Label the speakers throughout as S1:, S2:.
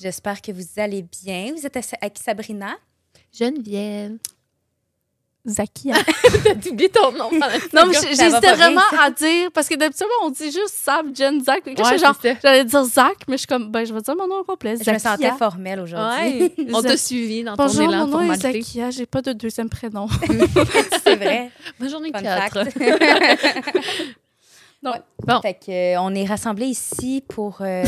S1: J'espère que vous allez bien. Vous êtes avec Sabrina.
S2: Geneviève.
S3: Zakia.
S1: Ah,
S2: T'as oublié ton nom.
S3: Non, mais j'ai-
S1: Ça va pas
S3: j'hésitais
S1: bien,
S3: vraiment à dire, parce que d'habitude, on dit juste Sab, Jen, Zach. Quand
S2: Ouais,
S3: j'étais genre,
S2: c'est ça.
S3: j'allais dire Zach, mais je suis comme, ben, je vais dire mon nom au complet.
S1: Je me sentais
S3: Zakia.
S1: formelle aujourd'hui.
S2: Ouais. On
S3: Zach-
S2: t'a suivi dans ton
S3: Bonjour,
S2: élan
S3: mon nom est
S2: formalité.
S3: Zakia, j'ai pas de deuxième prénom.
S1: C'est vrai.
S2: Moi, j'en ai
S1: Fun
S2: quatre.
S1: fact.
S3: Non.
S1: Ouais.
S2: Bon.
S1: Fait que, euh, on est rassemblés ici pour. euh,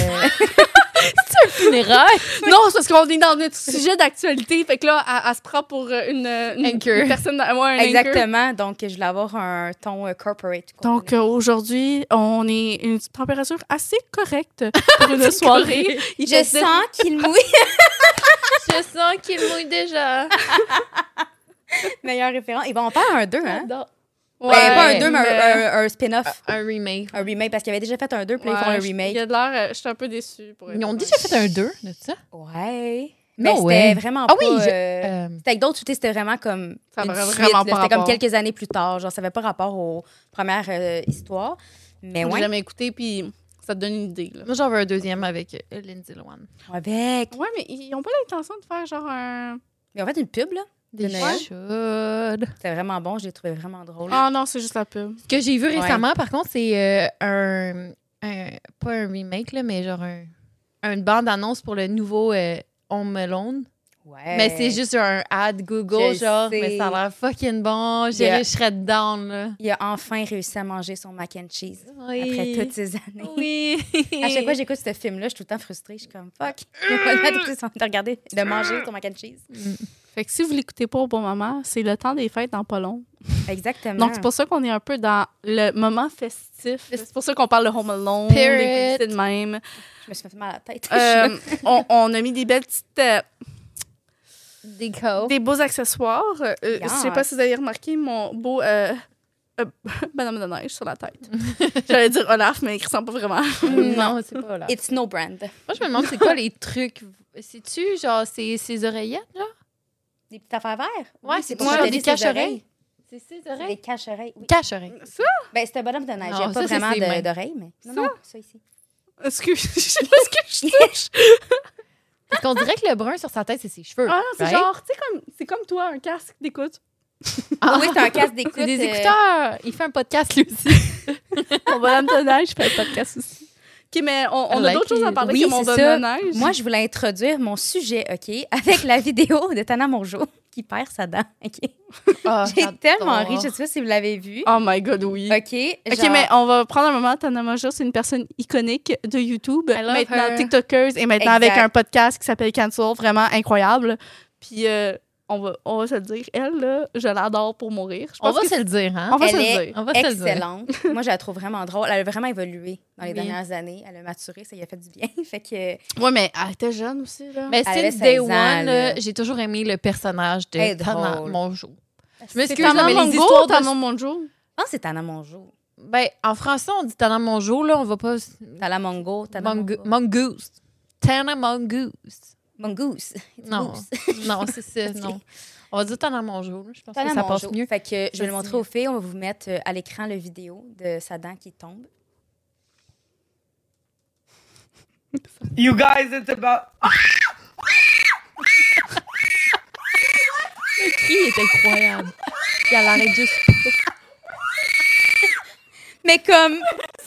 S2: Funérailles.
S3: non, c'est parce qu'on est dans notre sujet d'actualité. Fait que là, elle, elle se prend pour euh, une, euh, une,
S2: Anchor.
S3: une personne. Ouais, un anchor.
S1: Exactement. Donc, je voulais avoir un ton euh, corporate. quoi.
S3: Donc euh, aujourd'hui, on est une température assez correcte pour une soirée. Il
S1: je
S3: faisait-
S1: sens qu'il mouille.
S2: Je sens qu'il mouille déjà.
S1: Meilleur référent. Ils vont en faire un 2, hein?
S2: Non.
S1: Ben,
S2: Ouais,
S1: pas un 2, mais
S3: mais-
S1: un, un- un spin-off.
S2: Un remake.
S1: Un remake, parce qu'ils avaient déjà fait un 2, puis là, ils font
S3: Ouais,
S1: un
S3: je- Il y
S1: remake.
S3: a de l'air, euh, je suis un peu déçue. Pour
S2: Ils ont
S3: honnête.
S2: déjà fait un 2 de ça.
S1: Ouais. Mais
S2: Non,
S1: c'était
S2: ouais.
S1: vraiment
S2: Ah
S1: pas...
S2: oui, je-
S1: euh,
S2: Euh,
S1: C'était avec d'autres, tu sais, c'était vraiment comme.
S3: Ça
S1: une
S3: avait
S1: suite,
S3: vraiment pas
S1: là. C'était comme
S3: rapport.
S1: quelques années plus tard. Genre, ça n'avait pas rapport aux premières euh, histoires. Mais
S3: J'ai
S1: ouais.
S3: jamais écouté, puis ça te donne une idée. Là.
S2: Moi, j'en veux un deuxième avec euh, Lindsay Lohan.
S1: Avec.
S3: Ouais, mais ils n'ont pas l'intention de faire genre un.
S1: Mais en fait, une pub, là.
S2: Des
S1: Noël.
S2: chaudes.
S1: C'était vraiment bon. Je l'ai trouvé vraiment drôle.
S3: Ah non, c'est juste la pub.
S2: Ce que j'ai vu
S1: Ouais.
S2: récemment, par contre, c'est euh, un, un- Pas un remake, là, mais genre un. Une bande-annonce pour le nouveau euh, Home Alone.
S1: Ouais.
S2: Mais c'est juste un ad Google,
S1: Je
S2: genre,
S1: sais.
S2: mais ça a l'air fucking bon. J'ai
S1: Yeah.
S2: je serais dedans, là.
S1: Il a enfin réussi à manger son mac and cheese après toutes ces années.
S2: Oui.
S1: À chaque fois que j'écoute ce film-là, je suis tout le temps frustrée. Je suis comme fuck. Je vais pas le mettre, c'est en train de regarder, de manger son mac and cheese.
S3: Fait que si vous l'écoutez pas au bon moment, c'est le temps des fêtes dans pas long.
S1: Exactement.
S3: Donc c'est pour ça qu'on est un peu dans le moment festif. C'est pour ça qu'on parle de Home Alone,
S2: Spirit.
S3: des publicités de même.
S1: Je me suis fait mal à la tête.
S3: Euh, on, on a mis des belles petites. euh,
S2: Déco.
S3: des beaux accessoires. Euh, euh, Je sais pas
S1: Yes.
S3: si vous avez remarqué mon beau euh, euh, Madame de Neige sur la tête. J'allais dire Olaf, mais il ressemble pas vraiment.
S2: Non, c'est pas là.
S1: It's no brand.
S2: Moi, je me demande, c'est quoi les trucs? C'est-tu, genre, ces, ces oreillettes, genre?
S1: Des petites affaires vertes.
S2: Ouais,
S1: Oui,
S2: c'est
S1: pour
S3: pour
S1: protéger
S2: des
S1: ses
S2: cache-oreilles.
S1: oreilles.
S2: C'est ces
S1: Des cache-oreilles. oui.
S2: Cache-oreilles.
S3: Ça?
S1: Ben, c'est un bonhomme de neige.
S2: Non,
S1: Il n'y a
S2: ça,
S1: pas
S2: c'est
S1: vraiment
S2: ses mains.
S1: de- d'oreilles, mais. Non, non, ça ici.
S3: Excuse, je sais pas ce que je touche.
S2: Parce qu'on dirait que le brun sur sa tête, c'est ses cheveux.
S3: Ah non, c'est
S2: right?
S3: genre, tu sais, comme, c'est comme toi, un casque d'écoute.
S2: Ah.
S1: Oui, c'est un casque d'écoute.
S2: C'est des
S1: euh,
S2: écouteurs. Il fait un podcast, lui aussi.
S3: Mon bonhomme de neige, je fais un podcast aussi. OK, mais on, on
S2: I
S3: a
S2: like
S3: d'autres choses à
S2: it.
S3: parler
S1: Oui,
S3: que mon
S1: c'est
S3: bonhomme
S1: ça.
S3: de neige.
S1: Moi, je voulais introduire mon sujet, OK, avec la vidéo de Tana Mongeau qui perd sa dent. OK.
S2: Ah,
S1: J'ai tellement ri. Je sais pas si vous l'avez vu.
S3: Oh my God, oui.
S1: OK.
S3: OK,
S1: genre-
S3: mais on va prendre un moment. Tana Major, c'est une personne iconique de YouTube,
S2: I love
S3: maintenant
S2: her.
S3: TikTokeuse et maintenant
S1: Exact.
S3: avec un podcast qui s'appelle Cancel, vraiment incroyable. Puis euh, on, va, on va se le dire, elle, là, je l'adore pour mourir. Je
S2: On
S3: pense
S2: va
S3: que
S2: se le dire, hein?
S3: on va se
S1: Elle
S3: le
S1: est
S3: dire.
S2: On va se le dire.
S1: excellente. Moi, je la trouve vraiment drôle. Elle a vraiment évolué dans les
S2: Oui.
S1: dernières années. Elle a maturé, ça lui a fait du bien. fait que, euh,
S3: Ouais, mais elle était jeune aussi, là.
S2: Mais
S1: avait
S2: since
S1: 16
S2: day
S1: ans,
S2: one,
S1: là.
S2: là, j'ai toujours aimé le personnage
S1: Elle est
S2: de Tana
S1: drôle.
S2: Mongeau.
S1: je
S2: m'excuse,
S1: pense
S2: que là, mais les
S3: Mongo,
S2: histoires de-
S3: Tana Mongo.
S1: que c'est Tana Mongeau.
S2: Ben, en français, on dit Tana Mongeau, là, on va pas...
S1: Tana Mongo. Tana
S2: Mongo-
S1: Mongo.
S2: Mongoose. Tana Mongoose.
S1: Mongoose. It's
S2: Non,
S1: goose.
S2: non, c'est ça, non. On va dire Tana Mongeau, là, je pense
S1: Pas
S2: que
S1: la
S2: ça
S1: mangeau.
S2: passe mieux.
S1: Fait que je vais
S2: Vas-y.
S1: le montrer aux filles. On va vous mettre euh, à l'écran le vidéo de sa dent qui tombe.
S4: You guys, it's about.
S2: Le cri est incroyable. Puis elle arrête juste.
S1: Mais comme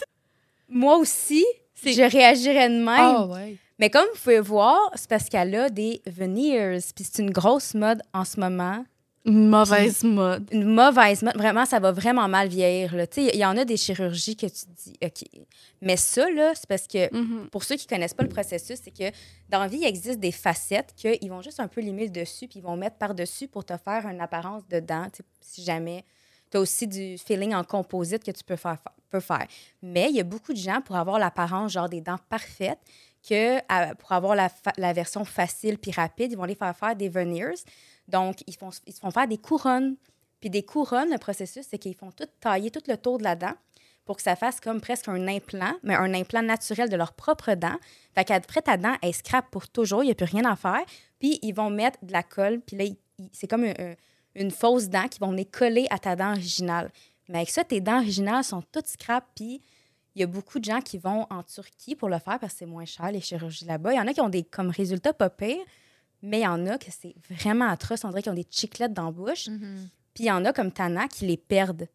S1: moi aussi,
S2: C'est-
S1: je réagirais de même.
S2: Ah ouais.
S1: Mais comme vous pouvez voir, c'est parce qu'elle a des veneers. Puis c'est une grosse mode en ce moment.
S3: Une mauvaise mode.
S1: Une mauvaise mode. Vraiment, ça va vraiment mal vieillir. là. Tu sais, Il y en a des chirurgies que tu dis, OK. Mais ça, là, c'est parce que
S2: Mm-hmm.
S1: pour ceux qui connaissent pas le processus, c'est que dans la vie, il existe des facettes qu'ils vont juste un peu limer le dessus, puis ils vont mettre par-dessus pour te faire une apparence de dent, tu sais, si jamais. Tu as aussi du feeling en composite que tu peux faire, peux faire. Mais il y a beaucoup de gens pour avoir l'apparence, genre des dents parfaites, que à- pour avoir la, fa- la version facile puis rapide, ils vont les faire faire des veneers. Donc, ils, font, ils se font faire des couronnes. Puis des couronnes, le processus, c'est qu'ils font tout tailler tout le tour de la dent pour que ça fasse comme presque un implant, mais un implant naturel de leur propre dent. Fait qu'après ta dent, elle scrape pour toujours, il n'y a plus rien à faire. Puis ils vont mettre de la colle, puis là, ils- ils- c'est comme un- un- une, fausse dent qui vont venir coller à ta dent originale. Mais avec ça, tes dents originales sont toutes scrap, puis Il y a beaucoup de gens qui vont en Turquie pour le faire parce que c'est moins cher, les chirurgies là-bas. Il y en a qui ont des comme résultats pas pires, mais il y en a que c'est vraiment atroce. On dirait qu'ils ont des chiclettes dans la bouche.
S2: Mhm.
S1: Puis il y en a comme Tana qui les perdent.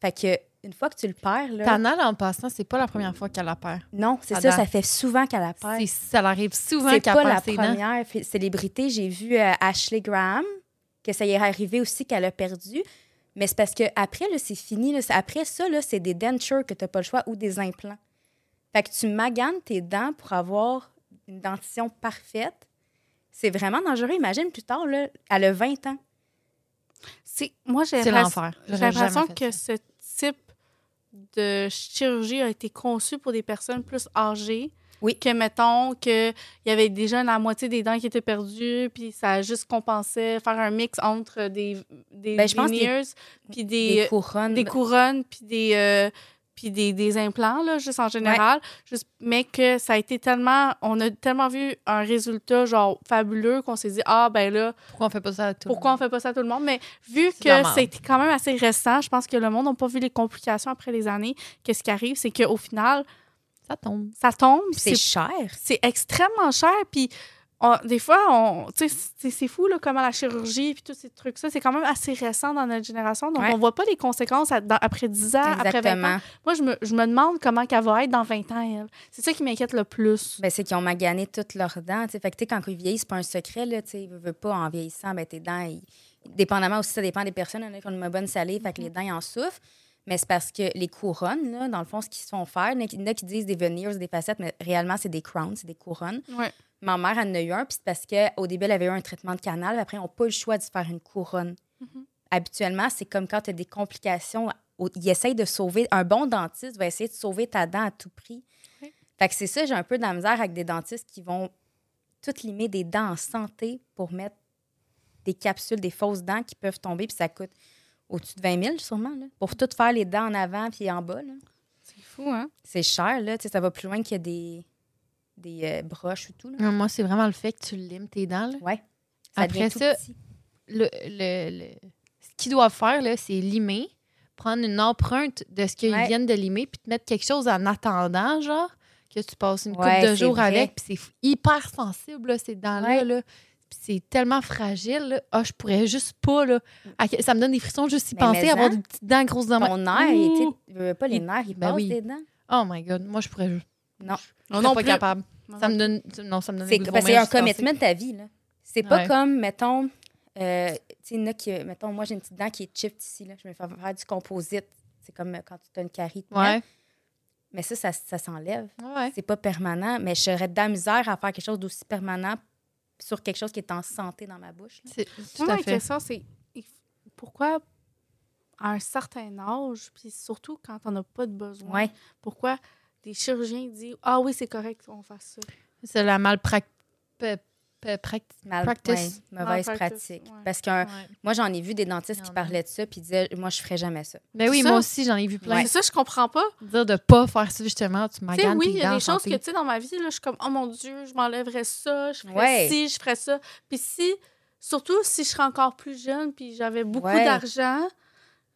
S1: Fait que une fois que tu le perds, là,
S2: Tana, là, en passant, c'est pas la première fois qu'elle la perd.
S1: non, c'est ça,
S2: Tana.
S1: ça fait souvent qu'elle la perd.
S2: C'est- Ça l'arrive souvent
S1: C'est
S2: qu'elle
S1: pas la
S2: perd ses dents.
S1: première f- célébrité. J'ai vu euh, Ashley Graham, que ça y est arrivé aussi qu'elle a perdu. Mais c'est parce que après, là, c'est fini. là. C'est- Après ça, là, c'est des dentures que tu n'as pas le choix ou des implants. Fait que tu maganes tes dents pour avoir une dentition parfaite. C'est vraiment dangereux. Imagine plus tard, là, elle a 20 ans.
S3: C'est- Moi, j'ai
S2: C'est
S3: l'impression-
S2: l'enfer.
S3: j'ai
S2: J'aurais
S3: l'impression
S2: jamais fait
S3: que
S2: ça.
S3: ce type de chirurgie a été conçu pour des personnes plus âgées.
S1: Oui.
S3: Que, mettons, qu'il y avait déjà la moitié des dents qui étaient perdues, puis ça juste compensait, faire un mix entre des, des
S1: Ben, je pense que les-
S3: veneers,
S2: euh,
S3: puis
S1: Des,
S3: des, euh,
S1: couronnes.
S3: des couronnes, puis des, euh, puis des, des implants, là, juste en général. Juste, mais que ça a été tellement... On a tellement vu un résultat, genre, fabuleux qu'on s'est dit, ah, ben là,
S2: Pourquoi on fait pas ça à tout le
S3: pourquoi on
S2: monde?
S3: fait pas ça à tout le monde. Mais vu
S2: C'est de la
S3: que
S2: merde.
S3: c'est quand même assez récent, je pense que le monde n'a pas vu les complications après les années. Que ce qui arrive, c'est qu'au final,
S2: Ça tombe.
S3: ça tombe.
S1: Puis
S3: C'est
S1: c'est cher.
S3: c'est extrêmement cher. Puis on- des fois, on, tu sais, c'est- c'est fou là, comment la chirurgie puis tous ces trucs-là, c'est quand même assez récent dans notre génération. Donc,
S1: Ouais.
S3: on voit pas les conséquences à- dans- après 10 ans, après 20 ans.
S1: Exactement.
S3: Moi, je me, je me demande comment qu'elle va être dans 20 ans, elle. C'est ça qui m'inquiète le plus.
S1: Ben, c'est qu'ils ont magané toutes leurs dents. tu sais. Fait que, tu sais, quand ils vieillissent, c'est pas un secret. Là, tu sais. veux, veux pas, en vieillissant, ben, tes dents, ils- dépendamment aussi, ça dépend des personnes. Il y en a qui ont une bonne salive, fait que les
S3: Mhm.
S1: dents, ils en souffrent. Mais c'est parce que les couronnes, là, dans le fond, ce qu'ils se font faire, il y en a qui- il y en a qui disent des veneers, des facettes, mais réellement, c'est des crowns, c'est des couronnes.
S3: Ouais.
S1: Ma mère elle en a eu un, puis c'est parce qu'au début, elle avait eu un traitement de canal, puis après, ils n'ont pas eu le choix de se faire une couronne.
S3: Mhm.
S1: Habituellement, c'est comme quand tu as des complications, au- ils essayent de sauver. Un bon dentiste va essayer de sauver ta dent à tout prix.
S3: Ouais.
S1: Fait que c'est ça, j'ai un peu de la misère avec des dentistes qui vont tout limer des dents en santé pour mettre des capsules, des fausses dents qui peuvent tomber, puis ça coûte au-dessus de 20 000 sûrement, là, pour tout faire les dents en avant puis en bas. là.
S2: Ben,
S3: C'est fou, hein?
S1: C'est cher, là, tu sais, ça va plus loin qu'il y a des, des euh, broches ou tout. Là.
S2: Non, Moi, c'est vraiment le fait que tu limes tes dents. là.
S1: Ouais. Ça
S2: Après
S1: devient tout
S2: ça,
S1: petit.
S2: le, le- le- ce qu'ils doivent faire, là, c'est limer, prendre une empreinte de ce qu'ils
S1: Ouais.
S2: viennent de limer, puis te mettre quelque chose en attendant, genre, que tu passes une
S1: Ouais,
S2: couple de
S1: c'est
S2: jours
S1: vrai.
S2: avec, puis c'est fou- hyper sensible, là, ces dents-là.
S1: Ouais.
S2: là. Puis c'est tellement fragile. là. Ah, je pourrais juste pas, là. À que- Ça me donne des frissons juste y
S1: Mais
S2: penser,
S1: mais
S2: avoir
S1: en-
S2: des petites dents grosses dans ma...
S1: Ton nerf, il- tu sais,
S2: Ouh!
S1: tu veux pas les
S2: Il-
S1: nerfs, ils
S2: Ben
S1: passent
S2: oui.
S1: dedans.
S2: Oh my God, moi, je pourrais juste...
S1: Non.
S2: Je serais
S3: non
S2: pas
S3: plus.
S2: capable. Ça me donne... Non, ça me donne...
S1: C'est
S2: des
S1: parce que c'est
S2: vomir
S1: un
S2: juste d'y penser.
S1: commitment de ta vie. là. C'est pas
S2: Ouais.
S1: comme, mettons, euh, tu sais, il y en a qui, euh, mettons, moi j'ai une petite dent qui est chipped ici, là. je me fais faire du composite. C'est comme euh, quand tu as une carie. de dent.
S2: Ouais,
S1: Mais ça, ça, ça s'enlève.
S2: ouais.
S1: C'est pas permanent, mais je serais de la misère à faire quelque chose d'aussi permanent sur quelque chose qui est en santé dans ma bouche. là.
S2: C'est- Tout
S3: Moi,
S2: à
S3: ma
S2: fait.
S3: question, c'est il f- pourquoi, à un certain âge, puis surtout quand on n'a pas de besoin,
S1: Ouais.
S3: pourquoi les chirurgiens disent Ah oui, c'est correct qu'on fasse ça.
S2: C'est la malpractice.
S1: Mal,
S2: Practice.
S1: ouais, mauvaise
S3: Malpractice,
S1: pratique.
S3: ouais.
S1: Parce que euh, moi, j'en ai vu des
S2: Il
S1: dentistes
S2: y
S1: qui
S2: en a.
S1: parlaient de ça puis disaient, moi, je ferais jamais ça.
S2: Ben oui,
S3: Ça-
S2: moi aussi, j'en ai vu plein.
S3: C'est ça, je comprends pas.
S2: Dire de pas faire ça, justement, tu
S3: Tu sais,
S2: m'aganes
S3: oui,
S2: tes
S3: il y a
S2: dents en
S3: des choses que,
S2: santé.
S3: tu sais, dans ma vie, là, je suis comme Oh mon Dieu, je m'enlèverais ça, je ferais
S1: Ouais.
S3: ci, je ferais ça. Puis si, surtout si je serais encore plus jeune, puis j'avais beaucoup
S1: Ouais.
S3: d'argent.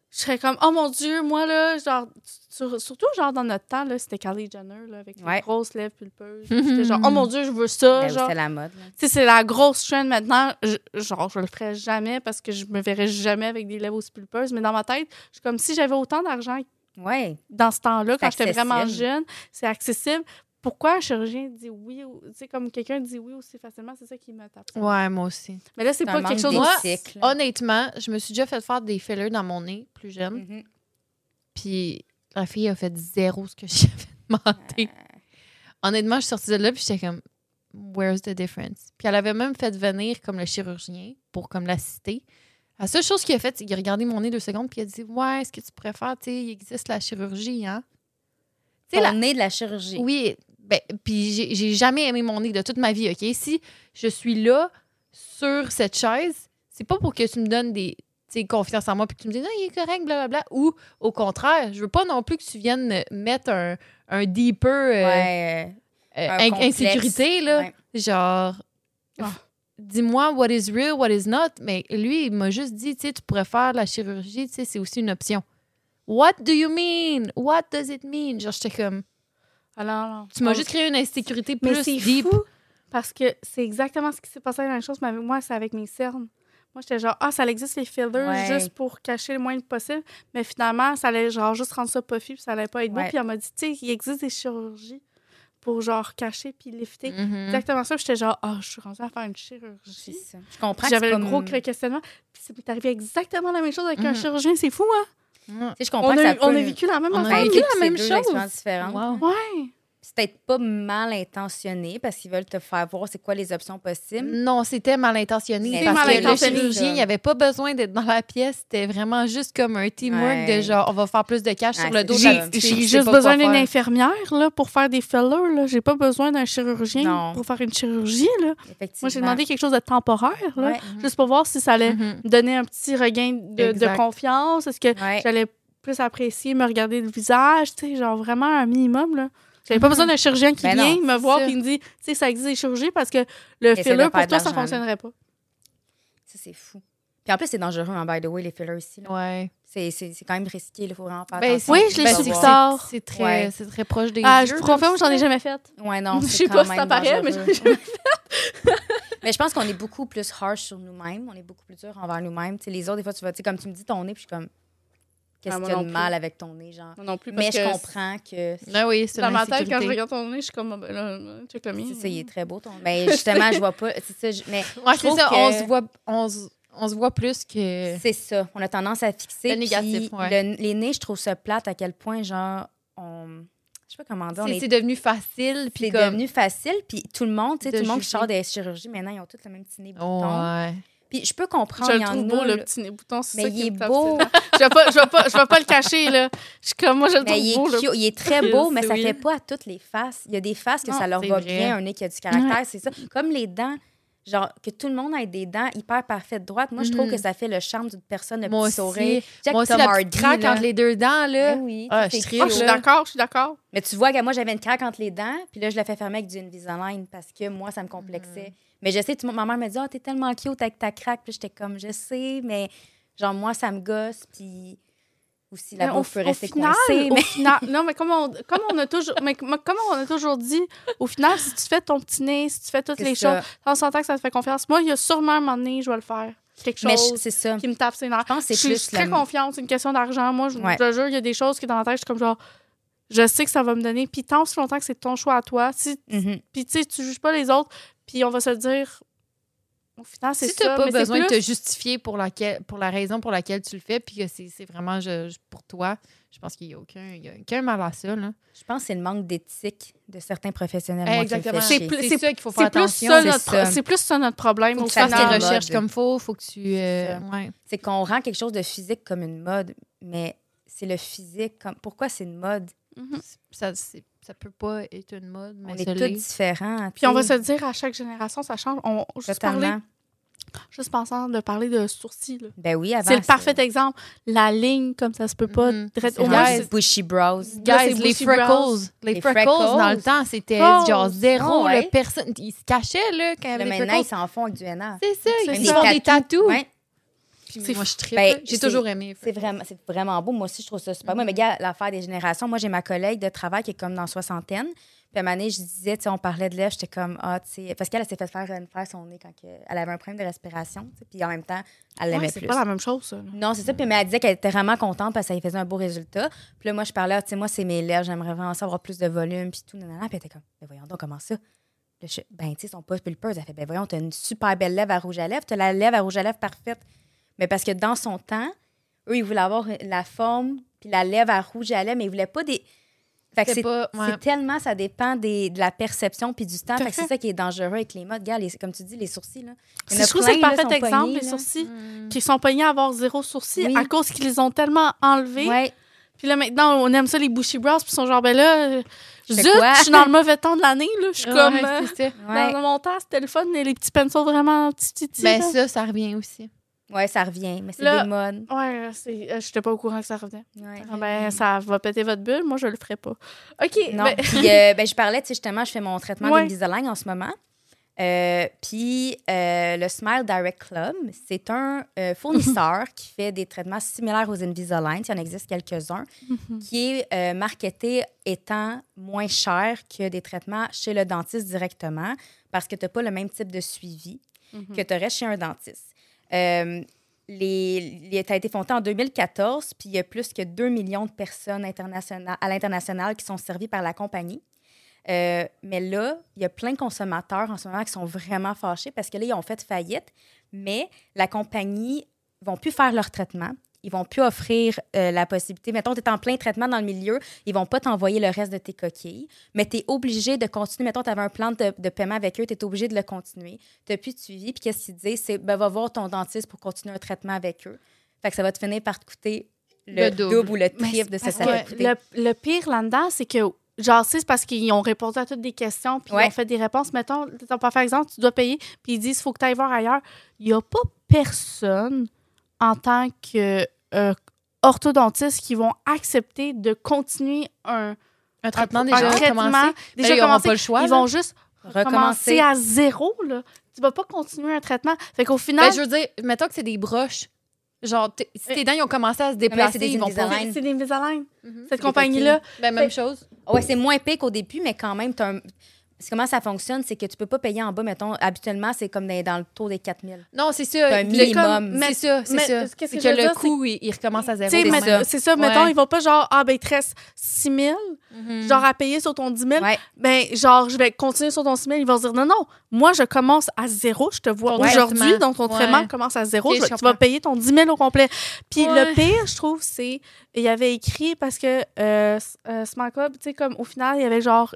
S3: Je serais comme, oh mon Dieu, moi, là, genre, sur- surtout, genre, dans notre temps, là, c'était Kylie Jenner, là, avec les
S1: Ouais.
S3: grosses lèvres pulpeuses.
S2: Mhm.
S3: J'étais genre, oh mon Dieu, je veux ça,
S1: Ben oui,
S3: genre.
S1: c'est la mode. là.
S3: Tu sais, c'est la grosse chaîne maintenant. Je, genre, je le ferais jamais parce que je me verrais jamais avec des lèvres aussi pulpeuses. Mais dans ma tête, je suis comme si j'avais autant d'argent
S1: Ouais.
S3: dans ce temps-là,
S1: C'est
S3: quand j'étais vraiment
S1: accessible.
S3: jeune, c'est accessible. Pourquoi un chirurgien dit oui, ou- tu sais, comme quelqu'un dit oui aussi facilement, c'est ça qui me tape.
S2: Ouais, moi aussi.
S3: Mais là, c'est
S1: C'est
S3: pas
S1: un
S3: quelque chose
S1: manque
S3: de.
S2: Moi,
S1: d'éthique, là.
S2: honnêtement, je me suis déjà fait faire des fillers dans mon nez, plus
S3: Mm.
S2: jeune.
S1: Mhm.
S2: Puis la fille a fait zéro ce que j'avais demandé. Honnêtement, je suis sortie de là, puis j'étais comme, where's the difference? Puis elle avait même fait venir comme le chirurgien pour comme l'assister. La seule chose qu'il a fait, c'est qu'il a regardé mon nez deux secondes, puis il a dit, ouais, est-ce que tu préfères, tu sais, il existe la chirurgie, hein? Tu sais,
S1: Ton
S2: la-
S1: nez de la chirurgie.
S2: Oui, ben, puis j'ai- j'ai jamais aimé mon nez de toute ma vie, OK? Si je suis là, sur cette chaise, c'est pas pour que tu me donnes des tu sais, confiance en moi puis que tu me dis non, il est correct, blablabla. Ou au contraire, je veux pas non plus que tu viennes me mettre un, un deeper euh,
S1: Ouais,
S2: euh,
S1: euh, un
S2: in-
S1: complexe.
S2: insécurité, là.
S1: Ouais.
S2: Genre,
S3: Ah.
S2: dis-moi what is real, what is not. Mais lui, il m'a juste dit, tu sais, tu pourrais faire de la chirurgie, tu sais, c'est aussi une option. What do you mean? What does it mean? Genre, j'étais comme.
S3: Alors, Ah, non.
S2: Tu m'as juste créé une insécurité
S3: Mais
S2: plus
S3: c'est
S2: deep.
S3: fou, parce que c'est exactement ce qui s'est passé la même chose, mais avec moi, c'est avec mes cernes. Moi, j'étais genre, ah, ça existe les fillers
S1: Ouais.
S3: juste pour cacher le moins possible. Mais finalement, ça allait genre juste rendre ça puffy, puis ça allait pas être beau.
S1: Ouais.
S3: Puis elle m'a dit, tu sais, il existe des chirurgies pour genre cacher puis lifter.
S2: Mhm.
S3: Exactement ça. Puis j'étais genre, ah, je suis rendue à faire une
S1: C'est
S3: chirurgie.
S1: ça. Je comprends
S3: Puis
S1: que
S3: J'avais
S1: c'est
S3: le
S1: pas
S3: gros
S1: m-
S3: questionnement. Puis c'est arrivé exactement la même chose avec un
S2: Mhm.
S3: chirurgien. C'est fou, hein?
S2: Mm.
S1: Tu sais, je
S3: On
S1: comprends que
S3: a,
S1: ça
S3: eu- on
S1: peut-
S3: a vécu la même
S2: On a
S1: on
S3: affaire.
S1: a
S2: vécu
S1: vécu
S2: la
S1: c'est
S2: même
S1: deux
S2: chose.
S1: expériences différentes.
S2: Wow.
S3: Ouais.
S1: C'est peut-être pas mal intentionné parce qu'ils veulent te faire voir c'est quoi les options
S3: Mm.
S1: possibles.
S2: Non, c'était mal intentionné.
S1: C'était
S2: Parce
S3: mal
S2: que le
S3: intentionné.
S2: chirurgien, il n'y avait pas besoin d'être dans la pièce. C'était vraiment juste comme un teamwork
S1: Ouais.
S2: de genre, on va faire plus de cash
S1: Ouais,
S2: sur le
S1: c'est
S2: dos de
S1: ça.
S2: la
S3: J'ai
S2: petite fille
S3: j'ai
S2: qui sait
S3: juste
S2: pas quoi
S3: besoin d'une
S2: faire.
S3: infirmière là, pour faire des fillers. Là. J'ai pas besoin d'un chirurgien
S1: Non.
S3: pour faire une chirurgie. Là.
S1: Effectivement.
S3: Moi, j'ai demandé quelque chose de temporaire, là,
S1: Ouais. Mm-hmm.
S3: juste pour voir si ça allait
S2: Mhm.
S3: me donner un petit regain de, de
S2: Exact.
S3: confiance. Est-ce que
S1: Ouais.
S3: j'allais plus apprécier me regarder le visage? Tu sais, genre vraiment un minimum. Là. J'avais pas besoin d'un chirurgien qui
S1: Ben
S3: vient
S1: non,
S3: me
S1: c'est
S3: voir
S1: ça.
S3: et me dit, tu sais, ça existe des chirurgies parce que le
S1: Essaie de
S3: filler, pour
S1: faire de
S3: toi, ça
S1: l'argent.
S3: fonctionnerait pas.
S1: Ça, c'est fou. Puis en plus, c'est dangereux, hein, by the way, les fillers ici. là.
S2: Ouais.
S1: C'est- C'est c'est quand même risqué, il faut vraiment faire
S2: Ben,
S1: attention.
S3: oui,
S1: puis
S3: je l'ai
S1: pas
S2: ben,
S3: su
S2: c'est-
S1: voir.
S3: plus tard.
S2: C'est très,
S1: Ouais.
S2: c'est très proche des
S3: Ah, je
S2: yeux.
S3: vous
S2: comme
S3: confirme,
S2: ça.
S3: j'en ai jamais fait.
S1: Ouais, non,
S3: je
S1: c'est
S3: sais
S1: quand
S3: pas si
S1: même
S3: ça paraît, mais
S1: dangereux.
S3: j'en ai jamais
S1: Mais je pense qu'on est beaucoup plus harsh sur nous-mêmes. On est beaucoup plus dur envers nous-mêmes. Tu sais, les autres, des fois, tu vas, tu sais, comme tu me dis ton nez, puis je suis comme, qu'est-ce
S3: Ah, moi
S1: qu'il y a
S3: non
S1: de
S3: plus.
S1: mal avec ton nez, genre.
S3: Moi non plus,
S1: Mais
S3: parce
S1: je
S3: que
S1: comprends que.
S2: Ah oui, c'est
S3: Dans
S2: une
S3: ma tête, quand je
S2: insécurité.
S3: regarde ton nez, je suis comme, Ah, ben là, check le mien.
S1: C'est ça, il est très beau ton. Mais justement, je vois pas. C'est ça, je- mais
S2: hein. Ouais,
S1: je
S2: c'est
S1: trouve
S2: ça,
S1: que-
S2: on se voit, on se- on se voit plus que.
S1: c'est ça. On a tendance à fixer.
S2: Le
S1: puis
S2: négatif, ouais.
S1: le- les nez, je trouve ça plate à quel point, genre, on. Je sais pas comment dire. on
S2: C'est
S1: est-
S2: c'est devenu facile. Puis
S1: C'est
S2: comme...
S1: devenu facile. Puis tout le monde, tu sais,
S2: De
S1: tout le monde qui
S2: juger.
S1: sort des chirurgies, maintenant, ils ont tous le même petit nez bouton.
S2: Ouais.
S1: Puis je peux comprendre.
S3: Je
S1: il
S3: le
S1: y en
S3: trouve
S1: a,
S3: beau, le
S1: là.
S3: petit nez bouton. c'est
S1: Mais
S3: ça
S1: il
S3: qui
S1: est
S3: me tape
S1: beau.
S3: sur le- Je vais pas, je vais pas, je vais pas le cacher, là. Je suis comme, moi, je le
S1: Mais
S3: trouve
S1: Ben, il est,
S3: beau, là.
S1: cute, il est très
S3: Chris,
S1: beau, mais ça
S3: oui.
S1: fait pas à toutes les faces. Il y a des faces que
S2: Non,
S1: ça leur
S2: c'est
S1: va
S2: vrai.
S1: bien, un nez qui a du caractère, c'est ça. Comme les dents, genre que tout le monde ait des dents hyper parfaites, droites. Moi, je trouve
S2: Mhm.
S1: que ça fait le charme d'une personne, le
S2: Moi
S1: petit
S2: aussi.
S1: sourire. Jack
S2: Moi aussi,
S1: Tom
S2: la petite
S1: Hardy,
S2: craque
S1: là.
S2: entre les deux dents, là.
S1: Ben oui,
S2: Ah,
S1: ça, c'est
S2: je suis
S1: cute,
S3: Ah, je suis
S1: là.
S3: d'accord, je suis d'accord.
S1: Mais tu vois, que moi, j'avais une craque entre les dents, puis là, je la fais fermer avec du Invisalign parce que moi, ça me complexait.
S2: Mm-hmm.
S1: Mais je sais, tout le monde- ma mère me dit, Ah, t'es tellement cute avec ta craque. Puis j'étais comme, je sais, mais genre, moi, ça me gosse. Puis aussi, la
S3: Mais
S1: bouffe peut
S3: au
S1: rester
S3: final, au
S1: coincée. Mais...
S3: final- non, mais comme on, comme on a toujours, mais comme comme on a toujours dit, au final, si tu fais ton petit nez, si tu fais toutes
S1: C'est
S3: les
S1: ça.
S3: choses, on s'entend que ça te fait confiance. Moi, il y a sûrement un moment donné, je vais le faire. Quelque
S1: Mais je-
S3: chose
S1: c'est ça.
S3: qui me tape ses nerfs.
S1: Je pense que
S3: Je
S1: c'est
S3: suis je suis
S1: plus
S3: très
S1: la-
S3: confiante, c'est une question d'argent. Moi, je,
S1: Ouais.
S3: je te jure, il y a des choses qui dans la tête, je suis comme genre, je sais que ça va me donner. Puis tant si longtemps que c'est ton choix à toi, si
S1: Mhm.
S3: Puis tu sais, tu juges pas les autres, puis on va se le dire. Au final, c'est
S2: Si tu
S3: ça.
S2: n'as pas
S3: mais c'est
S2: besoin de
S3: plus-
S2: te justifier pour, laquelle, pour la raison pour laquelle tu le fais, puis que c'est c'est vraiment je- je- pour toi, je pense qu'il n'y a, aucun- il y a aucun mal à ça. Là.
S1: Je pense que c'est le manque d'éthique de certains professionnels.
S2: Eh,
S1: moi, qui me fait
S2: exactement.
S1: chier.
S3: C'est plus-
S2: C'est ça qu'il faut faire
S3: C'est plus,
S2: attention.
S3: ça
S1: c'est
S3: notre pro-
S1: ça.
S3: c'est plus ça notre problème.
S2: faut
S3: au
S2: que tu fasses
S3: final.
S2: tes
S1: en
S2: recherches
S1: mode.
S2: comme faut, faut que tu. euh,
S1: C'est
S2: ouais.
S1: C'est qu'on rend quelque chose de physique comme une mode, mais c'est le physique. Comme... Pourquoi c'est une mode?
S3: Mhm.
S2: ça, c'est- ça peut pas être une mode, mais
S1: On
S2: ça
S1: est tous
S2: l'est.
S1: différents. tu
S3: Puis on va
S1: sais,
S3: se le dire à chaque génération, ça change. On, juste, parler,
S1: Mm. Totalement.
S3: juste pensant de parler de sourcils. là.
S1: Ben oui, avant.
S3: C'est le parfait exemple. La ligne, comme ça se peut pas.
S2: Mhm.
S3: direct-
S1: Au
S3: au moins,
S1: moins,
S2: Guys.
S3: c'est-
S1: bushy brows.
S3: Là, c'est
S2: Guys, les
S3: Bushy
S2: freckles,
S3: Brows.
S2: les,
S1: Les
S2: freckles, Oh,
S1: freckles.
S2: dans le temps, c'était
S3: Freckles.
S2: genre zéro.
S1: Ah ouais.
S2: là, personne, ils se cachaient là, quand il y avait
S1: Là,
S2: des
S1: maintenant, ils
S2: freckles.
S1: s'en font avec du NR.
S2: C'est ça,
S3: Même
S2: ils
S3: des
S2: se font des tatous.
S1: Ouais.
S2: Puis Moi, je tripe.
S1: Ben,
S2: là. J'ai
S1: c'est-
S2: toujours aimé. les
S1: C'est vraiment, c'est vraiment beau. Moi aussi, je trouve ça super. beau.
S3: Mm-hmm.
S1: Mais gars, l'affaire des générations, moi, j'ai ma collègue de travail qui est comme dans soixantaine. Puis à un moment donné, je disais, tu sais, on parlait de lèvres, j'étais comme, ah, tu sais, parce qu'elle elle s'est fait faire, une- faire son nez quand que- elle avait un problème de respiration. tu sais, Puis en même temps, elle l'aimait
S3: Ouais,
S1: plus.
S3: c'est pas la même chose, ça. là.
S1: Non, c'est ça. Puis elle m'a dit qu'elle était vraiment contente parce que ça lui faisait un beau résultat. Puis là, moi, je parlais, Ah, tu sais, moi, c'est mes lèvres, j'aimerais vraiment ça avoir plus de volume, puis tout. nanana. Puis elle était comme, ben voyons donc, comment ça? Là, je- ben, tu sais, son post pulpeuse. Elle fait, ben voyons, t'as une super belle lèvre à rouge à lèvres, t'as la lèvre à rouge à lèvres parfaite. Mais parce que dans son temps, eux, ils voulaient avoir la forme, puis la lèvre à rouge à lèvres, mais ils voulaient pas des. Fait que
S2: C'est
S1: c'est
S2: pas- ouais.
S1: c'est tellement, ça dépend des, de la perception puis du temps.
S3: Tout à
S1: Fait que c'est
S3: fait.
S1: ça qui est dangereux avec les modes. Regarde, les- comme tu dis, les sourcils, là. Il y en a
S3: Je trouve que c'est le
S1: plein, là,
S3: parfait
S1: sont
S3: exemple,
S1: pognés,
S3: les
S1: là.
S3: sourcils.
S2: Mm.
S3: Qui sont pognés à avoir zéro sourcil
S1: Oui.
S3: à cause qu'ils les ont tellement enlevés.
S1: Ouais.
S3: Puis là, maintenant, on aime ça, les bushy brows, puis ils sont genre, ben là, euh,
S1: Je fais
S3: zut,
S1: quoi?
S3: je suis dans le mauvais temps de l'année, là. Je suis
S2: Ouais,
S3: comme. euh,
S2: c'est ça.
S1: ouais.
S3: Dans mon temps, c'était le fun, les petits pencils vraiment petits, petits.
S2: Ben,
S3: là.
S2: ça, ça revient aussi.
S1: Ouais, ça revient, mais c'est
S3: Là-
S1: des modes.
S3: Ouais, c'est- euh, j'étais pas au courant que ça revenait.
S1: Ouais.
S3: Ah Ben, ça va péter votre bulle, moi, je le ferai pas. OK,
S1: Non,
S3: ben,
S1: puis euh, ben, je parlais, tu sais, justement, je fais mon traitement
S3: Ouais.
S1: d'Invisalign en ce moment. Euh, Puis euh, le Smile Direct Club, c'est un euh, fournisseur qui fait des traitements similaires aux Invisalign. Il y en existe quelques-uns,
S3: Mhm.
S1: qui est euh, marketé étant moins cher que des traitements chez le dentiste directement parce que tu n'as pas le même type de suivi
S3: Mhm.
S1: que tu aurais chez un dentiste. Euh, les, les- ça a été fondé en 2014, puis il y a plus que 2 millions de personnes internationa- à l'international qui sont servies par la compagnie. Euh, mais là, il y a plein de consommateurs en ce moment qui sont vraiment fâchés parce que là, ils ont fait faillite, mais la compagnie ne vont plus faire leur traitement. Ils vont plus offrir euh, la possibilité. Mettons, tu es en plein traitement dans le milieu, ils vont pas t'envoyer le reste de tes coquilles, mais tu es obligé de continuer. Mettons, tu avais un plan de, de paiement avec eux, tu es obligé de le continuer. Tu n'as plus de suivi. Puis qu'est-ce qu'ils te disent? C'est ben, va voir ton dentiste pour continuer un traitement avec eux. Fait que ça va te finir par te coûter le,
S2: Le double.
S1: double. ou le
S3: Mais
S1: triple de ce que
S3: parce
S1: ça
S3: que
S1: va coûter.
S3: le, le pire là-dedans, c'est que, genre, c'est parce qu'ils ont répondu à toutes des questions, puis ils
S1: Ouais.
S3: ont fait des réponses. Mettons, mettons, par exemple, tu dois payer, puis ils disent, faut que tu ailles voir ailleurs. Il n'y a pas personne en tant que euh, orthodontiste qui vont accepter de continuer un,
S2: Un traitement
S3: un-
S2: déjà
S3: un traitement
S2: commencé.
S3: déjà
S2: ils n'auront
S3: commencé.
S2: pas le choix.
S3: ils
S2: là.
S3: vont juste recommencer
S1: Recommencer.
S3: à zéro, là. Tu vas pas continuer un traitement. Fait qu'au final,
S2: Ben, je veux dire, mettons que c'est des broches. Genre, t'es- si tes dents ils ont commencé à se
S1: c'est
S2: déplacer,
S1: des
S2: ils vont pas.
S1: Invisalign.
S3: c'est- c'est des Invisalign.
S2: Mhm.
S3: Cette
S1: des
S3: compagnie-là,
S2: Ben, même chose.
S1: Ouais, c'est moins pire qu'au début, mais quand même, t'as un- c'est comment ça fonctionne, c'est que tu peux pas payer en bas, mettons, habituellement, c'est comme dans, dans le taux des 4000.
S2: Non, c'est
S1: C'est
S2: ça.
S1: un
S2: le-
S1: minimum.
S2: C'est ça, c'est
S3: mais-
S2: ça.
S3: qu'est-ce
S2: C'est que
S3: que je veux
S2: le
S3: dire,
S2: coût, il, il recommence à zéro.
S3: tu sais,
S1: des
S3: met-
S1: sommes.
S3: c'est ça, mettons,
S2: Ouais.
S3: ils vont pas genre, ah, ben, il te reste 6 000,
S2: Mhm.
S3: genre à payer sur ton 10 000.
S1: Ouais.
S3: ben genre je vais continuer sur ton semaine, ils vont se dire non non, moi je commence à zéro, je te vois
S2: Ton
S3: aujourd'hui
S2: traitement.
S3: donc ton
S2: Ouais.
S3: traitement commence à zéro,
S2: Ok,
S3: je vais-
S2: je
S3: tu vas
S2: comprends.
S3: payer ton 10 000 au complet. Puis le
S2: Ouais.
S3: pire je trouve c'est il y avait écrit parce que euh, S- euh, Smart Club, tu sais comme au final il y avait genre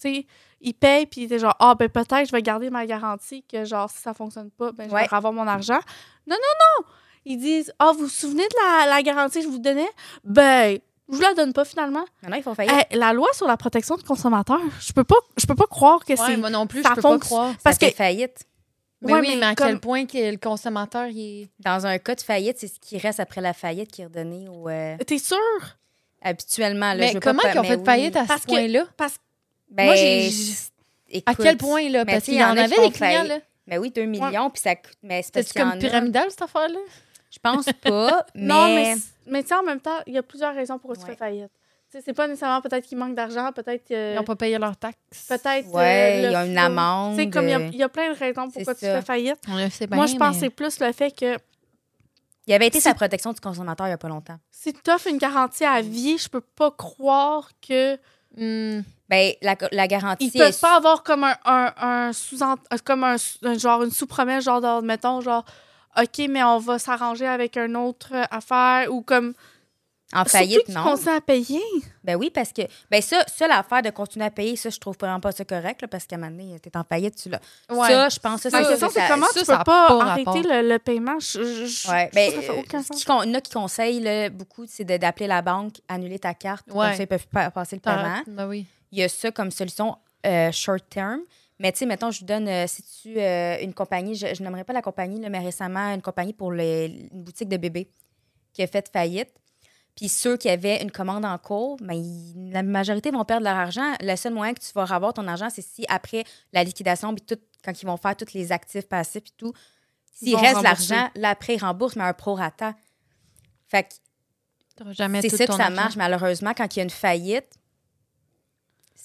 S3: tu sais il paye puis il était genre ah ben peut-être je vais garder ma garantie que genre si ça fonctionne pas ben je
S1: Ouais.
S3: vais avoir mon argent. Non non non, ils disent ah vous vous souvenez de la, la garantie que je vous donnais ben je vous la donne pas finalement.
S1: Maintenant, ils font faillite.
S3: Hey, la loi sur la protection du consommateur, je peux pas, je peux pas croire que
S2: Ouais,
S3: c'est
S2: moi non plus,
S3: ça
S2: je peux
S3: fonctionne.
S2: pas croire.
S1: parce
S3: parce
S1: que
S3: que
S1: faillite.
S2: Mais
S3: Ouais,
S2: oui,
S3: mais
S2: mais à
S3: comme-
S2: quel point que le consommateur, il est...
S1: Dans un cas de faillite, c'est ce qui reste après la faillite qui est redonné au, euh,
S3: t'es sûr
S1: habituellement. Ah, Là, je
S2: Mais
S1: veux
S2: comment
S1: pas,
S2: ils ont
S1: mais
S2: fait
S1: oui.
S2: faillite à
S3: Parce
S2: ce
S3: que-
S2: point-là?
S1: Ben,
S2: Moi, j'ai-
S1: je-
S2: À
S1: écoute,
S2: quel point, là?
S1: mais
S2: Parce
S1: tu sais,
S2: qu'il
S1: il
S2: y en
S1: a qui
S2: avait
S1: font
S2: des clients,
S1: faillite.
S2: là.
S1: Mais oui, 2 millions, puis ça coûte. Mais c'est parce
S2: C'était
S1: qu'il y en
S2: comme
S1: a-
S2: pyramidal, cette affaire-là?
S1: Je pense pas, mais.
S3: Non, mais c- mais tu sais en même temps, il y a plusieurs raisons pour que tu
S1: Ouais.
S3: fais faillite. Tu sais, c'est pas nécessairement peut-être qu'il manque d'argent, peut-être euh,
S2: Ils n'ont pas payé leurs taxes.
S3: peut-être euh,
S1: Ouais,
S3: le
S1: il y a une
S3: flou.
S1: amende. euh,
S3: Tu sais comme il y a- il y, a plein de raisons
S1: C'est
S3: pourquoi tu
S1: ça.
S3: fais faillite.
S2: On le sait bien,
S3: Moi je pense
S2: mais-
S3: que c'est plus le fait que
S1: Il y avait été
S3: Si-
S1: sa protection du consommateur il y a pas longtemps.
S3: si tu offres une garantie à vie, je peux pas croire que
S2: Hmm.
S1: Ben, la, la garantie.
S3: ils peuvent
S1: est-
S3: pas avoir comme un, un, un sous comme un, sou- un genre une sous-promesse genre de- mettons genre OK, mais on va s'arranger avec une autre euh, affaire ou comme
S1: En faillite,
S3: Surtout qu'ils
S1: non.
S3: continuent à payer.
S1: Ben oui, parce que. Ben ça, ça l'affaire de continuer à payer, ça, je trouve vraiment pas ça correct, là, parce qu'à un moment donné, t'es en faillite, tu l'as.
S2: Ouais.
S1: Ça, je pense que ça,
S3: Ma
S2: Ça,
S3: question,
S2: ça,
S3: c'est comment
S2: ça,
S3: tu
S2: ça a
S3: peux pas,
S2: pas rapport.
S3: arrêter le, le paiement? Je, je- je-
S1: Ouais,
S3: je
S1: ben,
S3: trouve que ça fait aucun
S1: euh,
S3: sens.
S1: ce qu'on- il y en a qui conseillent là, beaucoup, c'est de- d'appeler la banque, annuler ta carte,
S2: Ouais.
S1: comme ça, ils peuvent pas passer le paiement.
S2: T'arrêtes. Ben oui.
S1: Il y a ça comme solution euh, short term. Mais tu sais, mettons, je vous donne, euh, si tu euh, une compagnie, je, je n'aimerais pas la compagnie, là, mais récemment, une compagnie pour les, une boutique de bébés qui a fait faillite. Puis ceux qui avaient une commande en cours, ben, ils- la majorité vont perdre leur argent. Le seul moyen que tu vas revoir ton argent, c'est si après la liquidation, puis tout, quand ils vont faire tous les actifs passifs et tout, s'il
S3: vont
S1: reste
S3: rembourser.
S1: l'argent, là, après, ils remboursent, mais un prorata. Fait que
S2: T'auras jamais
S1: c'est
S2: tout
S1: ça que
S2: ton
S1: ça
S2: argent.
S1: marche, malheureusement, quand il y a une faillite.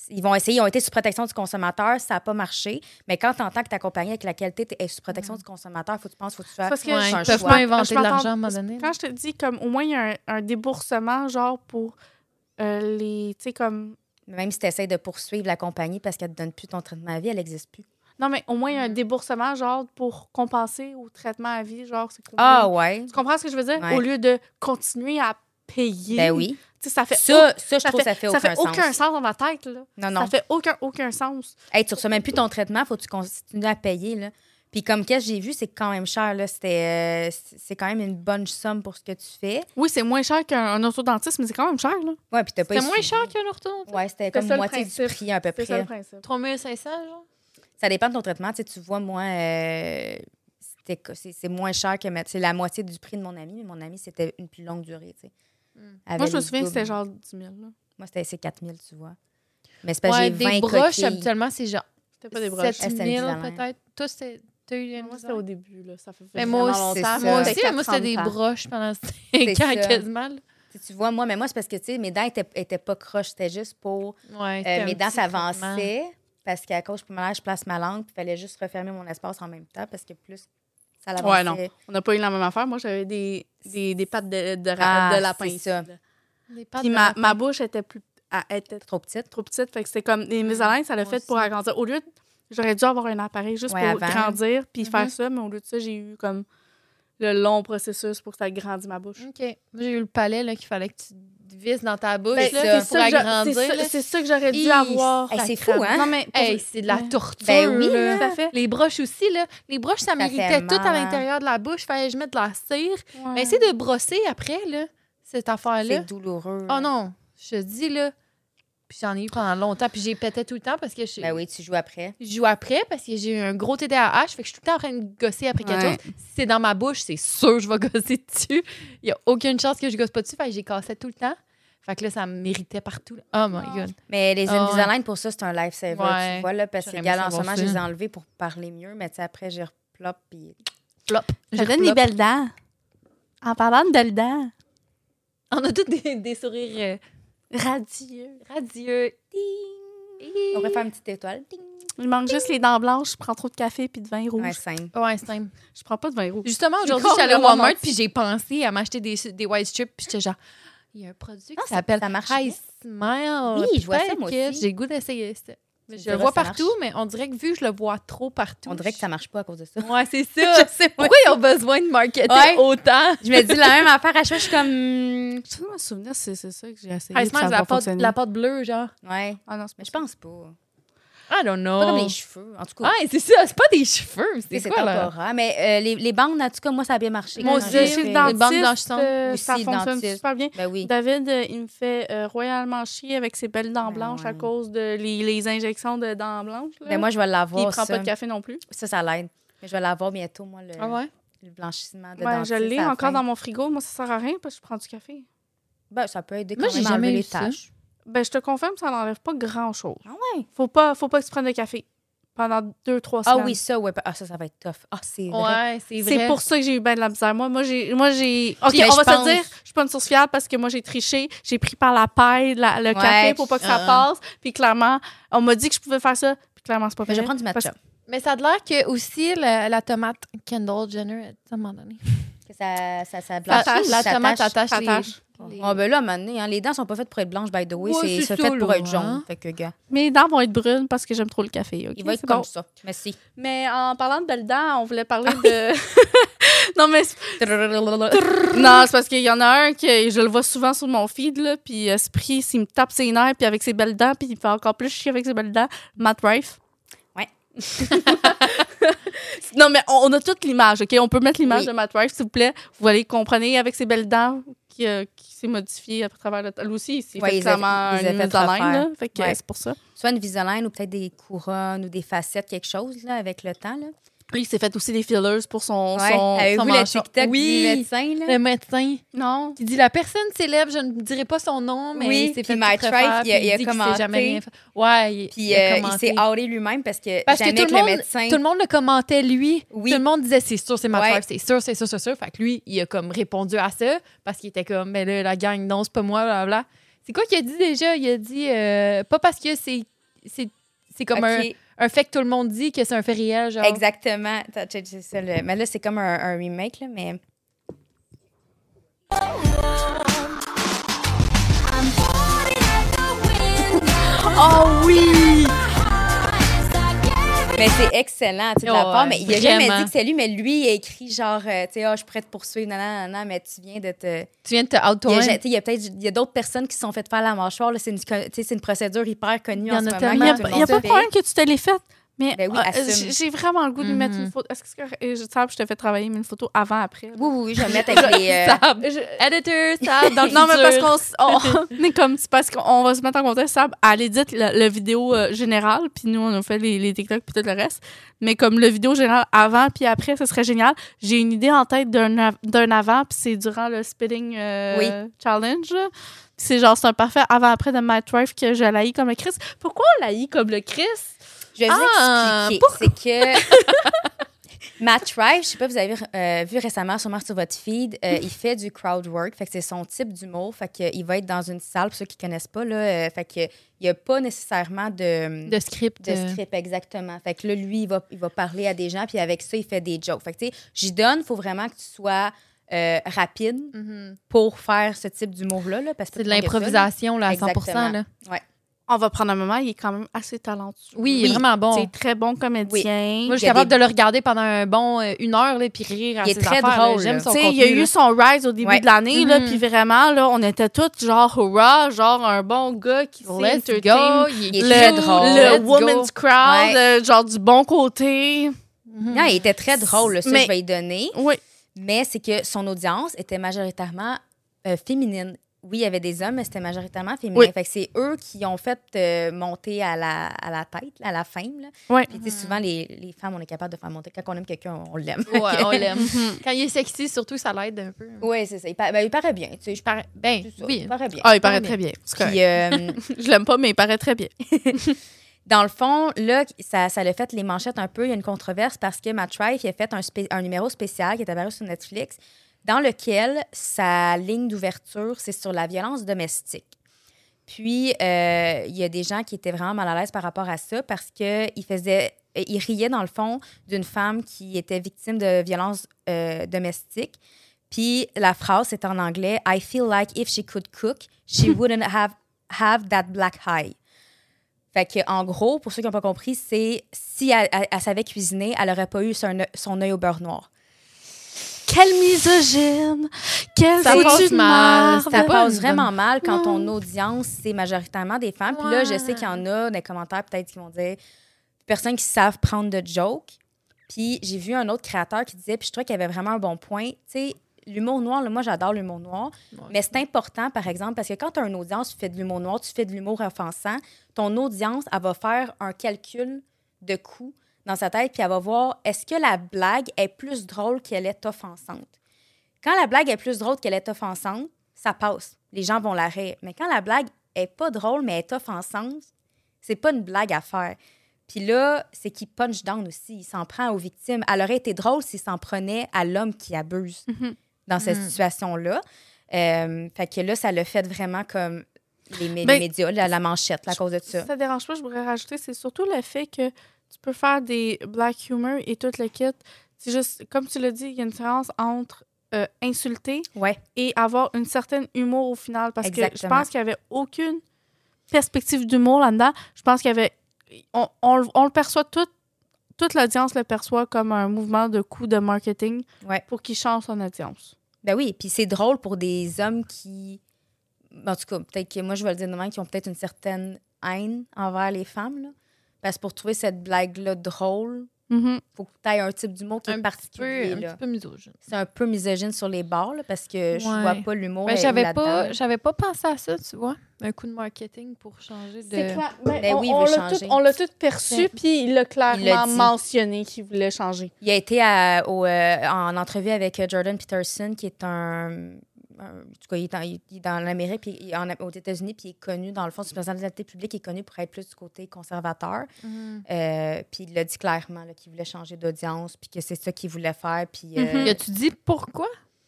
S1: Ils vont essayer, ils ont été sous protection du consommateur, ça n'a pas marché. Mais quand tu entends que ta compagnie avec la qualité est sous protection du consommateur, faut que tu penses, faut que tu sois.
S3: Parce que
S2: Ouais,
S1: c'est
S2: ils
S1: un
S2: peuvent
S1: choix.
S2: pas
S3: Je
S2: inventer de
S3: m'entends-
S2: l'argent à un moment donné.
S3: Quand je te dis, comme, au moins, il y a un, un déboursement, genre, pour euh, les, tu sais, comme...
S1: Même si tu essaies de poursuivre la compagnie parce qu'elle ne te donne plus ton traitement à vie, elle n'existe plus.
S3: Non, mais au moins, il
S1: Mm.
S3: y a un déboursement, genre, pour compenser au traitement à vie, genre, c'est combien?
S1: Ah ouais.
S3: Tu comprends ce que je veux dire?
S1: Ouais.
S3: Au lieu de continuer à payer.
S1: Ben oui.
S3: Tu sais, ça fait...
S1: Ça, ça, je
S3: ça
S1: trouve
S3: fait,
S1: que ça fait
S3: ça
S1: aucun,
S3: fait aucun
S1: sens. Ah
S3: dans ma tête, là.
S1: Non,
S3: Ça
S1: non.
S3: fait aucun, aucun sens.
S1: Hey, tu reçois même plus ton traitement, faut que tu continues à payer. Là. Puis comme qu'est-ce que j'ai vu, c'est quand même cher. là. C'était, euh, c'est c'est quand même une bonne somme pour ce que tu fais.
S3: Oui, c'est moins cher qu'un un orthodontiste, mais c'est quand même cher, là.
S1: Ouais, puis t'as pas
S2: C'était
S1: eu
S2: moins cher qu'un ortho.
S1: Ouais, c'était comme
S3: ça, le
S1: moitié du
S3: principe.
S1: prix à peu
S3: C'est
S1: près.
S3: ça, le
S1: Ça,
S3: principe.
S2: 3500, genre.
S1: dépend de ton traitement. Tu, sais, tu vois, moi, euh, c'était co- c'est c'est moins cher que ma- c'est la moitié du prix de mon ami, mais mon ami, c'était une plus longue durée. tu sais.
S2: Mm.
S1: Avec
S3: Hmm. Moi, je me
S1: le
S3: souviens que c'était
S1: double.
S3: genre 10 000, là.
S1: Moi, c'était 4 000, tu vois. Mais c'est parce que
S2: Ouais,
S1: Ben, j'ai 20
S2: des broches,
S1: coquilles.
S2: habituellement, c'est genre
S3: T'as pas des broches.
S2: 7
S1: SNJ
S2: 000
S1: Lalin.
S2: peut-être. Toi, c'était- t'as eu une
S3: Moi, c'était au début, là. Ça fait
S2: Mais
S3: vraiment
S2: moi
S1: c'est
S2: aussi,
S1: ça.
S2: moi
S1: C'était
S2: aussi, mais moi, c'était
S3: 4,30
S2: des
S3: par-
S2: broches pendant 5 ans
S1: ça.
S2: quasiment. là.
S1: Tu- Tu vois, moi, mais moi, c'est parce que, tu sais, mes dents étaient, étaient pas croches. C'était juste pour...
S2: Ouais,
S1: euh,
S2: c'était un
S1: mes dents
S2: petit traitement.
S1: s'avançaient parce qu'à cause du malaise, je place ma langue. Il fallait juste refermer mon espace en même temps parce que plus ça
S3: Ouais,
S1: l'avançait.
S3: non. On n'a pas eu la même affaire. Moi, j'avais des, des, des pattes de, de, ra-
S1: Ah,
S3: de lapin.
S1: c'est
S3: ici,
S1: ça.
S3: là.
S2: Des pattes
S3: Puis
S2: de
S3: ma,
S2: lapin.
S3: ma bouche était plus elle était
S1: Trop petite.
S3: trop petite. Fait que c'était comme des mises à l'aise, ça l'a
S2: Moi
S3: fait pour
S2: aussi.
S3: agrandir. Au lieu de, j'aurais dû avoir un appareil juste
S1: Ouais,
S3: pour
S1: avant.
S3: grandir puis
S2: Mhm.
S3: faire ça, mais au lieu de ça, j'ai eu comme le long processus pour que ça grandisse ma bouche.
S2: OK. Moi, j'ai eu le palais là, qu'il fallait que tu vises dans ta bouche
S1: Ben,
S2: là,
S1: c'est
S2: pour
S3: ça que j'a-
S2: agrandir.
S3: c'est ça-
S2: là.
S3: c'est ça que j'aurais dû
S2: Hi,
S3: avoir.
S1: Hey, c'est
S3: Sacré-
S1: fou, hein?
S3: Oh, Non, mais pour-
S2: Hey, c'est de la
S3: Ouais.
S2: torture.
S1: Ben oui,
S2: là.
S3: Tout à fait.
S2: Les broches aussi, là. Les broches, ça
S1: fait
S2: méritait tout à
S1: mal.
S2: l'intérieur de la bouche. Fallait que je mette de la cire.
S3: Ouais.
S2: Mais essaye de brosser après, là, cette affaire-là.
S1: C'est douloureux.
S2: Oh non, je te dis, là. Puis j'en ai eu pendant longtemps. Puis j'ai pété tout le temps parce que je,
S1: Ben oui, tu joues après.
S2: je joue après, parce que j'ai eu un gros TDAH. Fait que je suis tout le temps en train de gosser après quelque
S3: Ouais.
S2: chose. Si c'est dans ma bouche, c'est sûr que je vais gosser dessus. Il n'y a aucune chance que je gosse pas dessus. Fait que j'ai cassé tout le temps. Fait que là, ça méritait partout. là. Oh my
S3: Ah.
S2: God.
S1: Mais les
S2: Ah, ouais.
S1: Invisalign, pour ça, c'est un lifesaver.
S2: Ouais.
S1: Tu vois, là, parce que
S2: J'aurais
S1: les
S2: aimé
S1: gars, en ce
S2: savoir
S1: moment,
S2: ça.
S1: je les ai enlevés pour parler mieux, mais tu sais, après, j'ai replop. Puis...
S2: Flop.
S3: Je donne des belles dents. En parlant de belles dents,
S2: On a tous des, des sourires
S3: radieux.
S2: euh, radieux.
S1: On va faire une petite étoile. Ding!
S3: Il manque juste les dents blanches. Je prends trop de café puis de vin rouge.
S1: Ouais, scène.
S2: Ouais, c'est simple.
S3: Je prends pas de vin rouge.
S2: Justement, aujourd'hui,
S3: con,
S2: j'allais au
S3: vraiment
S2: Walmart,
S3: menti.
S2: puis j'ai pensé à m'acheter des, des white strips, puis j'étais genre, il y a un produit qui
S1: Ah, ça-
S2: s'appelle
S1: ça marche
S2: High Smile.
S1: Oui, je vois ça,
S2: Peut-être
S1: moi
S2: que
S1: aussi.
S2: J'ai le goût d'essayer ça. Mais
S1: Tu
S2: Je le
S1: verras,
S2: vois
S1: ça
S2: partout, mais on dirait que vu que je le vois trop partout.
S1: On dirait que ça marche pas à cause de ça.
S2: je- Ouais, c'est ça.
S1: sais, moi.
S2: Pourquoi ils ont besoin de marketer Oh.
S1: Ouais.
S2: autant?
S1: Je me dis la même affaire à chaque fois, je suis comme. hmm.
S3: Je me souvenir, c'est c'est ça que j'ai essayé.
S2: High
S3: puis ça
S2: Smile,
S3: a
S2: la
S3: pas
S2: pâte,
S3: fonctionné.
S2: la pâte bleue, genre.
S1: Ouais.
S3: Ah non, c'est
S1: Mais
S3: pas
S1: je
S3: ça.
S1: pense pas.
S2: I don't
S1: Pas
S2: know.
S1: comme les cheveux. En tout cas,
S2: Ouais, c'est ça, c'est pas des cheveux,
S1: tu
S2: Oh.
S1: sais,
S2: Ah, c'est
S1: c'est
S2: quoi, là?
S1: encore rare. Mais euh, les, les bandes, en tout cas, moi, ça a bien marché.
S2: Moi
S1: Quand
S2: aussi,
S1: j'ai
S2: je
S3: chez
S1: fait-
S2: suis
S3: le
S2: dans- Les
S3: dentiste,
S2: bandes blanchissantes.
S3: euh,
S1: Aussi,
S3: ça fonctionne
S1: dentiste.
S3: super bien.
S1: Ben oui.
S3: David, euh, il me fait euh, royalement chier avec ses belles dents
S1: Ben
S3: blanches à
S1: ouais.
S3: cause de les, les injections de dents blanches. là.
S1: Ben moi, je vais
S3: Puis il
S1: l'avoir.
S3: prend
S1: Ça.
S3: pas de café non plus.
S1: ça, ça l'aide. Mais je vais l'avoir bientôt, moi, le,
S2: Ah ouais?
S1: le blanchissement de
S3: Ouais,
S1: dentiste
S3: je l'ai
S1: à la
S3: encore
S1: fin.
S3: dans mon frigo. Moi, ça sert à rien parce que je prends du café.
S1: Ben, ça peut aider quand
S2: Moi, j'ai
S1: même à
S2: jamais
S1: enlever
S2: eu
S1: les
S2: ça.
S1: taches.
S3: Ben, je te confirme, ça n'enlève pas grand-chose.
S1: Ah ouais?
S3: Faut pas, faut pas que tu prennes de café pendant deux, trois
S1: Ah
S3: semaines.
S1: oui, ça, ouais. Ah, ça, ça va être tough. Ah, c'est vrai. ben,
S2: Ouais, c'est vrai.
S3: C'est pour ça que j'ai eu bien de la misère. Moi, moi j'ai. Moi, j'ai... OK,
S2: Puis, mais
S3: on va
S2: je pense-
S3: se dire, je suis pas une source fiable parce que moi, j'ai triché. J'ai pris par la paille la- le
S1: Ouais. euh.
S3: café pour pas que ça
S2: Ah.
S3: passe. Puis clairement, on m'a dit que je pouvais faire ça. Puis clairement, c'est pas
S2: Ben,
S1: Mais Ben, je vais
S3: vrai.
S1: prendre du matcha.
S2: Mais ça a l'air que aussi la, la tomate Kendall Jenner, à un moment donné.
S1: Que ça, ça, ça
S2: La,
S1: blanchit.
S2: la
S1: ça
S2: tomate
S1: tache.
S2: attache,
S3: Attache.
S2: les, les-
S1: Ah, ben là, à un moment donné, hein, les dents sont pas faites pour être blanches, by the way.
S2: Ouais,
S1: c'est
S2: c'est
S1: c'est
S2: ça,
S1: fait pour
S2: là,
S1: être jaune.
S2: hein.
S1: Fait que, gars,
S3: Mes dents vont être brunes parce que j'aime trop le café. ok?
S1: il va être
S3: C'est
S1: comme
S3: bon.
S1: ça. Mais si.
S3: Mais en parlant de belles dents, on voulait parler de. non, mais. c'est- Non, c'est parce qu'il y en a un que je le vois souvent sur mon feed, là. Puis euh, Esprit, s'il me tape ses nerfs, puis avec ses belles dents, puis il me fait encore plus chier avec ses belles dents. Matt Rife.
S1: Ouais.
S3: non, mais on, on a toute l'image, OK? On peut mettre l'image
S1: Oui.
S3: de Matt Rife, s'il vous plaît. Vous allez comprendre avec ses belles dents qui, euh, qui s'est modifié à travers le temps. Lui aussi, il s'est
S1: Ouais,
S3: fait
S1: ils
S3: clairement
S1: avaient- ils
S3: un
S1: avaient fait
S3: Invisalign,
S1: refaire.
S3: là. Fait que
S1: Ouais.
S3: euh, c'est pour ça.
S1: Soit une visoline ou peut-être des couronnes ou des facettes, quelque chose, là, avec le temps, là.
S3: Lui, il s'est fait aussi des fillers pour son.
S1: Ouais. euh,
S3: son-
S1: Avez-vous
S3: son
S1: le
S3: manchon.
S1: TikTok
S2: Oui.
S1: du médecin, là?
S2: Le médecin
S3: Non.
S2: qui dit la personne célèbre, je ne dirai pas son nom, mais
S1: Oui,
S2: il s'est
S1: puis
S2: fait tout
S1: Mike
S2: refaire,
S1: Trife,
S2: puis
S1: il a- il a
S2: dit qu'il s'est
S1: commenté.
S2: jamais rien fait. Ouais, il,
S1: Puis
S2: il a
S1: euh, il
S2: commenté.
S1: s'est outé lui-même parce que
S2: Parce que
S1: Yannick,
S2: tout le monde-
S1: le médecin.
S2: Tout le monde le commentait lui.
S1: Oui.
S2: Tout le monde disait c'est sûr, c'est Matt
S1: Ouais.
S2: Rife, c'est sûr, c'est sûr, c'est sûr. Fait que lui, il a comme répondu à ça parce qu'il était comme mais là la gang non, c'est pas moi bla bla. C'est quoi qu'il a dit déjà Il a dit euh, pas parce que c'est c'est c'est comme un
S1: Ok,
S2: un fait que tout le monde dit que c'est un fait réel, genre.
S1: Exactement. Attends, check, c'est ça, le- Mais là, c'est comme un, un remake, là, mais.
S3: Oh oui!
S1: Mais c'est excellent, tu sais, de la
S2: Oh,
S1: part.
S2: ouais,
S1: Mais il a jamais
S2: vraiment.
S1: dit que c'est lui, mais lui, il a écrit genre, euh, tu sais, Ah, je suis prêt te poursuivre, non, non, non, non, mais tu viens de te.
S2: Tu viens de te out
S1: Il y a,
S2: toi-même.
S1: tu sais, il y a peut-être il y a d'autres personnes qui se sont faites faire la mâchoire, là. C'est une, tu sais, c'est une procédure hyper
S2: Il
S1: connue
S2: y en
S1: en ce
S2: a
S1: moment.
S2: tellement.
S3: Il n'y a,
S1: que tout
S3: pas-
S1: le
S3: y a
S1: monde
S3: pas de
S1: fait.
S3: problème que tu te l'aies faite. Mais
S1: Ben oui,
S3: euh,
S1: assume.
S3: j'ai- j'ai vraiment le goût de lui mettre
S2: Mhm.
S3: une photo. Est-ce que c'est correct? Euh, je sais, je te fais travailler mais une photo avant, après.
S1: Oui, oui, oui, je vais mettre avec les. euh,
S2: Sab. Editor, Sab, dans le
S3: non, mais parce
S2: futur.
S3: qu'on s- on- on est comme c'est parce qu'on va se mettre en contexte. Sab, elle édite le, le vidéo euh, général, puis nous, on a fait les, les TikTok, puis tout le reste. Mais comme le vidéo général avant, puis après, ce serait génial. J'ai une idée en tête d'un av- d'un avant, puis c'est durant le spitting euh,
S1: Oui.
S3: challenge. là. Puis C'est genre, c'est un parfait avant-après de Matt Rife que je l'ai comme le Chris. Pourquoi on l'haït comme le Chris?
S1: Je vais
S2: Ah,
S1: vous expliquer. C'est que Matt Rife, je sais pas, vous avez euh, vu récemment sûrement sur votre feed, euh, il fait du crowd work. Fait que c'est son type d'humour. Fait que il va être dans une salle, pour ceux qui connaissent pas, là. euh, fait que il y a pas nécessairement de,
S2: de script.
S1: de
S2: euh,
S1: script, exactement. Fait que là, lui, il va, il va parler à des gens, puis avec ça, il fait des jokes. Fait que, tu sais, j'y donne, faut vraiment que tu sois euh, rapide
S2: mhm.
S1: pour faire ce type d'humour-là, là, parce que
S2: C'est de
S1: tout le monde est
S2: l'improvisation, là, à 100
S1: Exactement.
S2: là.
S3: On va prendre un moment, il est quand même assez talentueux.
S2: Oui, il est
S1: Oui,
S2: vraiment bon.
S3: C'est très bon comédien.
S2: Moi, je suis
S1: Il y a
S2: capable
S1: des-
S2: de le regarder pendant un bon euh, une heure, là, puis rire à
S1: Il est
S2: ses
S1: très
S2: affaires, là.
S1: drôle,
S2: J'aime
S1: là.
S2: son
S3: Tu sais,
S2: contenu.
S3: il y a
S2: là.
S3: eu son rise au début
S1: Ouais.
S3: de l'année, là,
S2: Mhm.
S3: puis vraiment, là, on était tous genre, hurrah, genre un bon gars qui sait
S2: Let's
S3: entertain
S2: go, il
S1: Il
S2: est
S1: est
S3: le,
S2: très
S1: très
S2: drôle.
S1: drôle.
S3: le
S2: Let's go.
S3: woman's crowd, euh, genre du bon côté.
S2: Mhm.
S1: Non, il était très drôle, là, ça,
S3: Mais-
S1: je vais y donner.
S3: Oui.
S1: Mais c'est que son audience était majoritairement euh, féminine. Oui, il y avait des hommes, mais c'était majoritairement féminin.
S3: Oui.
S1: Fait que c'est eux qui ont fait euh, monter à la, à la tête, là, à la fame. Là.
S3: Oui.
S1: Puis, tu sais, souvent, les, les femmes, on est capable de faire monter. Quand on aime quelqu'un, on l'aime.
S2: Ouais, on l'aime.
S1: Mhm.
S2: Quand il est sexy, surtout, ça l'aide un peu.
S1: Oui, c'est ça. Il, par- ben, il paraît bien. Tu sais, je parle.
S2: Par- Ben, oui.
S1: Il paraît bien.
S3: Ah, il paraît
S2: paraît
S3: très bien.
S1: Puis, euh,
S3: Je l'aime pas, mais il paraît très bien.
S1: dans le fond, là, ça, ça l'a fait les manchettes un peu. Il y a une controverse parce que Matt Rife il a fait un, spé- un numéro spécial qui est apparu sur Netflix dans lequel sa ligne d'ouverture, c'est sur la violence domestique. Puis, euh, il y a des gens qui étaient vraiment mal à l'aise par rapport à ça parce qu'il faisait... euh, Il riait, dans le fond, d'une femme qui était victime de violences euh, domestiques. Puis, la phrase, c'est en anglais « I feel like if she could cook, she wouldn't have, have that black eye ». Fait que, en gros, pour ceux qui n'ont pas compris, c'est si elle, elle- elle savait cuisiner, elle n'aurait pas eu son, son œil au beurre noir.
S3: Quelle misogyne! Quelle
S2: Ça
S3: foutue
S2: passe
S3: de
S2: mal, ça
S3: marde.
S1: Ça
S2: pas une
S1: passe
S2: bonne-
S1: vraiment mal quand ton audience, c'est majoritairement des femmes. Puis là, je sais qu'il y en a dans les commentaires peut-être qui vont dire personnes qui savent prendre de jokes. Puis j'ai vu un autre créateur qui disait, puis je trouvais qu'il avait vraiment un bon point. Tu sais, l'humour noir, là, moi j'adore l'humour noir,
S2: Ouais.
S1: mais c'est important, par exemple, parce que quand tu as une audience, tu fais de l'humour noir, tu fais de l'humour offensant, ton audience, elle va faire un calcul de coût dans sa tête, puis elle va voir est-ce que la blague est plus drôle qu'elle est offensante. Quand la blague est plus drôle qu'elle est offensante, ça passe. Les gens vont la rire. Mais quand la blague est pas drôle, mais est offensante, c'est pas une blague à faire. Puis là, c'est qu'il punch down aussi. Il s'en prend aux victimes. Elle aurait été drôle s'il s'en prenait à l'homme qui abuse
S3: Mhm.
S1: dans cette
S2: Mhm.
S1: situation-là. Euh, fait que là, ça l'a fait vraiment comme les, mé-
S3: Ben,
S1: les médias, la, la manchette, la cause de ça.
S3: Ça dérange pas, je voudrais rajouter, c'est surtout le fait que tu peux faire des black humor et tout le kit. C'est juste, comme tu l'as dit, il y a une différence entre euh, insulter
S1: Ouais.
S3: et avoir une certaine humour au final. Parce que je
S1: Exactement.
S3: pense qu'il n'y avait aucune perspective d'humour là-dedans. Je pense qu'il y avait. On, on- on le perçoit tout. Toute l'audience le perçoit comme un mouvement de coût de marketing
S1: Ouais.
S3: pour qu'il change son audience.
S1: Ben oui, puis c'est drôle pour des hommes qui. En tout cas, peut-être que moi, je vais le dire de même, qui ont peut-être une certaine haine envers les femmes. là. Parce que pour trouver cette blague-là drôle,
S3: Mhm.
S1: faut que tu aies un type d'humour qui
S2: Un
S1: est
S2: petit peu,
S1: particulier.
S2: un
S1: là.
S2: petit peu misogyne.
S1: C'est un peu misogyne sur les bords, là, parce que je
S2: Ouais.
S1: vois pas l'humour.
S2: Ben,
S1: euh,
S2: j'avais
S1: là-dedans,
S2: pas,
S1: là.
S2: j'avais pas pensé à ça, tu vois. Un coup de marketing pour changer de.
S3: C'est clair.
S1: Ben
S3: on,
S1: oui, il
S3: on
S1: veut
S3: l'a
S1: changer.
S3: tout, on l'a tout perçu,
S2: Ouais.
S3: puis il l'a clairement
S1: dit.
S3: mentionné qu'il voulait changer.
S1: Il a été à- au, euh, en entrevue avec euh, Jordan Peterson, qui est un. un- en tout cas, il est, en- il est dans l'Amérique, puis il est en- aux États-Unis, puis il est connu, dans le fond, c'est une personnalité publique, il est connu pour être plus du côté conservateur.
S2: Mhm.
S1: Euh, puis il l'a dit clairement, là, qu'il voulait changer d'audience, puis que c'est ça qu'il voulait faire. Puis, euh,
S3: Mhm.
S2: Y a-tu dit pourquoi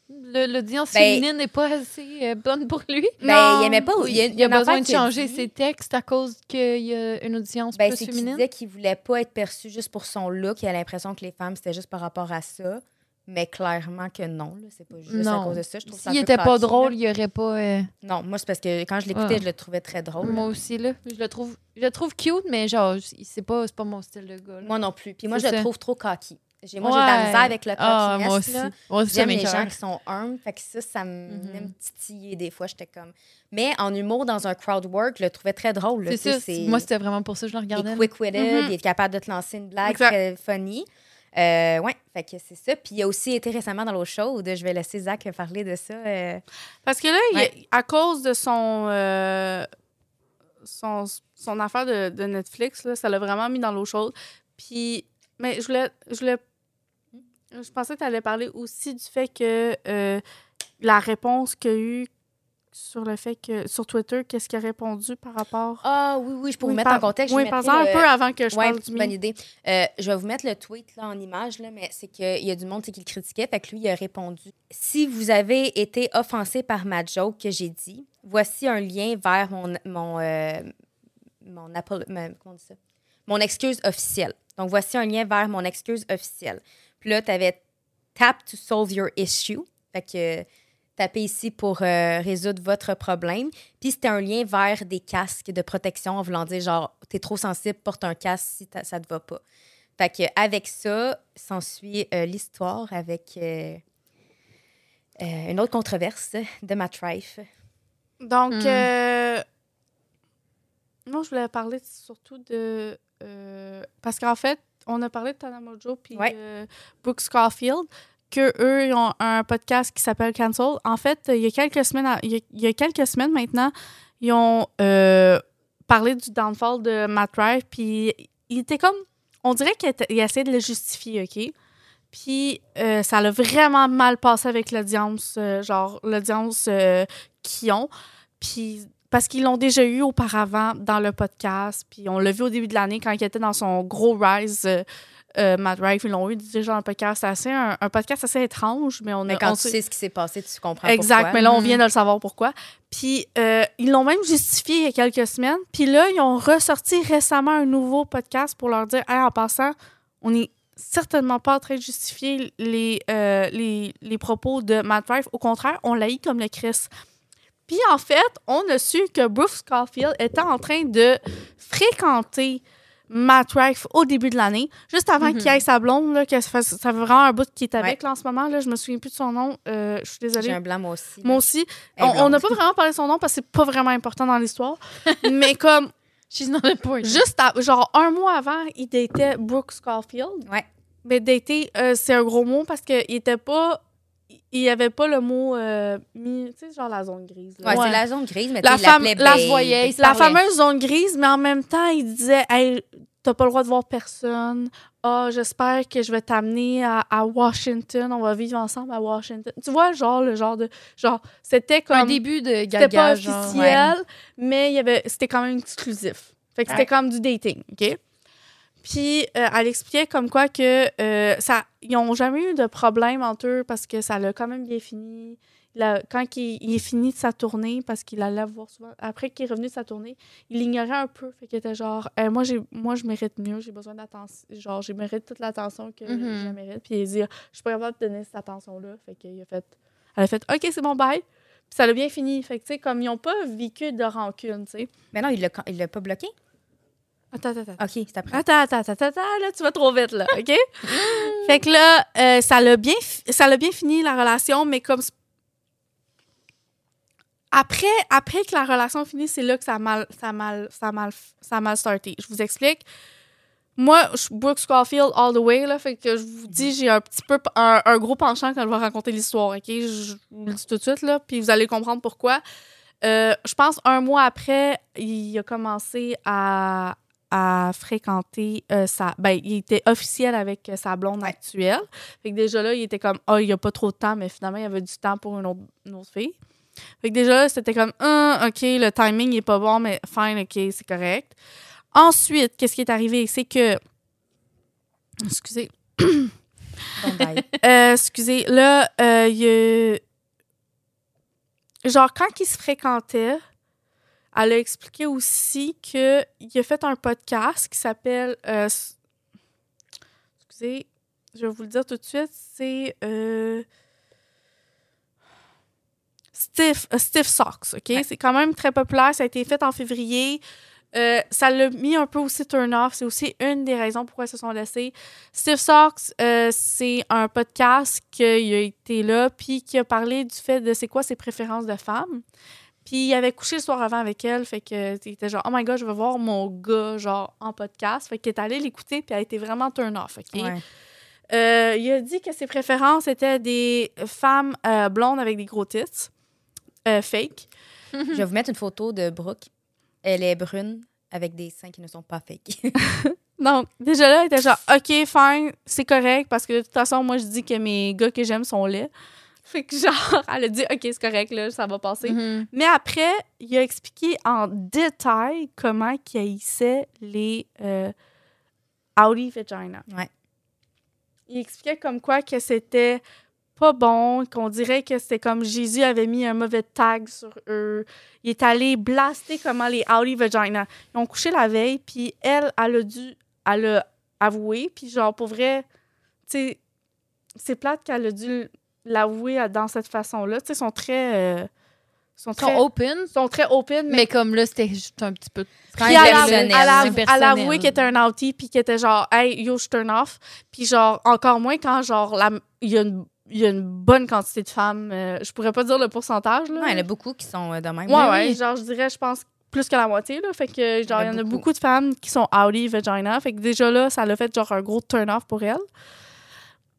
S2: Le- l'audience
S1: Ben-
S2: féminine n'est pas assez euh, bonne pour lui
S1: ben, il aimait pas.
S2: Il y a,
S1: une affaire
S2: besoin de
S1: qu'il a
S2: changer
S1: dit.
S2: ses textes à cause qu'il y a une audience
S1: Ben,
S2: plus
S1: c'est qu'il
S2: féminine.
S1: disait qu'il voulait pas être perçu juste pour son look. Il a l'impression que les femmes, c'était juste par rapport à ça. Mais clairement que non, là, c'est pas juste
S2: Non.
S1: à cause de ça. Je trouve ça un
S2: S'il
S1: peu
S2: était pas
S1: cocky, là.
S2: drôle, il y aurait pas. euh,
S1: Non, moi, c'est parce que quand je l'écoutais,
S2: Ouais.
S1: je le trouvais très drôle.
S2: Moi
S1: Moi,
S2: aussi là, je le trouve, je le trouve cute, mais genre, je- c'est pas, c'est pas mon style de gars. là.
S1: non plus. Puis moi, je
S2: C'est
S1: le
S2: ça.
S1: trouve trop cocky. J'ai- Moi, j'ai de la
S2: Ouais.
S1: misère avec le
S2: Ah,
S1: cockiness.
S2: moi aussi.
S1: là.
S2: Moi aussi, ça
S1: J'aime les gens
S2: m'écoeure.
S1: qui sont humbles. Fait que ça, ça me
S2: Mhm.
S1: venait me titiller des fois. J'étais comme. Mais en humour, dans un crowd work, je le trouvais très drôle. là.
S2: C'est
S1: Tu sais,
S2: ça. c'est- Moi, c'était vraiment pour ça que je le
S1: Il est
S2: regardais. là.
S1: quick-witted,
S3: Mhm.
S1: il est capable de te lancer une blague
S3: Exact.
S1: très funny. Euh, ouais, fait que c'est ça. Puis il a aussi été récemment dans l'autre chaude. Je vais laisser Zach parler de ça. euh.
S3: Parce que là, il y a-
S1: Ouais.
S3: à cause de son, euh, son, son affaire de, de Netflix, là, ça l'a vraiment mis dans l'eau chaude. Puis, mais je voulais, je voulais- je pensais que tu allais parler aussi du fait que euh, la réponse qu'il y a eu sur le fait que sur Twitter, qu'est-ce qu'il a répondu par rapport.
S1: Ah oui, oui, je peux
S3: Oui,
S1: vous mettre
S3: par-
S1: en contexte. je
S3: Oui,
S1: vous
S3: par
S1: mettrai euh,
S3: exemple, un
S1: le-
S3: peu avant que je
S1: Ouais,
S3: parle du
S1: bonne
S3: mien.
S1: idée. Euh, je vais vous mettre le tweet là, en image, là, mais c'est qu'il y a du monde tu sais, qui le critiquait. Fait que lui, il a répondu Si vous avez été offensé par ma joke que j'ai dit, voici un lien vers mon, mon, euh, mon, apol- ma- comment on dit ça? mon excuse officielle. Donc, voici un lien vers mon excuse officielle. Puis là, tu avais Tap to solve your issue. Fait que euh, tapez ici pour euh, résoudre votre problème. Puis c'était un lien vers des casques de protection en voulant dire genre, t'es trop sensible, porte un casque si t'as- ça te va pas. Fait que avec ça, s'ensuit euh, l'histoire avec euh, euh, une autre controverse de ma trife.
S3: Donc,
S2: Hmm.
S3: euh, moi, je voulais parler surtout de. euh, parce qu'en fait, on a parlé de Tanamojo puis
S1: Ouais.
S3: euh, Brooke Scarfield, que eux ils ont un podcast qui s'appelle Cancel. En fait, il y a quelques semaines, à- il y a, il y a quelques semaines maintenant, ils ont euh, parlé du downfall de Matt Rife, puis il était comme. On dirait qu'il était- il essayait de le justifier, OK? Puis euh, ça l'a vraiment mal passé avec l'audience, euh, genre l'audience euh, qu'ils ont. Puis parce qu'ils l'ont déjà eu auparavant dans le podcast, puis on l'a vu au début de l'année quand il était dans son gros rise. euh, euh, Matt Rife, ils l'ont eu déjà dans le podcast. C'est assez un, un podcast assez étrange, mais on a
S1: Mais quand
S3: on
S1: tu
S3: sait-
S1: sais ce qui s'est passé, tu comprends
S3: Exact,
S1: pourquoi. Mm.
S3: mais là, on
S2: Mhm.
S3: vient de le savoir pourquoi. Puis, euh, ils l'ont même justifié il y a quelques semaines. Puis là, ils ont ressorti récemment un nouveau podcast pour leur dire Hey, en passant, on n'est certainement pas en train de justifier les, euh, les, les propos de Matt Rife. Au contraire, on l'a eu comme le Chris. Puis, en fait, on a su que Bruce Scarfield était en train de fréquenter Matt Rife au début de l'année, juste avant
S2: Mhm.
S1: Mm-hmm.
S3: qu'il aille sa blonde, là, que ça fait, ça fait vraiment un bout qu'il est avec là, en ce moment. Là, je me souviens plus de son nom. euh, je suis
S1: J'ai
S3: désolée.
S1: un blanc, moi aussi.
S3: Moi aussi.
S1: Elle est
S3: On- On n'a
S1: blonde.
S3: pas vraiment parlé de son nom parce que c'est pas vraiment important dans l'histoire. mais comme,
S2: She's not important.
S3: juste à- genre un mois avant, il datait Brooke Scarfield.
S1: Ouais.
S3: Mais dater, euh, c'est un gros mot parce qu'il était pas. Il n'y avait pas le mot euh, mis. Tu sais, genre la zone grise. là.
S1: Ouais,
S2: Ouais.
S1: c'est la zone grise, mais ben,
S3: La
S1: la
S3: femme-
S1: femme,
S3: la
S2: voyait.
S3: La
S2: parlait.
S3: fameuse zone grise, mais en même temps, il disait Hey, t'as pas le droit de voir personne. Ah, j'espère que je vais t'amener à, à Washington. On va vivre ensemble à Washington. Tu vois, genre, le genre de. Genre, c'était comme.
S2: un début de gaga.
S3: C'était pas
S2: genre.
S3: officiel, mais il y avait, c'était quand même exclusif. Fait que c'était
S4: Ouais.
S3: comme du dating, OK? Puis euh, elle expliquait comme quoi que euh, ça, ils n'ont jamais eu de problème entre eux parce que ça l'a quand même bien fini. Il a- quand il, il est fini de sa tournée, parce qu'il allait voir souvent, après qu'il est revenu de sa tournée, il l'ignorait un peu. Fait qu'il était genre, Eh, moi, j'ai, moi, je mérite mieux, j'ai besoin d'attention. Genre, je mérite toute l'attention que
S2: Mhm.
S3: je la mérite. Puis il dit, je suis pas capable de donner cette attention-là. Fait qu'il a fait, elle a fait, OK, c'est bon, bye. Puis ça l'a bien fini. Fait que, tu sais, comme ils n'ont pas vécu de rancune, tu sais.
S1: Mais non, il l'a- il l'a pas bloqué.
S3: Attends, attends, attends.
S1: OK, c'est après.
S3: Attends, attends, attends, attends, attends, là, tu vas trop vite, là, OK? fait que là, euh, ça l'a bien, fi- ça l'a bien fini, la relation, mais comme... c'est- Après, après que la relation finit, c'est là que ça a mal, ça a mal, ça a mal, ça a mal starté. Je vous explique. Moi, je suis Brooke Scarfield all the way, là, fait que je vous dis, j'ai un petit peu, p- un, un gros penchant quand je vais raconter l'histoire, OK? Je, je vous le dis tout de suite, là, puis vous allez comprendre pourquoi. Euh, je pense un mois après, il a commencé à, à fréquenter euh, sa. Ben, il était officiel avec euh, sa blonde actuelle. Fait que déjà là, il était comme, oh, il n'y a pas trop de temps, mais finalement, il y avait du temps pour une autre, une autre fille. Fait que déjà là, c'était comme, Hum, OK, le timing n'est pas bon, mais fine, OK, c'est correct. Ensuite, qu'est-ce qui est arrivé? C'est que. Excusez.
S1: Bon, bye.
S3: Euh, excusez, là, euh, il y a- Genre, quand ils se fréquentaient, elle a expliqué aussi qu'il a fait un podcast qui s'appelle... euh, s- Excusez, je vais vous le dire tout de suite, c'est... euh, Stiff, euh, Stiff Socks, OK? C'est quand même très populaire. Ça a été fait en février. Euh, ça l'a mis un peu aussi turn-off. C'est aussi une des raisons pourquoi ils se sont laissés. Steve Socks, euh, c'est un podcast qui a été là, puis qui a parlé du fait de c'est quoi ses préférences de femme. Puis il avait couché le soir avant avec elle, fait que il était genre, oh my god, je vais voir mon gars, genre, en podcast. Fait qu'il est allé l'écouter, puis elle a été vraiment turn-off, OK?
S1: Ouais.
S3: Euh, il a dit que ses préférences étaient des femmes euh, blondes avec des gros tits, euh, fake.
S1: Je vais vous mettre une photo de Brooke. Elle est brune avec des seins qui ne sont pas fake.
S3: Donc, déjà là, il était genre, OK, fine, c'est correct, parce que de toute façon, moi, je dis que mes gars que j'aime sont laids. Fait que genre, elle a dit, OK, c'est correct, là, ça va passer.
S2: Mhm.
S3: Mais après, il a expliqué en détail comment il haïssait les euh, Audi Vagina.
S1: Ouais.
S3: Il expliquait comme quoi que c'était pas bon, qu'on dirait que c'était comme Jésus avait mis un mauvais tag sur eux. Il est allé blaster comment les Audi Vagina. Ils ont couché la veille, puis elle, elle a dû elle a avoué, puis genre, pour vrai, tu sais, c'est plate qu'elle a dû l'avouer à- dans cette façon-là. Tu sais, ils sont très... euh, sont
S2: Ils sont
S3: très-
S2: open,
S3: sont très open,
S2: mais,
S3: mais,
S2: comme là, c'était juste un petit peu.
S1: Quand
S3: puis
S1: même
S3: elle, a-
S1: personnel.
S3: elle a-
S2: C'est
S3: elle
S2: personnel.
S3: a avoué qu'elle était un outie, puis qu'elle était genre, hey, yo, je turn off. Puis genre, encore moins quand, genre, la- il y, a une- il y a une bonne quantité de femmes. euh, je pourrais pas dire le pourcentage, là.
S1: Ouais, il y en a beaucoup qui sont euh, de même.
S3: Ouais,
S1: Mais
S3: ouais,
S1: oui.
S3: Ben genre, je dirais, je pense, plus que la moitié, là. Fait que, genre, il y en a
S1: beaucoup.
S3: beaucoup de femmes qui sont outie vagina. Fait que déjà, là, ça l'a fait, genre, un gros turn off pour elle.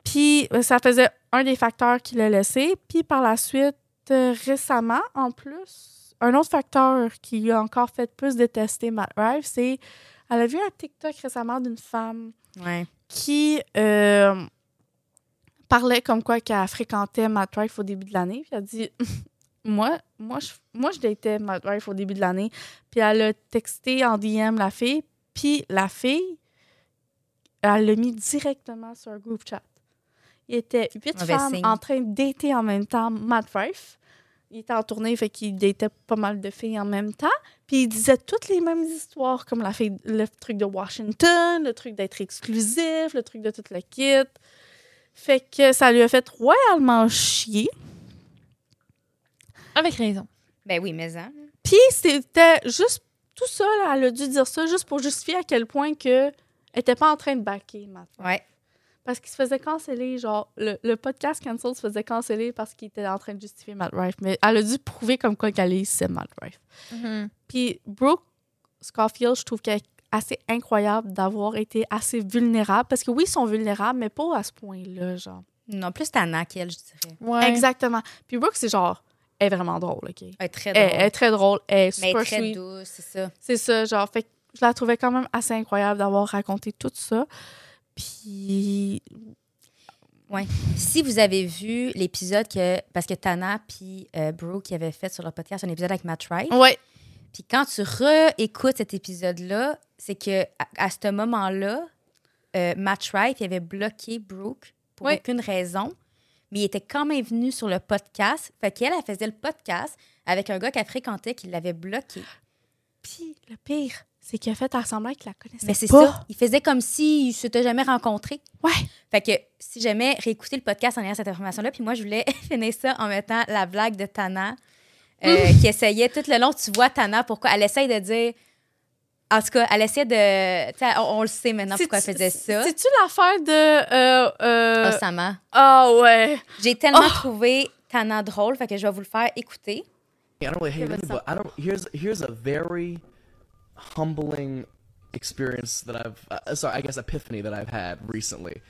S3: Puis, euh, ça faisait un des facteurs qui l'a laissé. Puis, par la suite, euh, récemment, en plus, un autre facteur qui lui a encore fait plus détester Matt Rife, c'est elle a vu un TikTok récemment d'une femme
S1: Ouais.
S3: qui euh, parlait comme quoi qu'elle fréquentait Matt Rife au début de l'année. Puis elle a dit moi, moi, je, moi, je datais Matt Rife au début de l'année. Puis elle a texté en DM la fille. Puis la fille, elle l'a mis directement sur un group chat. Il était huit
S1: Mauvais
S3: femmes
S1: signe.
S3: en train de dater en même temps Matt Rife. Il était en tournée, fait qu'il datait pas mal de filles en même temps. Puis il disait toutes les mêmes histoires, comme la fille, le truc de Washington, le truc d'être exclusif, le truc de toute la kit. Fait que ça lui a fait royalement chier.
S2: Avec raison.
S1: Ben oui, mais hein.
S3: Puis c'était juste tout ça, là, elle a dû dire ça juste pour justifier à quel point que elle était pas en train de baquer maintenant.
S1: Ouais.
S3: Parce qu'il se faisait canceller, genre, le, le podcast Cancel se faisait canceller parce qu'il était en train de justifier Matt Rife. Mais elle a dû prouver comme quoi qu'elle haïssait Matt Rife.
S2: Mhm.
S3: Puis Brooke Scofield, je trouve qu'elle est assez incroyable d'avoir été assez vulnérable. Parce que oui, ils sont vulnérables, mais pas à ce point-là, genre.
S1: Non, plus Tana qu'elle, je dirais.
S2: Ouais.
S3: Exactement. Puis Brooke, c'est genre, elle est vraiment drôle, OK?
S1: Elle est très
S3: Elle,
S1: drôle.
S3: elle est très drôle, elle est
S1: mais elle
S3: super
S1: est très
S3: sweet.
S1: douce, c'est ça.
S3: C'est ça, genre, fait que je la trouvais quand même assez incroyable d'avoir raconté tout ça. Puis,
S1: Si vous avez vu l'épisode que. Parce que Tana puis euh, Brooke, ils avaient fait sur leur podcast un épisode avec Matt Rife.
S3: ouais,
S1: Puis quand tu réécoutes cet épisode-là, c'est que à, à ce moment-là, euh, Matt Rife il avait bloqué Brooke pour
S3: Oui.
S1: aucune raison, mais il était quand même venu sur le podcast. Fait qu'elle, elle faisait le podcast avec un gars qu'elle fréquentait qui l'avait bloqué.
S3: puis le pire, c'est qu'elle a fait semblant qu'il la connaissait
S1: Mais c'est
S3: pas.
S1: ça. Il faisait comme s'il ne s'était jamais rencontré.
S3: Ouais.
S1: Fait que si jamais réécouter le podcast en ayant cette information-là, puis moi, je voulais finir ça en mettant la blague de Tana
S3: Mm.
S1: euh, qui essayait tout le long. Tu vois, Tana, pourquoi elle essaye de dire. En tout cas, elle essaie de. tu sais, On, on le sait maintenant pourquoi elle
S3: C'est-tu-
S1: faisait ça.
S3: C'est-tu l'affaire de... euh, euh,
S1: Osama.
S3: Ah ouais.
S1: J'ai tellement
S3: Oh!
S1: trouvé Tana drôle, fait que je vais vous le faire écouter.
S5: I don't really hate
S3: but
S5: it, but I don't. Here's here's a very humbling experience that I've. Uh, sorry, I guess epiphany that I've had recently,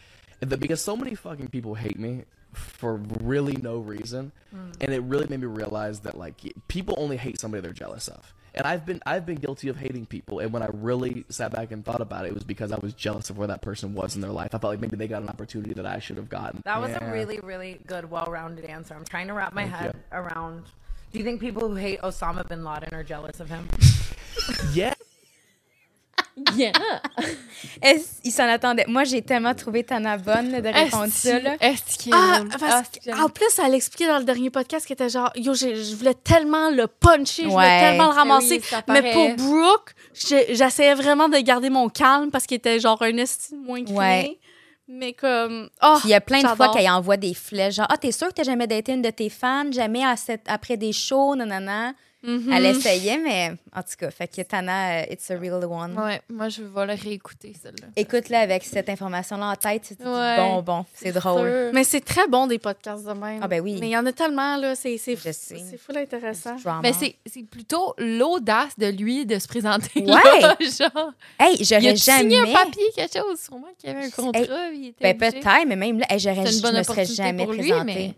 S5: And that- because so many fucking people hate me for really no reason,
S6: Hmm.
S5: and it really made me realize that like y- people only hate somebody they're jealous of. And I've been I've been guilty of hating people, and when I really sat back and thought about it, it was because I was jealous of where that person was in their life. I felt like maybe they got an opportunity that I should have gotten.
S6: That was
S5: Yeah.
S6: a really, really good, well-rounded answer. I'm trying to wrap my head around. Do you think people who hate Osama bin Laden are jealous of him?
S5: yeah.
S1: Est-ce- Il s'en attendait. Moi, j'ai tellement trouvé Tana bonne là, de répondre ça. là.
S2: Est-ce qu'il est
S3: Ah,
S2: drôle?
S3: parce
S2: Ah,
S3: que-
S2: j'aime.
S3: en plus, elle expliquait dans le dernier podcast qu'elle était genre, yo, j'ai- je voulais tellement le puncher, je voulais
S1: Ouais. Ah
S3: tellement le ramasser.
S2: oui, ça
S3: mais pour
S2: paraît.
S3: Brooke, j'ai- j'essayais vraiment de garder mon calme parce qu'il était genre un estime moins crié.
S1: Ouais.
S3: Mais comme, oh,
S1: Puis il y a plein de fois
S3: j'adore.
S1: qu'elle envoie des flèches, genre Ah, t'es sûr que t'as jamais daté une de tes fans, jamais à cette- après des shows, nanana.
S2: Mm-hmm.
S3: Mhm.
S1: Elle essayait, mais en tout cas, fait que Tana, euh, it's a real one.
S2: Ouais, moi, je vais le réécouter, celle-là.
S1: Écoute-la avec cette information-là en tête, c'est
S2: Ouais.
S1: bon, bon, c'est drôle.
S2: Sûr.
S3: Mais c'est très bon des podcasts de même.
S1: Ah, ben oui.
S3: Mais il y en a tellement, là, c'est c'est
S1: Je sais.
S3: c'est full intéressant.
S1: Drama.
S2: Mais Ben, c'est c'est plutôt l'audace de lui de se présenter.
S1: Ouais.
S2: là, genre,
S1: Hey,
S2: il a
S1: j'aurais
S2: signé
S1: jamais.
S2: un papier, quelque chose, sûrement qu'il y avait un contrat. il était
S1: Ben,
S2: obligé.
S1: peut-être, mais même là, hey, j'aurais,
S2: C'est une
S1: je
S2: bonne
S1: me serais
S2: opportunité
S1: jamais
S2: pour lui,
S1: présentée.
S2: mais-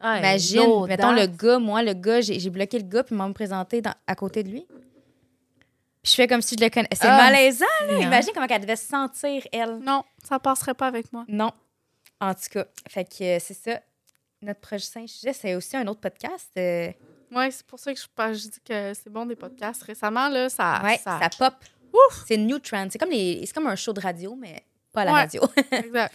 S2: Ouais,
S1: Imagine,
S2: l'audace.
S1: mettons le gars, moi, le gars, j'ai j'ai bloqué le gars, puis ils m'ont présenté dans- à côté de lui. Puis je fais comme si je le connaissais. C'est
S2: Ah.
S1: malaisant, là.
S2: Mais, hein.
S1: Imagine comment elle devait se sentir, elle.
S3: Non, ça passerait pas avec moi.
S1: Non. En tout cas, fait que euh, c'est ça. notre prochain sujet, c'est aussi un autre podcast. euh,
S3: Oui, c'est pour ça que je, pas- je dis que c'est bon des podcasts. Récemment, là, ça. Ah,
S1: ouais,
S3: ça-
S1: ça, pop. C'est New Trend. C'est comme, les, c'est comme un show de radio, mais pas à la
S3: Ouais.
S1: radio.
S3: Exact.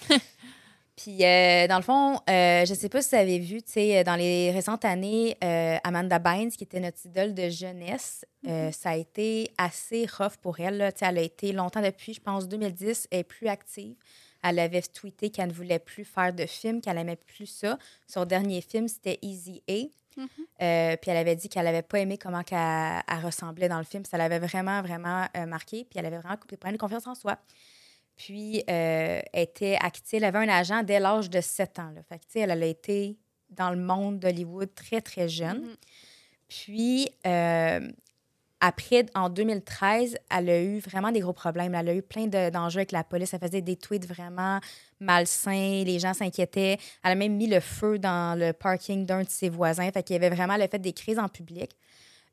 S1: Puis, euh, dans le fond, euh, je sais pas si vous avez vu, tu sais, euh, dans les récentes années, euh, Amanda Bynes, qui était notre idole de jeunesse, euh, ça a été assez rough pour elle. là. Tu sais, elle a été longtemps depuis, je pense, 2010, elle est plus active. Elle avait tweeté qu'elle ne voulait plus faire de films, qu'elle aimait plus ça. Son dernier film, c'était Easy A. Euh, puis elle avait dit qu'elle n'avait pas aimé comment qu'elle elle ressemblait dans le film. Ça l'avait vraiment, vraiment euh, marqué. Puis elle avait vraiment des problèmes de confiance en soi. Puis euh, elle était active. Elle avait un agent dès l'âge de 7 ans. Là. Fait que, tu sais, elle, elle a été dans le monde d'Hollywood très, très jeune. Puis euh, après, en 2013, elle a eu vraiment des gros problèmes. Elle a eu plein de- d'enjeux avec la police. Elle faisait des tweets vraiment malsains. Les gens s'inquiétaient. Elle a même mis le feu dans le parking d'un de ses voisins. Fait qu'il y avait vraiment le fait des crises en public.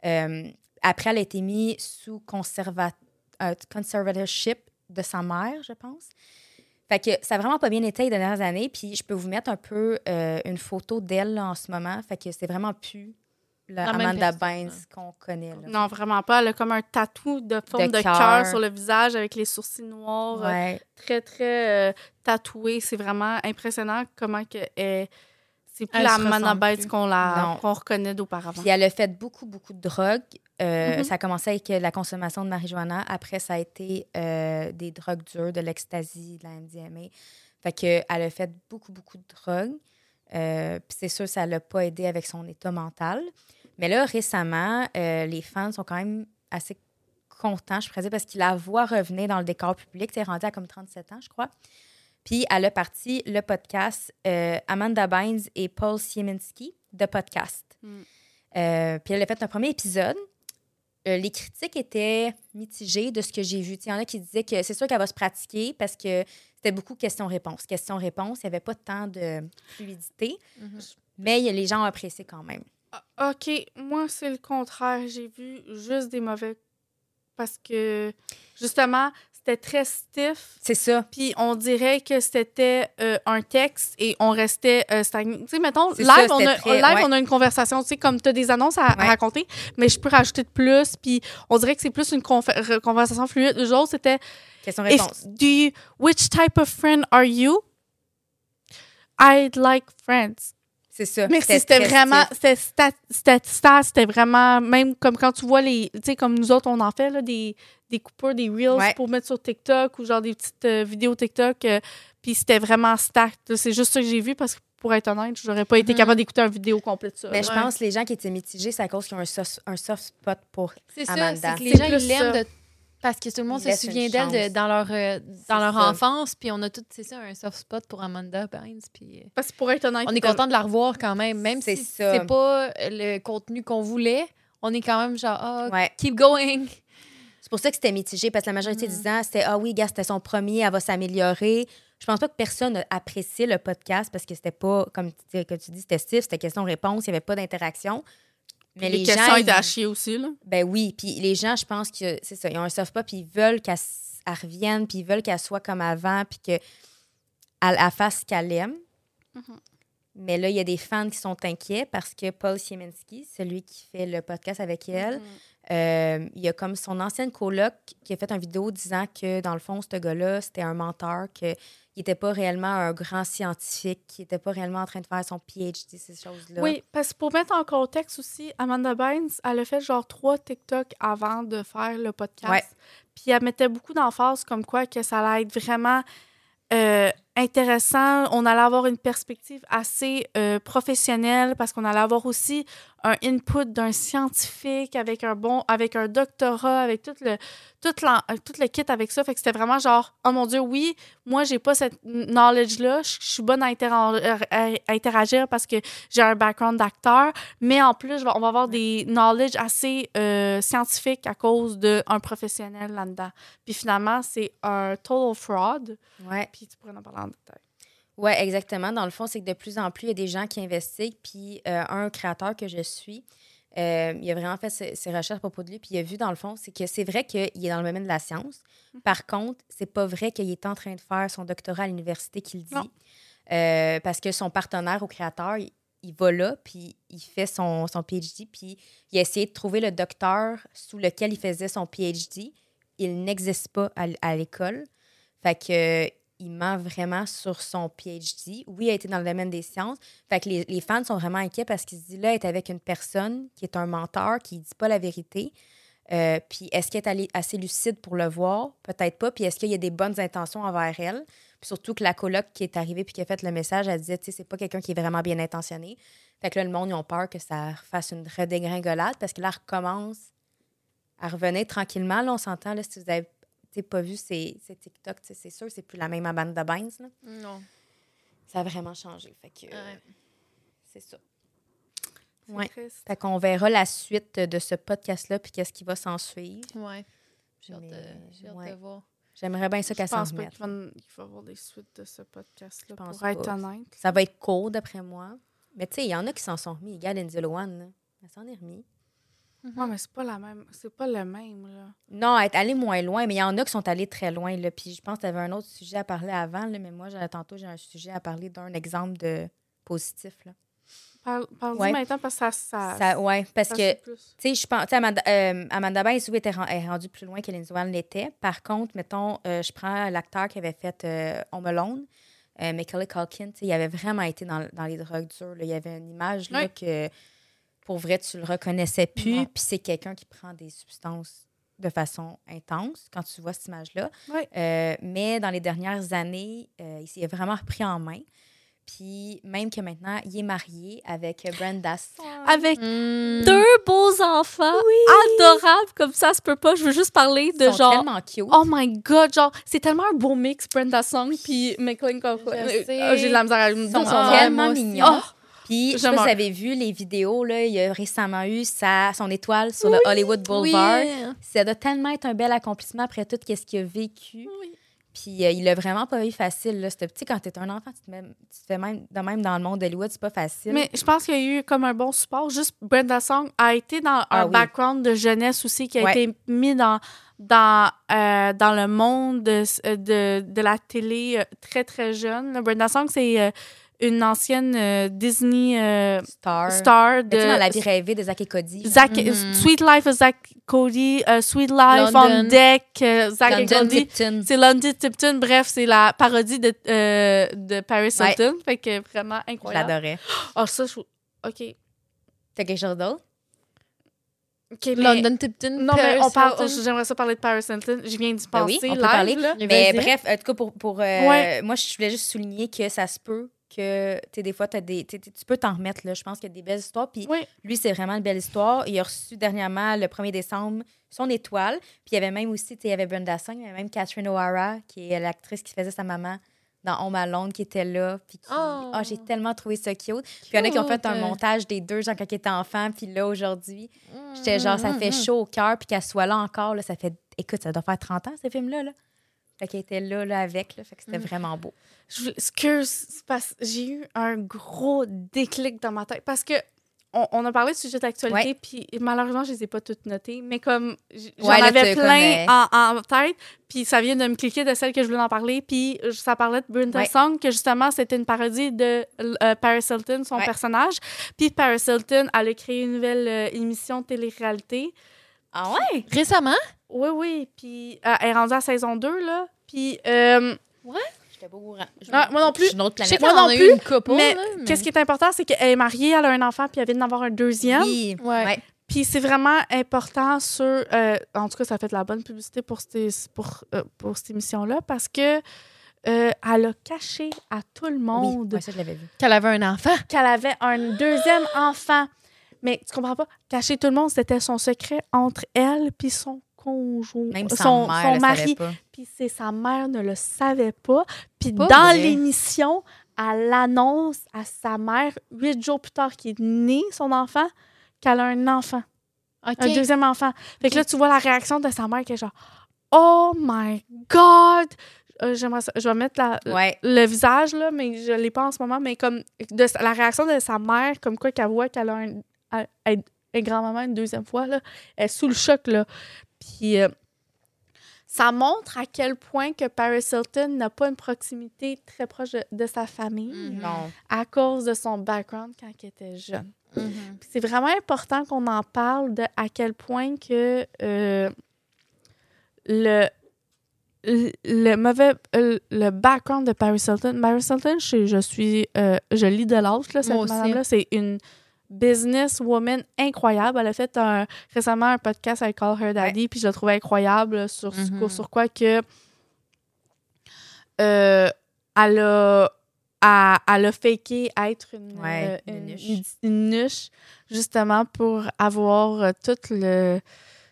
S1: Euh, après, elle a été mise sous conserva- euh, conservatorship de sa mère, je pense. Fait que ça a vraiment pas bien été les dernières années. Puis je peux vous mettre un peu euh, une photo d'elle là, en ce moment. Fait que c'est vraiment plus la
S2: La même
S1: Amanda
S2: personne,
S1: Bynes qu'on connaît. là.
S3: Non, vraiment pas. Elle a comme un tatou de forme
S1: De
S3: de,
S1: cœur.
S3: cœur sur le visage avec les sourcils noirs, euh,
S1: Ouais.
S3: très, très euh, tatoué. C'est vraiment impressionnant comment que elle- c'est plus
S2: Elle
S3: la
S2: se ressemble
S3: manabête
S2: plus.
S3: qu'on la
S1: Non.
S3: qu'on reconnaît d'auparavant.
S1: Puis elle a fait beaucoup, beaucoup de drogue. Euh,
S3: Mhm.
S1: Ça a commencé avec euh, la consommation de marijuana. Après, ça a été euh, des drogues dures, de l'ecstasy, de la MDMA. Fait que elle a fait beaucoup, beaucoup de drogue. Euh, Puis c'est sûr, ça l'a pas aidé avec son état mental. Mais là, récemment, euh, les fans sont quand même assez contents, je pourrais dire, parce qu'il la voit revenir dans le décor public. C'est rendu à comme 37 ans, je crois. Puis elle a parti le podcast euh, Amanda Bynes et Paul Sieminski de podcast.
S3: Mm.
S1: Euh, puis elle a fait un premier épisode. Euh, les critiques étaient mitigées de ce que j'ai vu. Tu sais, Il y en a qui disaient que c'est sûr qu'elle va se pratiquer parce que c'était beaucoup question-réponse. Question-réponse, il n'y avait pas tant de fluidité.
S3: Mm-hmm.
S1: Mais il y a- les gens ont apprécié quand même.
S3: Ah, OK, moi, c'est le contraire. J'ai vu juste des mauvais. Parce que, justement, c'était très stiff.
S1: C'est ça.
S3: Puis on dirait que c'était euh, un texte et on restait euh, stagné. Tu sais, mettons,
S1: C'est
S3: live,
S1: ça,
S3: on,
S1: c'était
S3: a,
S1: très-
S3: live
S1: ouais.
S3: on a une conversation, tu sais, comme tu as des annonces à, à
S1: Ouais.
S3: raconter, mais je peux rajouter de plus. Puis on dirait que c'est plus une conf- re- conversation fluide. Le jour, c'était If-
S1: Question-réponse.
S3: do you, Which type of friend are you? I'd like friends.
S1: C'est ça.
S3: Merci, c'était
S1: très
S3: vraiment,
S1: stiff.
S3: c'était sta- c'était sta- c'était vraiment, même comme quand tu vois les, tu sais, comme nous autres, on en fait, là, des, des coupures, des reels
S1: Ouais.
S3: pour mettre sur TikTok ou genre des petites euh, vidéos TikTok, euh, puis c'était vraiment stack. là. C'est juste ça que j'ai vu parce que, pour être honnête, j'aurais pas été
S2: Mhm.
S3: capable d'écouter une vidéo complète de ça.
S1: Mais
S3: là.
S1: Mm-hmm. Ben, je pense que les gens qui étaient mitigés, c'est à cause qu'ils ont un soft, un soft spot pour.
S2: C'est ça,
S1: Amanda.
S2: c'est que les
S3: C'est
S2: gens
S3: plus
S2: ils l'aiment
S3: ça.
S2: de- parce que tout le monde
S1: Ils
S2: se
S1: laissent une
S2: souvient d'elle de-
S1: chance.
S2: dans leur euh,
S1: C'est
S2: dans leur
S1: ça.
S2: enfance, puis on a tout c'est ça un soft spot pour Amanda Bynes puis euh,
S3: Parce que pour être honnête,
S2: on est content de la revoir quand même même
S1: C'est
S2: si
S1: ça.
S2: c'est pas euh, le contenu qu'on voulait, on est quand même genre ah
S1: Ouais.
S2: keep going.
S1: C'est pour ça que c'était mitigé, parce que la majorité
S3: Mm-hmm.
S1: des gens, c'était Ah oui, gars, c'était son premier, elle va s'améliorer. Je pense pas que personne a apprécié le podcast parce que c'était pas, comme tu dis- que tu dis, c'était stiff, c'était question-réponse, il n'y avait pas d'interaction. Mais
S3: les,
S1: les,
S3: questions
S1: gens.
S3: étaient à
S1: ils-
S3: chier aussi, là.
S1: Ben oui, puis les gens, je pense que c'est ça, ils ont un soft pas, puis ils veulent qu'elle s- elle revienne, puis ils veulent qu'elle soit comme avant, puis qu'elle elle fasse ce qu'elle aime.
S3: Mm-hmm.
S1: Mais là, il y a des fans qui sont inquiets parce que Paul Siemenski, celui qui fait le podcast avec
S3: Mm-hmm.
S1: elle, euh, il y a comme son ancienne coloc qui a fait une vidéo disant que, dans le fond, ce gars-là, c'était un menteur, qu'il n'était pas réellement un grand scientifique, qu'il n'était pas réellement en train de faire son PhD, ces choses-là.
S3: Oui, parce que pour mettre en contexte aussi, Amanda Bynes, elle a fait genre trois TikTok avant de faire le podcast.
S1: Ouais.
S3: Puis elle mettait beaucoup d'emphase comme quoi que ça allait être vraiment euh, intéressant. On allait avoir une perspective assez euh, professionnelle parce qu'on allait avoir aussi un input d'un scientifique avec un bon, avec un doctorat, avec tout le, tout, l'en- euh, tout le kit avec ça. Fait que c'était vraiment genre, oh mon Dieu, oui, moi, j'ai pas cette knowledge-là. Je je suis bonne à, intera- à- à interagir parce que j'ai un background d'acteur, mais en plus, je vais- on va avoir des knowledge assez euh, scientifiques à cause d'un professionnel là-dedans. Puis finalement, c'est un total fraud.
S1: Ouais.
S3: Puis tu pourrais en parler en détail.
S1: Oui, exactement. Dans le fond, c'est que de plus en plus, il y a des gens qui investiguent. Puis euh, un créateur que je suis, euh, il a vraiment fait ses, ses recherches à propos de lui. Puis il a vu, dans le fond, c'est que c'est vrai qu'il est dans le domaine de la science. Par contre, c'est pas vrai qu'il est en train de faire son doctorat à l'université qu'il dit.
S3: Non.
S1: Euh, parce que son partenaire au créateur, il- il va là, puis il fait son, son PhD, puis il a essayé de trouver le docteur sous lequel il faisait son PhD. Il n'existe pas à, l- à l'école. Fait que euh, il ment vraiment sur son PhD. Oui, il a été dans le domaine des sciences. Fait que les, les fans sont vraiment inquiets parce qu'ils se disent là, elle est avec une personne qui est un menteur, qui ne dit pas la vérité. Euh, puis est-ce qu'elle est allée- assez lucide pour le voir? Peut-être pas. Puis est-ce qu'il y a des bonnes intentions envers elle? Puis surtout que la coloc qui est arrivée puis qui a fait le message, elle disait, tu sais, c'est pas quelqu'un qui est vraiment bien intentionné. Fait que là, le monde, ils ont peur que ça fasse une redégringolade parce que là, elle recommence à revenir tranquillement. Là, on s'entend, là, si vous avez tu sais, pas vu ces, ces TikTok, tu sais, c'est sûr, c'est plus la même Amanda Bynes. Là.
S2: Non.
S1: Ça a vraiment changé. Fait que euh, c'est ça. Ouais.
S3: triste.
S1: Fait qu'on verra la suite de ce podcast-là puis qu'est-ce qui va s'en suivre.
S2: Ouais. J'ai hâte, de-
S1: Mais,
S2: j'ai hâte
S1: ouais.
S2: de voir.
S1: J'aimerais bien ça
S3: Je
S1: qu'elle s'en
S3: pense pas
S1: remette.
S3: qu'il va, qu'il va y avoir des suites de ce podcast-là,
S1: Je pense
S3: pour être
S1: pas.
S3: honnête.
S1: Ça va être court, d'après moi. Mais tu sais, il y en a qui s'en sont remis. Regarde, Lindsay Lohan, là. elle s'en est remis. Mhm.
S3: Ouais, mais c'est pas la même. C'est pas le même, là.
S1: Non, elle est allée moins loin, mais il y en a qui sont allés très loin. Là. Puis je pense que tu avais un autre sujet à parler avant, là, mais moi, j'ai- tantôt, j'ai un sujet à parler d'un exemple de positif. Là.
S3: Parle- Parle-y
S1: Ouais.
S3: maintenant parce que ça. ça,
S1: Ça, ouais, parce
S3: Ah, ça
S1: que
S3: suit plus.
S1: Tu sais, je pense, tu sais, Amanda, euh, Amanda Bynes, oui, était ren- est rendue plus loin que Lindsay Lohan l'était. Par contre, mettons, euh, je prends l'acteur qui avait fait euh, Home Alone, euh, Macaulay Culkin, tu sais, il avait vraiment été dans, dans les drogues dures. là. Il y avait une image là,
S2: Ouais.
S1: que, pour vrai, tu le reconnaissais plus.
S2: Non.
S1: Puis c'est quelqu'un qui prend des substances de façon intense quand tu vois cette image-là.
S3: Ouais.
S1: Euh, mais dans les dernières années, euh, il s'est vraiment repris en main. Puis même que maintenant, il est marié avec Brenda.
S7: Avec
S3: Hmm.
S2: Mm.
S7: deux beaux enfants adorables comme ça, se peut pas. Je veux juste parler de
S1: Ils sont
S7: genre.
S1: tellement cute.
S7: Oh my god, genre, c'est tellement un beau mix, Brenda Song puis McLean Cochran.
S2: Je sais.
S7: Euh, J'ai de la misère à me
S1: Ils
S7: dire
S1: sont
S7: son nom.
S2: ouais,
S1: tellement
S2: moi aussi.
S1: mignons.
S7: Oh,
S1: Puis, je
S7: Je
S1: sais pas si vous
S7: meurs.
S1: avez vu les vidéos, là, il a récemment eu sa, son étoile sur le Hollywood Boulevard. Ça doit tellement être un bel accomplissement après tout ce qu'il a vécu.
S7: Oui.
S1: Puis, euh, il l'a vraiment pas eu facile. Là. C'était petit, quand t'es un enfant, tu te, mets- tu te fais même de même dans le monde d'Hollywood, c'est pas facile.
S3: Mais je pense qu'il y a eu comme un bon support. Juste Brenda Song a été dans
S1: Ah
S3: un
S1: oui.
S3: background de jeunesse aussi qui a
S1: Ouais.
S3: été mis dans, dans, euh, dans le monde de, euh, de, de la télé euh, très, très jeune. là. Brenda Song, c'est euh, une ancienne euh, Disney euh,
S1: Star.
S3: star de
S1: Mais tu sais, dans la vie rêvée de Zach et Cody.
S3: Zach-
S7: Mm-hmm.
S2: Mhm.
S3: Sweet Life of Zach Cody, euh, Sweet Life
S2: London.
S3: on Deck, euh, Zach et
S1: London
S3: Cody.
S1: Tipton.
S3: C'est London Tipton, bref, c'est la parodie de, euh, de Paris
S1: Ouais.
S3: Hilton. Fait que vraiment
S1: Je
S3: incroyable.
S1: l'adorais.
S3: Ah, ça, je... OK.
S1: T'as quelque chose d'autre?
S3: OK, mais-
S2: London Tipton.
S3: Non, mais
S2: Paris
S3: on parle.
S2: Hilton.
S3: J'aimerais ça parler de Paris Hilton. Je viens d'y
S1: Ben
S3: penser.
S1: oui, on peut
S3: live,
S1: parler.
S3: là.
S2: Vas-y.
S1: Mais bref, en tout cas, pour, pour, euh,
S3: Ouais.
S1: moi, je voulais juste souligner que ça se peut que, tu sais, des fois, as des, tu sais, tu peux t'en remettre, là. Je pense qu'il y a des belles histoires. Puis
S3: Oui.
S1: lui, c'est vraiment une belle histoire. Il a reçu dernièrement, le 1er décembre, son étoile. Puis il y avait même aussi, tu sais, il y avait Brenda Song, il y avait même Catherine O'Hara, qui est l'actrice qui faisait sa maman dans Home Alone, qui était là. Puis qui-
S2: Oh.
S1: Ah, j'ai tellement trouvé ça cute. Puis il y en a qui ont fait un
S2: Cute.
S1: montage des deux, genre quand ils étaient enfants, puis là, aujourd'hui.
S2: Mm,
S1: J'étais genre, ça
S2: mm,
S1: fait
S2: mm.
S1: chaud au cœur, puis qu'elle soit là encore, là, ça fait. Écoute, ça doit faire 30 ans, ce film-là. Là. Fait qu'elle était là, là avec, là, fait que c'était vraiment beau.
S3: Je voulais- excuse, c'est parce que j'ai eu un gros déclic dans ma tête. Parce que on, on a parlé de sujets d'actualité,
S1: Ouais.
S3: puis malheureusement, je les ai pas toutes notées, mais comme j- j'en
S1: Ouais, là,
S3: avais
S1: t'as
S3: plein
S1: comme,
S3: en, en tête, puis ça vient de me cliquer de celle que je voulais en parler, puis je- ça parlait de Brenda
S1: Ouais.
S3: Song, que justement, c'était une parodie de euh, Paris Hilton, son
S1: Ouais.
S3: personnage. Puis Paris Hilton, elle a créé une nouvelle euh, émission de télé-réalité.
S1: Ah ouais?
S2: Récemment?
S3: Oui, oui, puis euh, elle est rendue à saison 2, là. Puis euh,
S1: J'étais beau courant.
S3: Ah, moi non plus.
S1: Je suis une autre
S2: Je sais
S1: planète.
S3: Moi
S2: qu'on en a
S3: non
S2: eu
S3: plus,
S2: une couple.
S3: mais
S2: là, mais-
S3: qu'est-ce qui est important, c'est qu'elle est mariée, elle a un enfant, puis elle vient d'en avoir un deuxième.
S1: Oui.
S2: Ouais.
S1: Ouais.
S3: Puis c'est vraiment important sur. euh, en tout cas, ça fait de la bonne publicité pour, ces- pour, euh, pour cette émission-là parce que euh, elle a caché à tout le
S1: Oui,
S3: monde
S1: ouais, ça, je l'avais vu.
S2: Qu'elle avait un enfant.
S3: qu'elle avait un deuxième enfant. Mais tu comprends pas? Cacher tout le monde, c'était son secret entre elle puis son conjoint.
S1: Même
S3: son,
S1: sa mère,
S3: son
S1: elle
S3: mari.
S1: savait pas.
S3: Puis c'est sa mère ne le savait pas. Puis
S2: Pas
S3: dans
S2: vrai.
S3: l'émission, elle l'annonce à sa mère huit jours plus tard qu'il est né, son enfant, qu'elle a un enfant,
S2: OK.
S3: un deuxième enfant. Fait que là, tu vois la réaction de sa mère qui est genre « Oh my God! Euh, J'aimerais ça- Je vais mettre la,
S1: Ouais.
S3: le visage, là, mais je l'ai pas en ce moment, mais comme de sa- la réaction de sa mère, comme quoi qu'elle voit qu'elle a un,
S7: Ah,
S3: elle- elle- elle est grand-maman une deuxième fois, là, elle est sous le choc, là. Puis euh,
S7: Ça montre à quel point que Paris Hilton n'a pas une proximité très proche de, de sa famille
S1: Non.
S7: à cause de son background quand elle était jeune. Puis c'est vraiment important qu'on en parle de à quel point que euh, le, le- le mauvais euh, le background de Paris Hilton. Paris Hilton, je, je suis euh, je lis de l'âge là cette
S2: Moi aussi.
S7: madame là, c'est une businesswoman incroyable. Elle a fait un- récemment un podcast avec Call Her Daddy, puis je le trouvais incroyable là, sur ce-
S2: Mhm.
S7: sur quoi que euh, elle a elle, elle a faké être une,
S1: Ouais,
S7: euh,
S1: une
S7: une-
S1: niche.
S7: une niche, justement pour avoir euh, tout le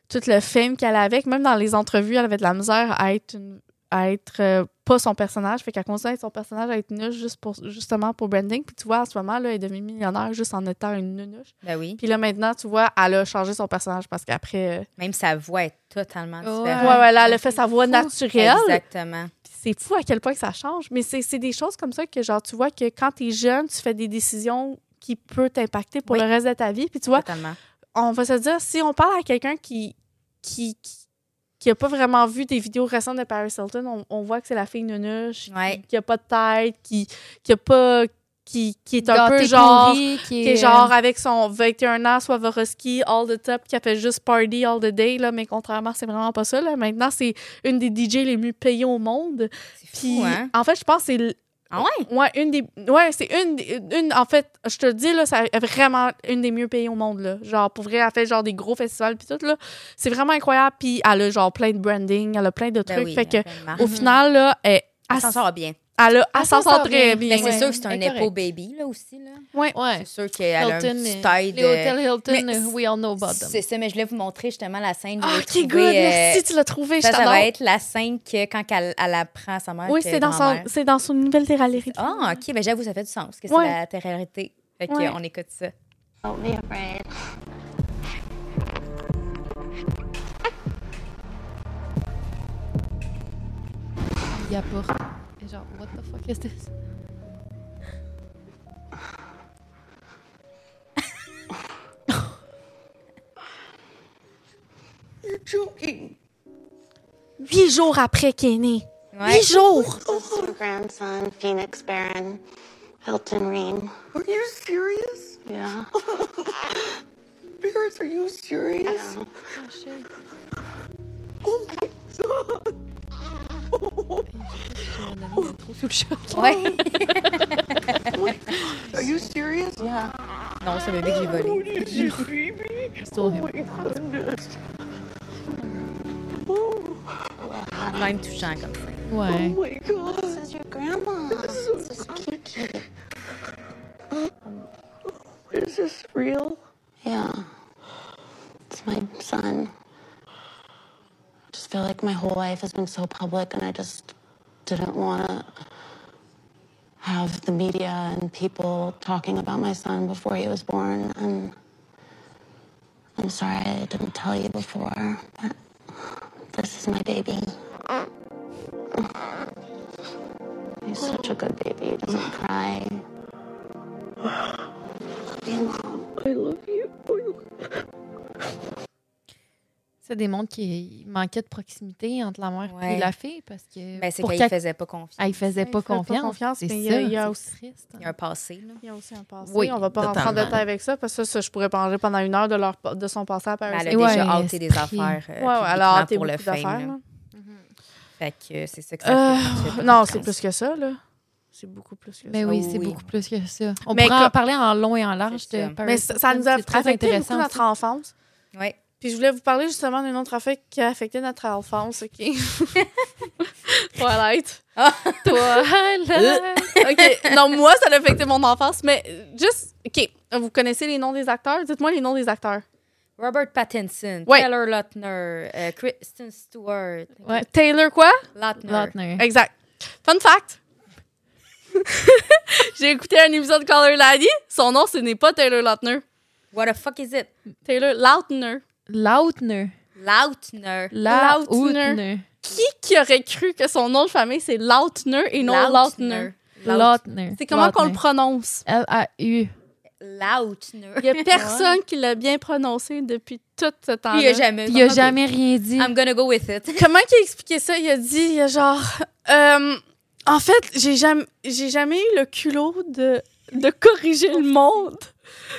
S7: tout le film qu'elle avait avec. Même dans les entrevues, elle avait de la misère à être une- à être euh, pas son personnage, fait qu'elle continue à être son personnage, à être niche juste pour, justement pour branding. Puis tu vois, en ce moment, là, elle est devenue millionnaire juste en étant une nunuche.
S1: Ben oui.
S7: Puis là, maintenant, tu vois, elle a changé son personnage parce qu'après... euh,
S1: Même sa voix est totalement
S2: Ouais.
S1: différente.
S7: ouais, ouais, là, elle a fait sa voix
S2: Fou.
S7: naturelle.
S1: Exactement.
S7: Puis c'est fou à quel point que ça change. Mais c'est c'est des choses comme ça que, genre, tu vois que quand t'es jeune, tu fais des décisions qui peuvent t'impacter pour
S1: Oui.
S7: le reste de ta vie. Puis tu vois,
S1: Totalement.
S7: on va se dire, si on parle à quelqu'un qui qui, qui qui a pas vraiment vu des vidéos récentes de Paris Hilton, on, on voit que c'est la fille nunuche,
S1: Ouais.
S7: qui a pas de tête, qui, qui a pas... Qui, qui est un peu
S2: Gâté
S7: genre...
S2: pourri, qui
S7: Qui
S2: est,
S7: est
S1: euh,
S7: genre avec son 21 ans, Swarovski, all the top, qui a fait juste party all the day, là, mais contrairement, c'est vraiment pas ça. Là. Maintenant, c'est une des DJ les mieux payées au monde.
S1: C'est
S7: Puis,
S1: fou, hein?
S7: en fait, je pense que c'est. l-
S1: Ah ouais?
S7: Ouais, une des. Ouais, c'est une, des- une. En fait, je te le dis, là, c'est vraiment une des mieux payées au monde, là. Genre, pour vrai, elle fait genre des gros festivals, puis tout, là. C'est vraiment incroyable. Puis, elle a genre plein de branding, elle a plein de
S1: Ben
S7: trucs.
S1: oui,
S7: fait que,
S1: tellement.
S7: au final, là, elle.
S1: Elle s'en sort bien.
S7: Elle a- elle
S2: Elle
S7: s'en
S2: s'en
S7: sort
S2: sort bien.
S7: très bien.
S1: Mais Ben, c'est
S2: ouais,
S1: sûr que c'est un
S2: incorrect.
S1: épo baby, là aussi. Là.
S2: Ouais.
S1: C'est sûr qu'elle a un
S2: Hilton,
S1: petit
S2: euh,
S1: taille
S2: Les
S1: de-
S2: hôtels Hilton,
S1: Mais
S2: euh, we all know about them.
S1: C'est ça, mais je voulais vous montrer justement la scène.
S7: Ah,
S1: j'ai
S7: qui
S1: trouvé,
S7: good,
S1: euh,
S7: merci, tu l'as trouvé,
S1: Ça,
S7: je
S1: ça va
S7: t'adore.
S1: être la scène que quand elle, elle apprend à sa mère.
S7: Oui,
S1: que
S7: c'est dans, son,
S1: grand-mère-
S7: c'est dans son nouvelle théralérie.
S1: Ah, OK. Ben, j'avoue, ça fait du sens parce que
S7: Ouais.
S1: c'est la télé-réalité. Fait que,
S7: Ouais.
S1: euh, on écoute ça.
S8: Don't be afraid.
S2: Il apporte. Et genre, what the fuck is this?
S7: Huit jours après qu'il est né.
S1: Ouais.
S7: Huit jours!
S8: This is her grandson, Phoenix Baron Hilton Reen.
S9: Are you serious?
S8: Yeah.
S9: Paris, are you serious? Oh my god.
S7: Oh.
S1: Ouais.
S9: Are you serious?
S8: Yeah.
S1: non, c'est un bébé que
S9: Oh,
S1: j'ai volé.
S9: did you see me?
S2: Still him.
S9: Oh my goodness. Oh,
S1: Même touchant comme ça.
S9: oh
S2: Ouais.
S9: my god.
S8: This is your grandma. This is Kiki.
S9: Is this real?
S8: Yeah. It's my son. I just feel like my whole life has been so public and I just didn't want to have the media and people talking about my son before he was born and I'm sorry I didn't tell you before, but this is my baby. He's such a good baby. He doesn't cry.
S9: I love you.
S2: Ça démontre qu'il manquait de proximité entre la mère
S1: Ouais.
S2: et la fille parce que.
S1: Ben, c'est
S2: pour
S1: qu'elle ne
S2: qu'elle-
S1: faisait pas confiance.
S2: elle faisait
S7: Il
S2: pas
S7: fait pas
S2: confiance.
S7: confiance,
S2: c'est
S7: mais il y a-
S2: ça.
S7: il y a
S2: c'est
S7: aussi-
S2: triste, hein.
S1: Il y a un passé. Là.
S7: Il y a aussi un passé.
S2: Oui,
S7: on va pas rentrer en
S2: totalement.
S7: détail avec ça, parce que ça, ça, je pourrais parler pendant une heure de, leur, de son passé à Paris.
S1: Mais elle a
S2: Et
S7: Hilton.
S2: ouais,
S1: déjà hâté des
S2: esprit.
S1: affaires. euh,
S7: Ouais, ouais, alors,
S1: publiquement
S7: t'es
S1: pour le
S7: beaucoup d'affaires,
S1: fame. là.
S7: là.
S1: Fait que euh, c'est ça que ça fait.
S7: Euh,
S1: J'ai pas
S7: non,
S1: de
S7: c'est
S1: sens.
S7: plus que ça, là. C'est beaucoup plus que
S2: Mais
S7: ça.
S2: Ben oui,
S1: Oh
S2: c'est
S1: oui.
S2: beaucoup plus que ça. On
S7: Mais
S2: pourrait
S7: que-
S2: en parler en long et en large
S1: C'est
S2: de
S1: ça.
S2: Paris
S7: Mais ça, ça
S2: Hilton,
S7: nous
S2: c'est
S7: a
S2: très
S7: affecté beaucoup
S2: intéressant
S7: notre enfance.
S1: Ouais.
S7: Puis je voulais vous parler justement d'une autre affaire qui a affecté notre enfance, OK? Twilight.
S2: Toi, là,
S7: OK. Non, moi, ça a affecté mon enfance, mais juste... OK, vous connaissez les noms des acteurs? Dites-moi les noms des acteurs.
S1: Robert Pattinson,
S7: Ouais.
S1: Taylor Lautner, euh, Kristen Stewart,
S2: Ouais.
S7: Taylor quoi?
S1: Lautner.
S2: Lautner.
S7: Exact. Fun fact. J'ai écouté un épisode de Caller Lady. Son nom, ce n'est pas Taylor Lautner.
S1: What the fuck is it?
S7: Taylor Lautner.
S2: Lautner.
S1: Lautner.
S7: Lautner.
S2: Lautner.
S7: Qui qui aurait cru que son nom de famille, c'est Lautner et non Lautner?
S1: Lautner.
S2: Lautner.
S7: C'est comment qu'on
S2: Lautner.
S7: le prononce?
S2: L-A-U.
S1: Lautner.
S7: Il n'y a personne qui l'a bien prononcé depuis tout ce temps-là.
S1: Ah, Il a jamais.
S2: Il a
S1: Ok.
S2: jamais rien dit.
S1: I'm gonna go with it.
S7: Comment qu'il a expliqué ça? Il a dit, il a genre, Euh, en fait, j'ai jamais, j'ai jamais eu le culot de, de corriger le monde.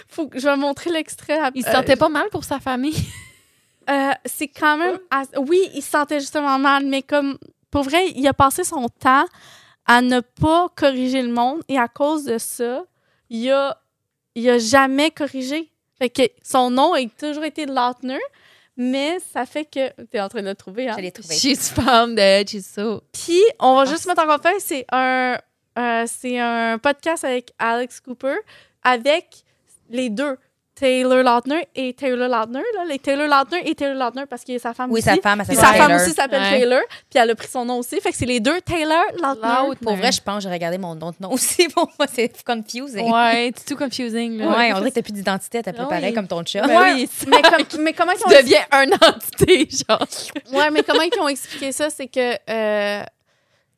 S7: Faut que je vais montrer l'extrait. à-
S2: Il se
S7: euh,
S2: sentait pas mal pour sa famille.
S7: euh, c'est quand même. as- Oui, il se sentait justement mal, mais comme. Pour vrai, il a passé son temps à ne pas corriger le monde et à cause de ça, il a, il a jamais corrigé. Fait que son nom a toujours été Lautner, mais ça fait que. T'es en train de le trouver, hein?
S1: Je l'ai trouvé. Ah,
S2: She's from the Chiso.
S7: Puis, on va juste mettre en contexte, c'est un, euh, c'est un podcast avec Alex Cooper, avec les deux, Taylor Lautner et Taylor Lautner. Là, les Taylor Lautner et Taylor Lautner, parce qu'il y a sa femme
S1: Oui,
S7: aussi.
S1: sa femme, elle
S7: Puis
S1: s'appelle
S7: sa femme
S1: Taylor.
S7: aussi s'appelle
S2: Ouais.
S7: Taylor, puis elle a pris son nom aussi. Fait que c'est les deux, Taylor Lautner.
S1: Pour vrai, je pense que j'ai regardé mon nom de nom aussi. Pour moi, c'est confusing.
S2: Ouais, c'est tout confusing.
S1: Ouais,
S2: Là.
S1: on dirait que t'as plus d'identité, t'as plus
S2: Ouais.
S1: pareil comme ton chat.
S2: Ben
S7: Ouais,
S2: oui, ça
S7: Mais, comme- mais comment, ils ont,
S2: devient un entité, genre.
S7: ouais, mais comment ils ont expliqué ça, c'est que, euh,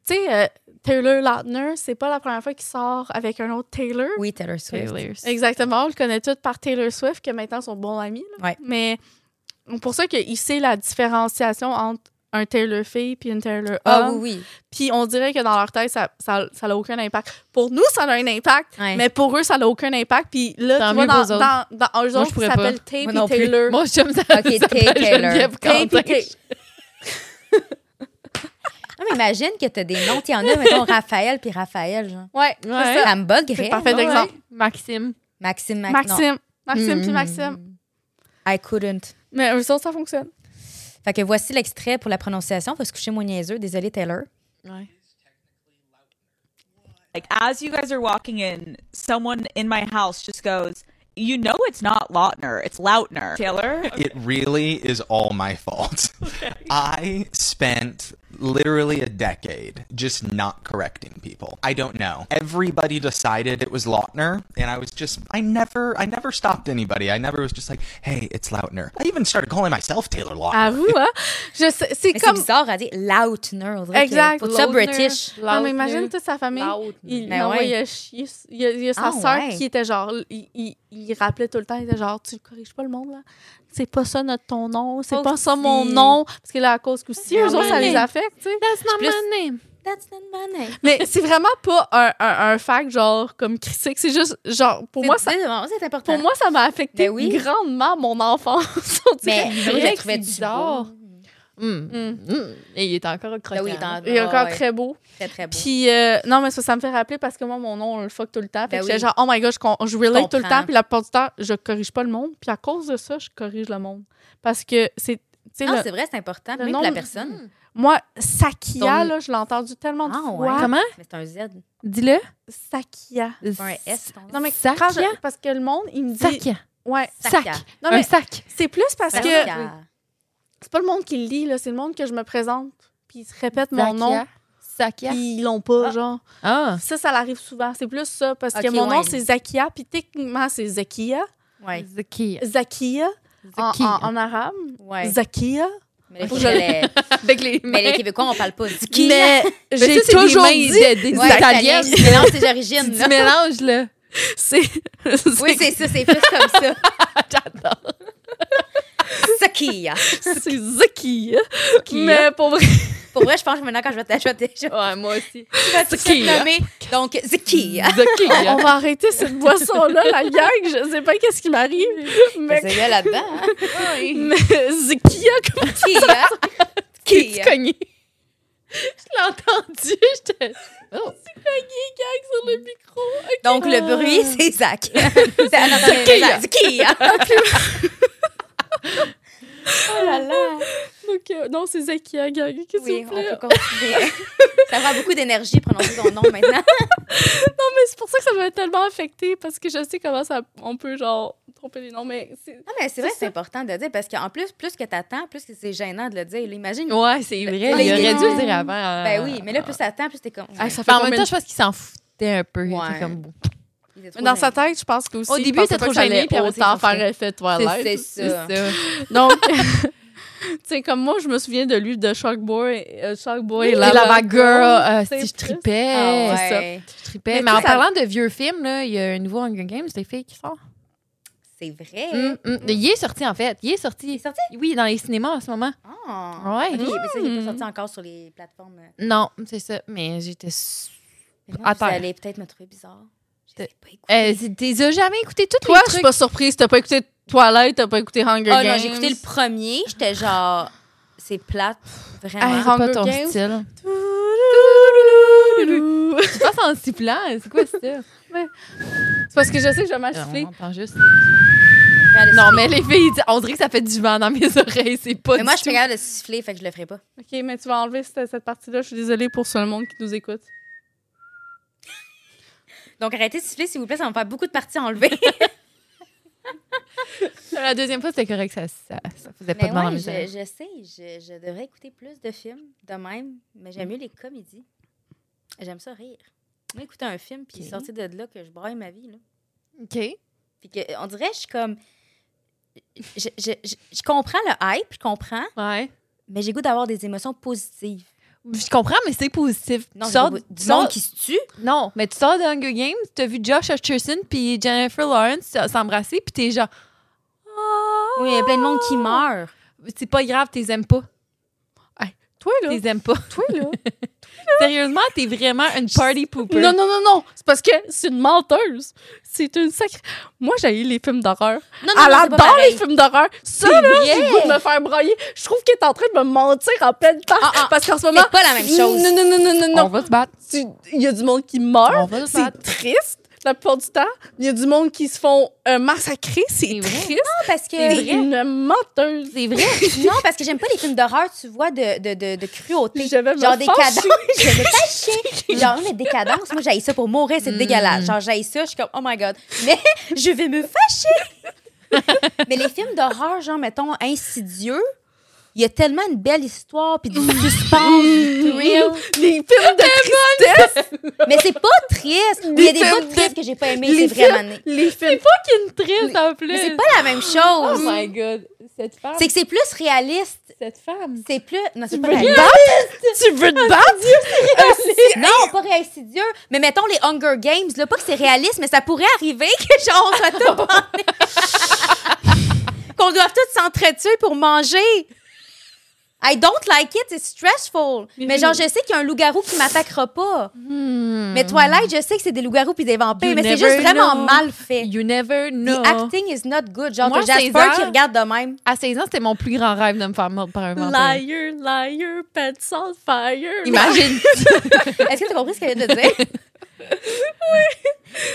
S7: tu sais, euh, Taylor Lautner, c'est pas la première fois qu'il sort avec un autre Taylor.
S1: Oui, Taylor Swift.
S7: Exactement, on le connaît tout par Taylor Swift, qui est maintenant son bon ami. là.
S1: Ouais.
S7: Mais pour ça qu'il sait la différenciation entre un Taylor fille puis une Taylor homme.
S1: Ah oui, oui.
S7: Puis on dirait que dans leur tête, ça ça, ça a aucun impact. Pour nous, ça a un impact,
S1: Ouais.
S7: mais pour eux, ça n'a aucun impact. Puis là,
S2: Tant
S7: tu vois,
S2: mieux
S7: dans,
S2: pour eux
S7: dans, dans, eux
S2: je
S7: autres,
S2: pourrais
S7: ça
S2: pas.
S7: s'appelle Tay
S1: Moi
S7: puis
S1: non plus.
S7: Taylor.
S2: Moi, je me ça.
S1: Ok, Tay Taylor.
S7: Tay puis
S2: Taylor.
S7: Tay-
S1: Non, mais imagine que t'as des noms. Il y en a, mettons, Raphaël puis Raphaël. Genre.
S7: Ouais, c'est
S2: Ouais.
S7: ça.
S1: Ça me bug,
S7: C'est
S1: Greg.
S7: parfait exemple.
S2: Maxime.
S1: Maxime, Max- non.
S7: Maxime. Maxime puis Maxime.
S1: I couldn't.
S7: Mais eux autres, ça fonctionne.
S1: Fait que voici l'extrait pour la prononciation. Faut se coucher moins niaiseux. Désolée, Taylor.
S2: Ouais.
S10: Like, as you guys are walking in, someone in my house just goes, You know, it's not Lautner, it's Lautner. Taylor?
S5: It really is all my fault. I spent literally a decade just not correcting people. I don't know. Everybody decided it was Lautner, and I was just I never I never stopped anybody. I never was just like, hey, it's Lautner. I even started calling myself Taylor Lautner.
S7: Avoue, hein? Je sais- C'est
S1: Mais c'est
S7: comme.
S1: bizarre à dire Lautner. on dirait que-
S7: Exact.
S1: Faut que ça
S2: Lautner.
S1: british.
S7: Ah, mais
S2: Lautner.
S7: imagine toute sa famille.
S2: Lautner.
S7: Il
S1: Ben
S7: l'envoyait
S1: ouais.
S7: chier. Il y a, il y a sa
S1: Ah
S7: sœur
S1: ouais.
S7: qui était genre. Il, il- il rappelait tout le temps. Il était genre Tu corriges pas le monde, là. C'est pas ça notre ton nom. C'est
S1: Oh,
S7: pas ça mon
S1: si.
S7: nom. Parce que là, à cause que si, eux autres, ça les
S2: ouais.
S7: affecte, tu sais.
S2: That's not
S1: Plus-
S2: my name.
S1: That's not my name.
S7: Mais c'est vraiment pas un, un, un fact, genre, comme critique. C'est juste, genre, pour moi, ça.
S1: C'est- c'est important.
S7: Pour moi, ça m'a affecté
S1: Ben oui.
S7: grandement mon enfance. On dirait
S1: mais
S7: que
S1: je
S7: c'est
S1: le trouvais
S7: bizarre.
S1: bizarre.
S2: Mm. Mm. Et Ben il est encore croquant.
S1: oui, dans-
S7: Il est encore
S1: Ah, ouais, ouais.
S7: très beau.
S1: très, très beau.
S7: Puis, euh, non, mais ça, ça me fait rappeler parce que moi, mon nom, on le fuck tout le temps. Fait
S1: Ben
S7: que
S1: oui.
S7: j'étais genre, oh my god, je, con- je relate tout le
S1: comprends.
S7: temps. Puis la plupart du temps, je corrige pas le monde. Puis à cause de ça, je corrige le monde. Parce que c'est. Tu sais,
S1: Non,
S7: le-
S1: Ah, c'est vrai, c'est important.
S7: le
S1: Même
S7: nom-
S1: pour la personne.
S7: moi, Sakia,
S1: Ton-
S7: là, je l'ai entendu tellement de
S1: Ah, ouais.
S7: fois.
S2: Comment?
S1: Mais c'est un Z,
S2: Dis-le.
S7: Sakia.
S1: pas un S. ton nom.
S7: Non, mais
S2: Sakia?
S7: quand je- parce que le monde, il me dit.
S2: Sac.
S7: Ouais.
S2: Sac.
S1: Sakia.
S7: Non,
S2: Un
S7: mais
S2: sac.
S7: c'est plus parce
S1: Parce
S7: que
S1: que-
S7: c'est pas le monde qui le lit, là, c'est le monde que je me présente. Puis ils se répètent mon nom.
S2: Sakia.
S7: Puis ils l'ont pas, genre.
S2: Ah.
S7: Ça, ça l'arrive souvent. C'est plus ça. Parce
S1: Ok,
S7: que mon nom,
S1: ouais.
S7: c'est Zakia. Puis techniquement, c'est Zakia.
S1: Ouais.
S2: Zakia.
S7: Zakia. En,
S2: Zakia.
S7: en- en arabe.
S1: Ouais.
S7: Zakia.
S1: Mais les,
S7: Faut que
S1: les-
S2: Avec les
S1: mais les
S2: mains.
S1: Québécois, on parle pas du qui.
S7: Mais j'ai toujours dit.
S2: des
S1: Ouais, italien,
S2: italiennes.
S1: tu mélanges tes origines.
S2: Tu
S1: là.
S2: mélanges, là.
S7: C'est.
S1: Oui, c'est ça, c'est plus comme ça.
S2: J'adore.
S1: Sakia.
S7: c'est Zakia. Mais pour vrai.
S1: Pour vrai, je pense que maintenant, quand je vais t'ajouter, je
S2: Ouais, moi aussi.
S1: vais te
S2: Zakia.
S1: nommer. Donc, Zakia.
S7: On
S2: Zakia.
S7: va arrêter cette boisson-là, la gang. Je sais pas qu'est-ce qui m'arrive. Mais,
S1: C'est bien là-dedans. hein.
S7: mais Zakia, comment
S1: Kia.
S2: Tu
S1: Kia.
S2: cogné. Je l'ai entendu. J'étais. Oh.
S7: gang sur le micro?
S1: Donc, le bruit,
S7: Ah.
S1: c'est Zach. C'est ah, non, non, mais Zach. Kia. Oh là là.
S7: Donc, euh, non, c'est Zakia, gang. Qu'est-ce
S1: Oui,
S7: vous
S1: on
S7: plaît?
S1: peut continuer. Ça prend beaucoup d'énergie prononcer ton nom maintenant.
S7: Non, Oh, mais c'est pour ça que ça m'a tellement affectée parce que je sais comment ça, on peut, genre, tromper les noms. Mais c'est-
S1: Non, mais c'est vrai que
S7: C'est
S1: c'est
S7: ça.
S1: important de le dire parce qu'en plus, plus que t'attends, plus que c'est gênant de le dire. Là, Imagine.
S2: Ouais, c'est vrai. Il
S1: Ah, il
S2: aurait
S1: est
S2: dû le
S1: long.
S2: dire avant. euh,
S1: Ben oui, mais là, plus t'attends, plus t'es comme.
S7: Ah, ça
S2: Mais en
S7: combien
S2: même
S7: de-
S2: temps, je pense qu'il s'en foutait un peu. Il était
S1: Ouais.
S2: comme bon.
S1: Il est trop
S7: Mais Dans sa
S1: gênant.
S7: tête, je pense que aussi.
S2: Au
S7: il
S2: début,
S7: pensait
S2: il était
S7: pas
S2: trop
S7: que ça
S2: gêné,
S7: allait
S2: puis après,
S7: autant
S2: il s'en
S7: faire effet
S1: C'est-
S7: toilette.
S1: C'est ça.
S2: C'est ça.
S7: Donc, tu sais, comme moi, je me souviens de lui, de Sharkboy, euh, Sharkboy
S2: Oui,
S7: et
S2: Lava
S7: Lava
S2: Girl, euh,
S7: tu sais,
S2: si je
S7: plus.
S2: tripais,
S7: Ah
S2: c'est ça.
S1: ouais.
S2: Je tripais.
S1: Mais
S2: Mais,
S1: tu
S2: en
S1: sais, ça-
S2: parlant de vieux films, là, il y a un nouveau Hunger Games, des filles qui sort.
S1: C'est vrai.
S2: Mm, mm. Il est sorti, en fait. Il est sorti. Il est
S1: sorti?
S2: Oui, dans les cinémas en ce moment.
S1: Ah.
S2: Ouais.
S1: Ok, mais ça, il n'est
S2: Mm.
S1: pas sorti encore sur les plateformes. euh.
S2: Non, c'est ça. Mais j'étais. s-
S1: Mais moi,
S2: À
S1: vous
S2: terre.
S1: allez peut-être me trouver bizarre.
S2: Euh, t'es t'es jamais écouté toutes
S7: Toi,
S2: les
S7: je
S2: trucs.
S7: suis pas surprise. T'as pas écouté Twilight, t'as pas écouté Hunger
S1: Ah
S7: Games.
S1: non, j'ai écouté le premier, j'étais genre, c'est plate, vraiment.
S2: Hey, Ah, c'est pas ton style. Tu passes en sifflant, c'est quoi ça?
S7: C'est parce que je sais que je vais mal
S2: Non,
S7: souffler.
S2: Ah, on entend juste-
S1: Regardez,
S2: Non, mais
S1: siffler.
S2: les filles, on dirait que ça fait du vent dans mes oreilles, c'est pas
S1: Mais moi,
S2: du
S1: je suis
S2: tout-
S1: capable de siffler, fait que je le ferai pas.
S7: OK, mais tu vas enlever cette, cette partie-là. Je suis désolée pour tout le monde qui nous écoute.
S1: Donc, arrêtez de siffler, s'il vous plaît, ça va me faire beaucoup de parties enlevées.
S2: La deuxième fois, c'était correct, ça, ça, ça faisait pas
S1: mais
S2: de vent dans
S1: ouais,
S2: mes oreilles.
S1: je, je sais, je, je devrais écouter plus de films de même, mais j'aime mieux les comédies. J'aime ça rire. Moi, écouter un film, puis
S2: Ok.
S1: sortir de là que je braille ma vie, là.
S2: OK.
S1: Puis que, on dirait, je suis comme... Je, je, je, je comprends le hype, je comprends,
S2: Ouais.
S1: mais j'ai goût d'avoir des émotions positives.
S2: Je comprends, mais c'est positif.
S1: Non,
S2: Tu
S1: j'ai
S2: sors-
S1: goût- du
S2: tu sors-
S1: monde qui se tue.
S2: Non, mais tu sors de Hunger Games, t'as vu Josh Hutcherson puis Jennifer Lawrence s- s'embrasser, puis t'es genre... Ah!
S1: Oui, il y a plein de monde qui meurt.
S2: C'est pas grave, t'es aimes pas.
S7: Toi, là.
S2: T'es aimes pas.
S7: Toi, là.
S2: Sérieusement, t'es vraiment une party pooper.
S7: Non, non, non, non. C'est parce que c'est une menteuse. C'est une sacrée. Moi, j'ai les films d'horreur.
S1: Non, non,
S7: Elle
S1: non, c'est pas
S7: adore
S1: pareil.
S7: les films d'horreur. Ça, là, j'ai le goût de me faire broyer. Je trouve qu'elle est en train de me mentir en pleine face.
S1: Ah, ah,
S7: parce qu'en ce moment.
S1: c'est pas la même chose.
S7: Non, non, non, non, non,
S2: On
S7: non.
S2: va se battre.
S7: Tu- Il y a du monde qui meurt.
S2: On va se
S7: C'est
S2: battre.
S7: triste la plupart du temps. Il y a du monde qui se font euh, massacrer.
S2: C'est
S7: C'est
S2: vrai.
S7: triste.
S1: Non, parce que...
S7: C'est une menteuse.
S2: C'est vrai.
S1: Non, parce que j'aime pas les films d'horreur, tu vois, de, de, de, de cruauté.
S7: Je vais me
S1: Genre des
S7: fâcher.
S1: cadences. Je vais pas chier. Genre, mais des cadences, moi, j'haïs ça pour mourir, c'est dégueulasse. Genre, j'haïs ça, je suis comme, oh my God. Mais je vais me fâcher. mais les films d'horreur, genre, mettons, insidieux, il y a tellement une belle histoire, puis du suspense, du thrill.
S7: Les films de tristesse.
S1: Mais c'est pas triste. Il y a des bouts de tristes que j'ai pas aimé, c'est
S7: Les
S1: vraiment.
S7: films.
S1: né.
S7: Les films.
S2: Fucking triste, hein. en plus.
S1: Mais c'est pas la même
S2: Oh
S1: chose.
S2: my God. Cette femme,
S1: C'est que c'est plus réaliste.
S2: cette femme.
S1: C'est plus. Non, c'est
S7: Tu
S1: pas
S7: veux
S1: réaliste.
S7: te battre? Tu veux te battre?
S1: Non, pas réinsidieux, mais mettons les Hunger Games, là, pas que c'est réaliste, mais ça pourrait arriver que genre on soit tout en- qu'on doive tous s'entretuer pour manger. I don't like it, it's stressful. Mais genre je sais qu'il y a un loup-garou qui m'attaquera pas. Mais Twilight, je sais que c'est des loups-garous puis des vampires,
S2: Hmm. You
S1: mais c'est
S2: never
S1: juste vraiment
S2: know.
S1: mal fait.
S2: You never know.
S1: The acting is not good. Genre
S2: Moi,
S1: t'as Jasper
S2: César-
S1: qui regarde de même.
S2: À 16 ans, c'était mon plus grand rêve de me faire mordre par un vampire.
S7: Liar, liar, pants on fire.
S2: Imagine.
S1: Est-ce que t'as compris ce qu'elle vient de dire? oui.
S2: Mais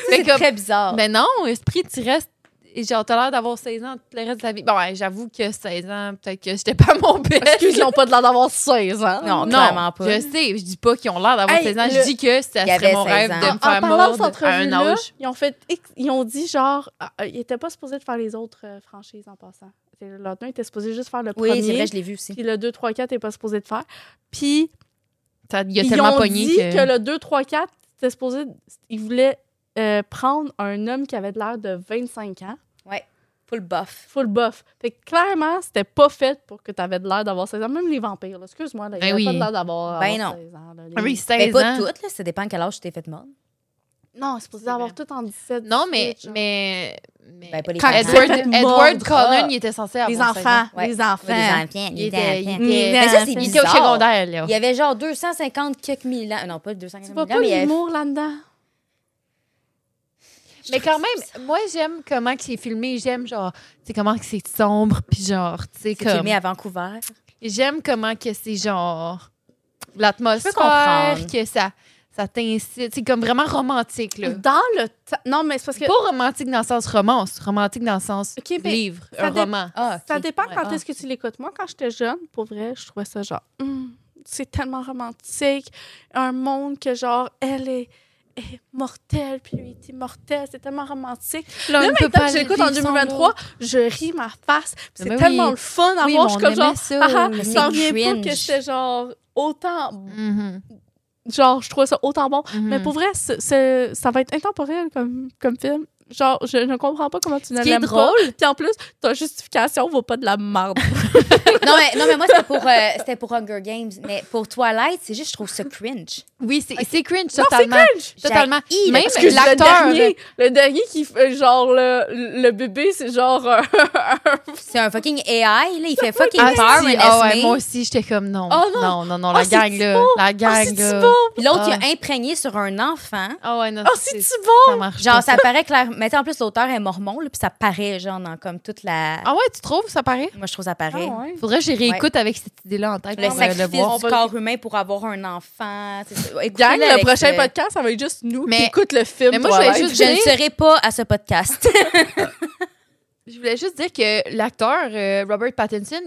S1: C'est
S2: comme- Ben,
S1: très bizarre.
S2: Mais non, esprit, tu restes. et Genre, t'as l'air d'avoir 16 ans tout le reste de ta vie. Bon, ouais, j'avoue que 16 ans, peut-être que j'étais pas à mon best.
S7: Excuse, ils n'ont pas de l'air d'avoir 16 ans.
S1: Non, clairement pas.
S2: Je sais, je dis pas qu'ils ont l'air d'avoir
S7: Hey,
S2: 16 ans.
S7: le-
S2: Je dis que ça
S1: Il
S2: serait
S1: y avait
S2: mon
S1: 16
S2: rêve
S1: ans.
S2: de me
S1: En
S2: faire mordre à un
S7: là,
S2: âge.
S7: ils ont fait, ex- ils ont dit genre, ah, euh, ils étaient pas supposés de faire les autres euh, franchises en passant. C'est- Leur nom était supposé juste faire le
S1: Oui, c'est
S7: premier,
S1: vrai, je l'ai vu aussi.
S7: puis le 2, 3, 4 n'est pas supposé de faire. Puis
S2: Ça- Il y a
S7: ils
S2: tellement
S7: ont
S2: pogné
S7: dit que...
S2: que.
S7: le 2, 3, 4 c'était supposé, ils voulaient euh, prendre un homme qui avait de l'air de 25 ans,
S1: Full buff.
S7: full buff. Fait que clairement, c'était pas fait pour que tu avais de l'air d'avoir 16 ans. Même les vampires, là, excuse-moi, là, ils
S2: Ben
S7: avaient pas
S2: oui.
S7: de l'air d'avoir
S1: Ben
S7: avoir
S1: non.
S7: 16 ans. là, les-
S2: Ah Oui,
S1: Mais
S2: 16
S1: Ben, pas
S2: ans.
S1: toutes, là. Ça dépend à quel âge tu t'es fait mordre.
S7: Non, c'est supposé
S2: C'est
S7: avoir
S2: vrai.
S7: tout en 17.
S2: Non, mais.
S7: 18, genre.
S2: mais, mais-
S1: Ben, pas les
S7: Quand
S1: parents. Ah.
S2: Edward,
S7: Faites
S2: Edward
S7: mordre.
S2: Cullen, il était censé avoir
S7: Les
S2: 16 ans.
S7: enfants,
S1: Ouais.
S7: les enfants.
S1: Ouais, des enfants,
S2: Il
S1: des
S2: était, il
S1: enfants.
S2: était-
S1: Mais ça, c'est
S2: il était au
S1: bizarre.
S2: secondaire, là.
S1: Il y avait genre 250 quelques mille ans. Euh, Non, pas 250
S7: Tu
S1: mille
S7: vois
S1: ans,
S7: pas
S1: mais il y avait-
S7: l'humour là-dedans?
S2: Mais quand même, moi, j'aime comment que c'est filmé. J'aime, genre, tu sais, comment que c'est sombre, puis genre, tu sais,
S1: c'est
S2: comme...
S1: filmé à Vancouver.
S2: J'aime comment que c'est, genre,
S1: Je peux
S2: l'atmosphère,
S1: comprendre.
S2: que ça, ça t'incite. C'est comme vraiment romantique, là.
S7: Dans le temps. Non, mais c'est parce que
S2: Pas romantique dans le sens romance, romantique dans le sens
S7: Ok, mais
S2: livre,
S7: ça
S2: un
S7: dé-
S2: roman.
S1: Ah,
S7: ça
S1: ok.
S7: dépend
S2: ouais.
S7: quand
S2: Ah.
S7: est-ce que tu l'écoutes. Moi, quand j'étais jeune, pour vrai, je trouvais ça genre, Hum, c'est tellement romantique. Un monde que genre, elle est, est mortelle, puis lui est immortel. C'est tellement romantique.
S2: Là, on
S7: Là,
S2: peut
S7: maintenant
S2: pas
S7: que je l'écoute en
S2: vivre sans
S7: 2023, je ris ma face.
S2: Mais
S7: puis
S2: ben
S7: C'est
S2: oui.
S7: tellement le fun à
S2: Oui,
S7: voir.
S2: mais
S7: Je suis
S2: on
S7: comme genre,
S2: aimait ça,
S7: ah, ah,
S2: mais
S7: je
S1: c'est
S7: t'en reviens pas que
S1: cringe.
S7: j'étais genre autant.
S2: Mhm,
S7: Genre, je trouvais ça autant bon.
S2: mhm.
S3: Mm-hmm.
S7: Mais pour vrai, c'est- c'est- ça va être intemporel comme, comme film.
S3: Genre, je ne comprends pas comment tu ne
S1: qui est
S3: l'aimes pas.
S1: drôle-
S3: Puis en plus, ta justification vaut pas de la merde.
S1: non, mais, non, mais moi, c'était pour, euh, c'était pour Hunger Games. Mais pour Twilight, c'est juste, je trouve ça cringe.
S2: Oui, c'est c'est cringe
S1: Non, c'est
S2: totalement.
S1: cringe!
S2: Totalement.
S1: J'haïs le-
S2: Même
S1: Excuse,
S3: le
S2: l'acteur. là,
S3: dernier, le dernier qui fait genre le, le bébé, c'est genre euh,
S1: C'est un fucking AI, là. Il fait fucking
S2: Ah,
S1: peur,
S2: si,
S1: Ernest
S2: ah ouais,
S1: May.
S2: moi aussi, j'étais comme non.
S3: Oh, non.
S2: non, non, non,
S3: Oh,
S2: la
S3: c'est-tu
S2: gang, là.
S3: bon?
S2: La gang,
S3: c'est-tu
S2: là.
S3: bon?
S1: Puis l'autre, il
S2: Ah.
S1: a imprégné sur un enfant.
S2: Ah ouais, non.
S3: Oh, c'est-tu bon?
S2: Ça marche
S1: Genre,
S2: pas,
S1: ça paraît clair. Mais tu sais, en plus, l'auteur est mormon, là, puis ça paraît, genre, dans comme toute la.
S2: Ah ouais, tu trouves, ça paraît?
S1: Moi, je trouve ça paraît.
S3: Ah,
S2: Faudrait que j'y réécoute avec cette idée-là en tête
S1: Le
S2: pour euh, le
S1: sacrifice
S2: voir.
S1: du corps humain pour avoir un enfant. c'est ça.
S3: Gang,
S1: Écoutez-le
S3: le
S1: avec
S3: prochain
S1: ce-
S3: podcast, ça va être juste nous.
S2: Mais-
S3: qui écoute le film.
S2: Mais moi, je vais
S3: Twilight.
S2: juste
S1: Je ne
S2: dire-
S1: serai pas à ce podcast.
S2: Je voulais juste dire que l'acteur euh, Robert Pattinson,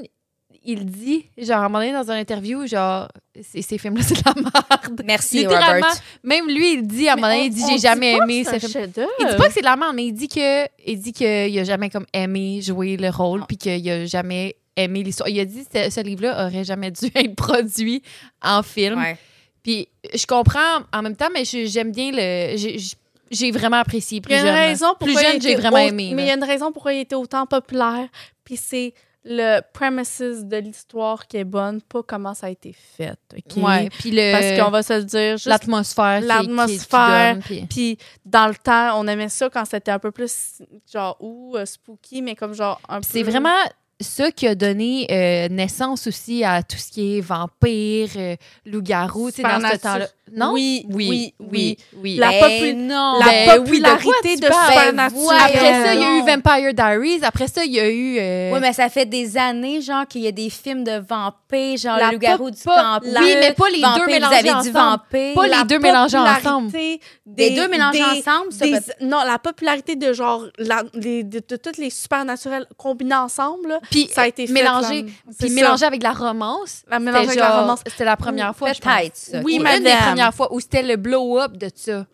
S2: il dit, genre, à un moment donné, dans une interview, genre, ces ces films-là, c'est de la merde.
S1: Merci,
S2: Littéralement,
S1: Robert.
S2: même lui, il dit, à un moment donné, il dit,
S3: On
S2: j'ai
S3: dit
S2: jamais
S3: pas
S2: aimé
S3: que
S2: ce
S3: c'est un
S2: film.
S3: chef-d'œuvre.
S2: Il dit pas que c'est de la merde, mais il dit que il dit qu'il a jamais comme aimé jouer le
S3: Ah.
S2: rôle puis qu'il a jamais aimé l'histoire. Il a dit que ce, ce livre-là aurait jamais dû être produit en film.
S1: Ouais.
S2: Puis je comprends en même temps, mais je- j'aime bien le. j'ai- j'ai- J'ai vraiment apprécié
S3: Il y
S2: plus
S3: a une
S2: jeune. là.
S3: raison pourquoi
S2: plus
S3: il
S2: jeune, j'ai
S3: était
S2: vraiment
S3: au-
S2: aimé.
S3: Mais il y
S2: là.
S3: a une raison pourquoi il était autant populaire. Puis c'est le premises de l'histoire qui est bonne, pas comment ça a été fait. OK?
S2: Ouais, euh, puis le-
S3: Parce qu'on va se le dire, juste
S2: l'atmosphère. qui- qui- qui
S3: l'atmosphère,
S2: donne, puis-
S3: Puis dans le temps, on aimait ça quand c'était un peu plus genre ou euh, spooky, mais comme genre un peu.
S2: C'est vraiment ça qui a donné euh, naissance aussi à tout ce qui est vampire, euh, loup-garou, tu sais, dans ce
S3: Supernatu-
S2: temps-là. Non?
S3: Oui, oui, oui.
S2: oui.
S3: La
S2: Ben,
S3: popu-
S1: non.
S3: la
S2: Ben oui, de quoi
S3: popularité
S2: tu
S3: de
S2: parles?
S1: Ben
S3: Supernatural.
S2: Après ça, il y a eu Vampire Diaries. Après ça, il y a eu. euh,
S1: Oui, mais ça fait des années, genre, qu'il y a des films de vampires, genre
S3: La
S1: Le loup-garou du
S2: pas-
S1: campus.
S2: oui, mais pas les deux
S1: Vampire,
S2: mélangés
S1: Vous avez dit
S2: ensemble.
S1: vampire.
S2: Pas les
S1: La-
S2: deux mélangés
S3: popularité
S2: ensemble.
S3: des-
S1: Les deux mélangés
S3: des-
S1: ensemble, ça
S3: des-
S1: peut-
S3: Non, la popularité de genre la- les- de, de toutes les supernaturels combinés ensemble, là,
S2: Puis euh,
S3: ça a été fait,
S2: mélangé,
S3: comme- c'est
S2: puis
S3: ça.
S2: mélangé avec la romance.
S3: La mélanger
S2: C'était
S3: avec la
S2: genre-
S3: romance.
S2: C'était la première fois. je
S1: Peut-être,
S2: pense.
S1: ça.
S2: Oui,
S1: Oui,
S2: mais une des
S3: madame.
S2: premières fois où c'était le blow-up de ça.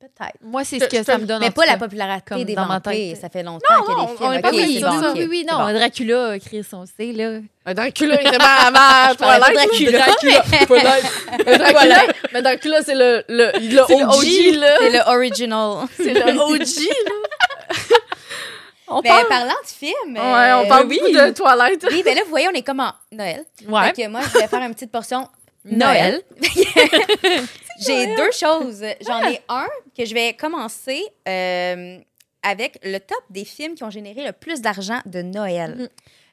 S1: Peut-être.
S2: Moi, c'est
S3: Je-
S2: ce que
S3: je
S2: ça
S3: te-
S2: me donne. en
S1: Mais
S2: tout
S1: pas la
S2: cas.
S1: popularité
S2: comme
S1: des
S2: dans ma
S1: vampires.
S2: tête.
S1: Ça fait longtemps qu'il y a
S3: non,
S1: des
S3: on
S1: films.
S3: est
S1: ok,
S3: pas
S2: oui,
S1: c'est
S3: dans
S1: bon,
S3: ça.
S1: ok,
S2: oui, oui,
S1: c'est
S2: non,
S1: bon.
S2: Dracula, Chris, on le sait, là.
S3: Dracula, il était pas avant
S1: parlais pas
S3: Twilight,
S1: de
S3: là. Dracula, Twilight. Dracula, mais Dracula, c'est le, le, le
S2: C'est le
S3: OG, là.
S1: C'est le original.
S3: C'est le OG, là. On
S1: Mais
S3: parle...
S1: parlant de films.
S3: Ouais, on
S1: euh,
S3: parle beaucoup de Twilight.
S1: Oui, mais là, vous voyez, on est comme en Noël.
S2: Ouais.
S1: Fait que moi, je vais faire une petite portion
S2: Noël.
S1: Noël. J'ai deux choses. J'en ai un que je vais commencer euh, avec le top des films qui ont généré le plus d'argent de Noël.
S2: Mhm.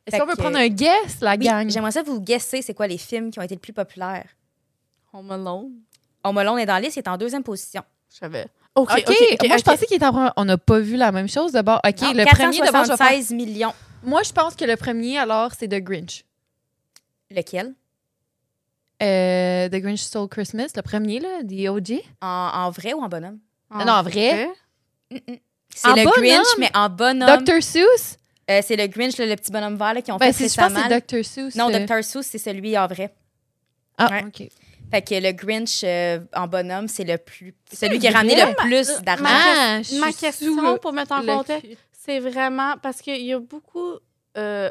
S2: Est-ce
S1: Fait
S2: qu'on veut
S1: que-
S2: prendre un guess, la
S1: Oui,
S2: gang?
S1: J'aimerais ça vous guesser c'est quoi les films qui ont été le plus populaires.
S3: Home Alone.
S1: Home Alone est dans la liste, il est en deuxième position.
S3: Je savais. OK,
S2: OK, moi, je pensais qu'il était en premier. On n'a pas vu la même chose d'abord. OK,
S1: Non,
S2: le premier d'abord, je vais faire-
S1: 476 millions.
S2: Moi, je pense que le premier, alors, c'est The Grinch.
S1: Lequel?
S2: Euh, The Grinch Stole Christmas, le premier, là, The OG.
S1: En, en vrai ou en bonhomme?
S2: non, en vrai.
S1: Mm-mm. C'est
S2: Mm, En
S1: le
S2: bonhomme?
S1: Grinch, mais en bonhomme.
S2: Dr. Seuss?
S1: Euh, c'est le Grinch, le, le petit bonhomme vert là, qui ont
S2: Ben,
S1: fait
S2: c'est- je pense
S1: récemment.
S2: que c'est Dr. Seuss.
S1: Non,
S2: euh,
S1: Dr. Seuss, c'est celui en vrai.
S2: Ah,
S1: Ouais.
S2: OK.
S1: Fait que le Grinch euh, en bonhomme, c'est le plus. Celui
S2: le
S1: qui a ramené
S2: vrai?
S1: le plus d'argent.
S2: Ah, je
S3: Ma
S2: suis
S3: question,
S2: sous
S3: pour mettre en
S2: le-
S3: contexte,
S2: le-
S3: c'est vraiment... Parce qu'il y a beaucoup... euh,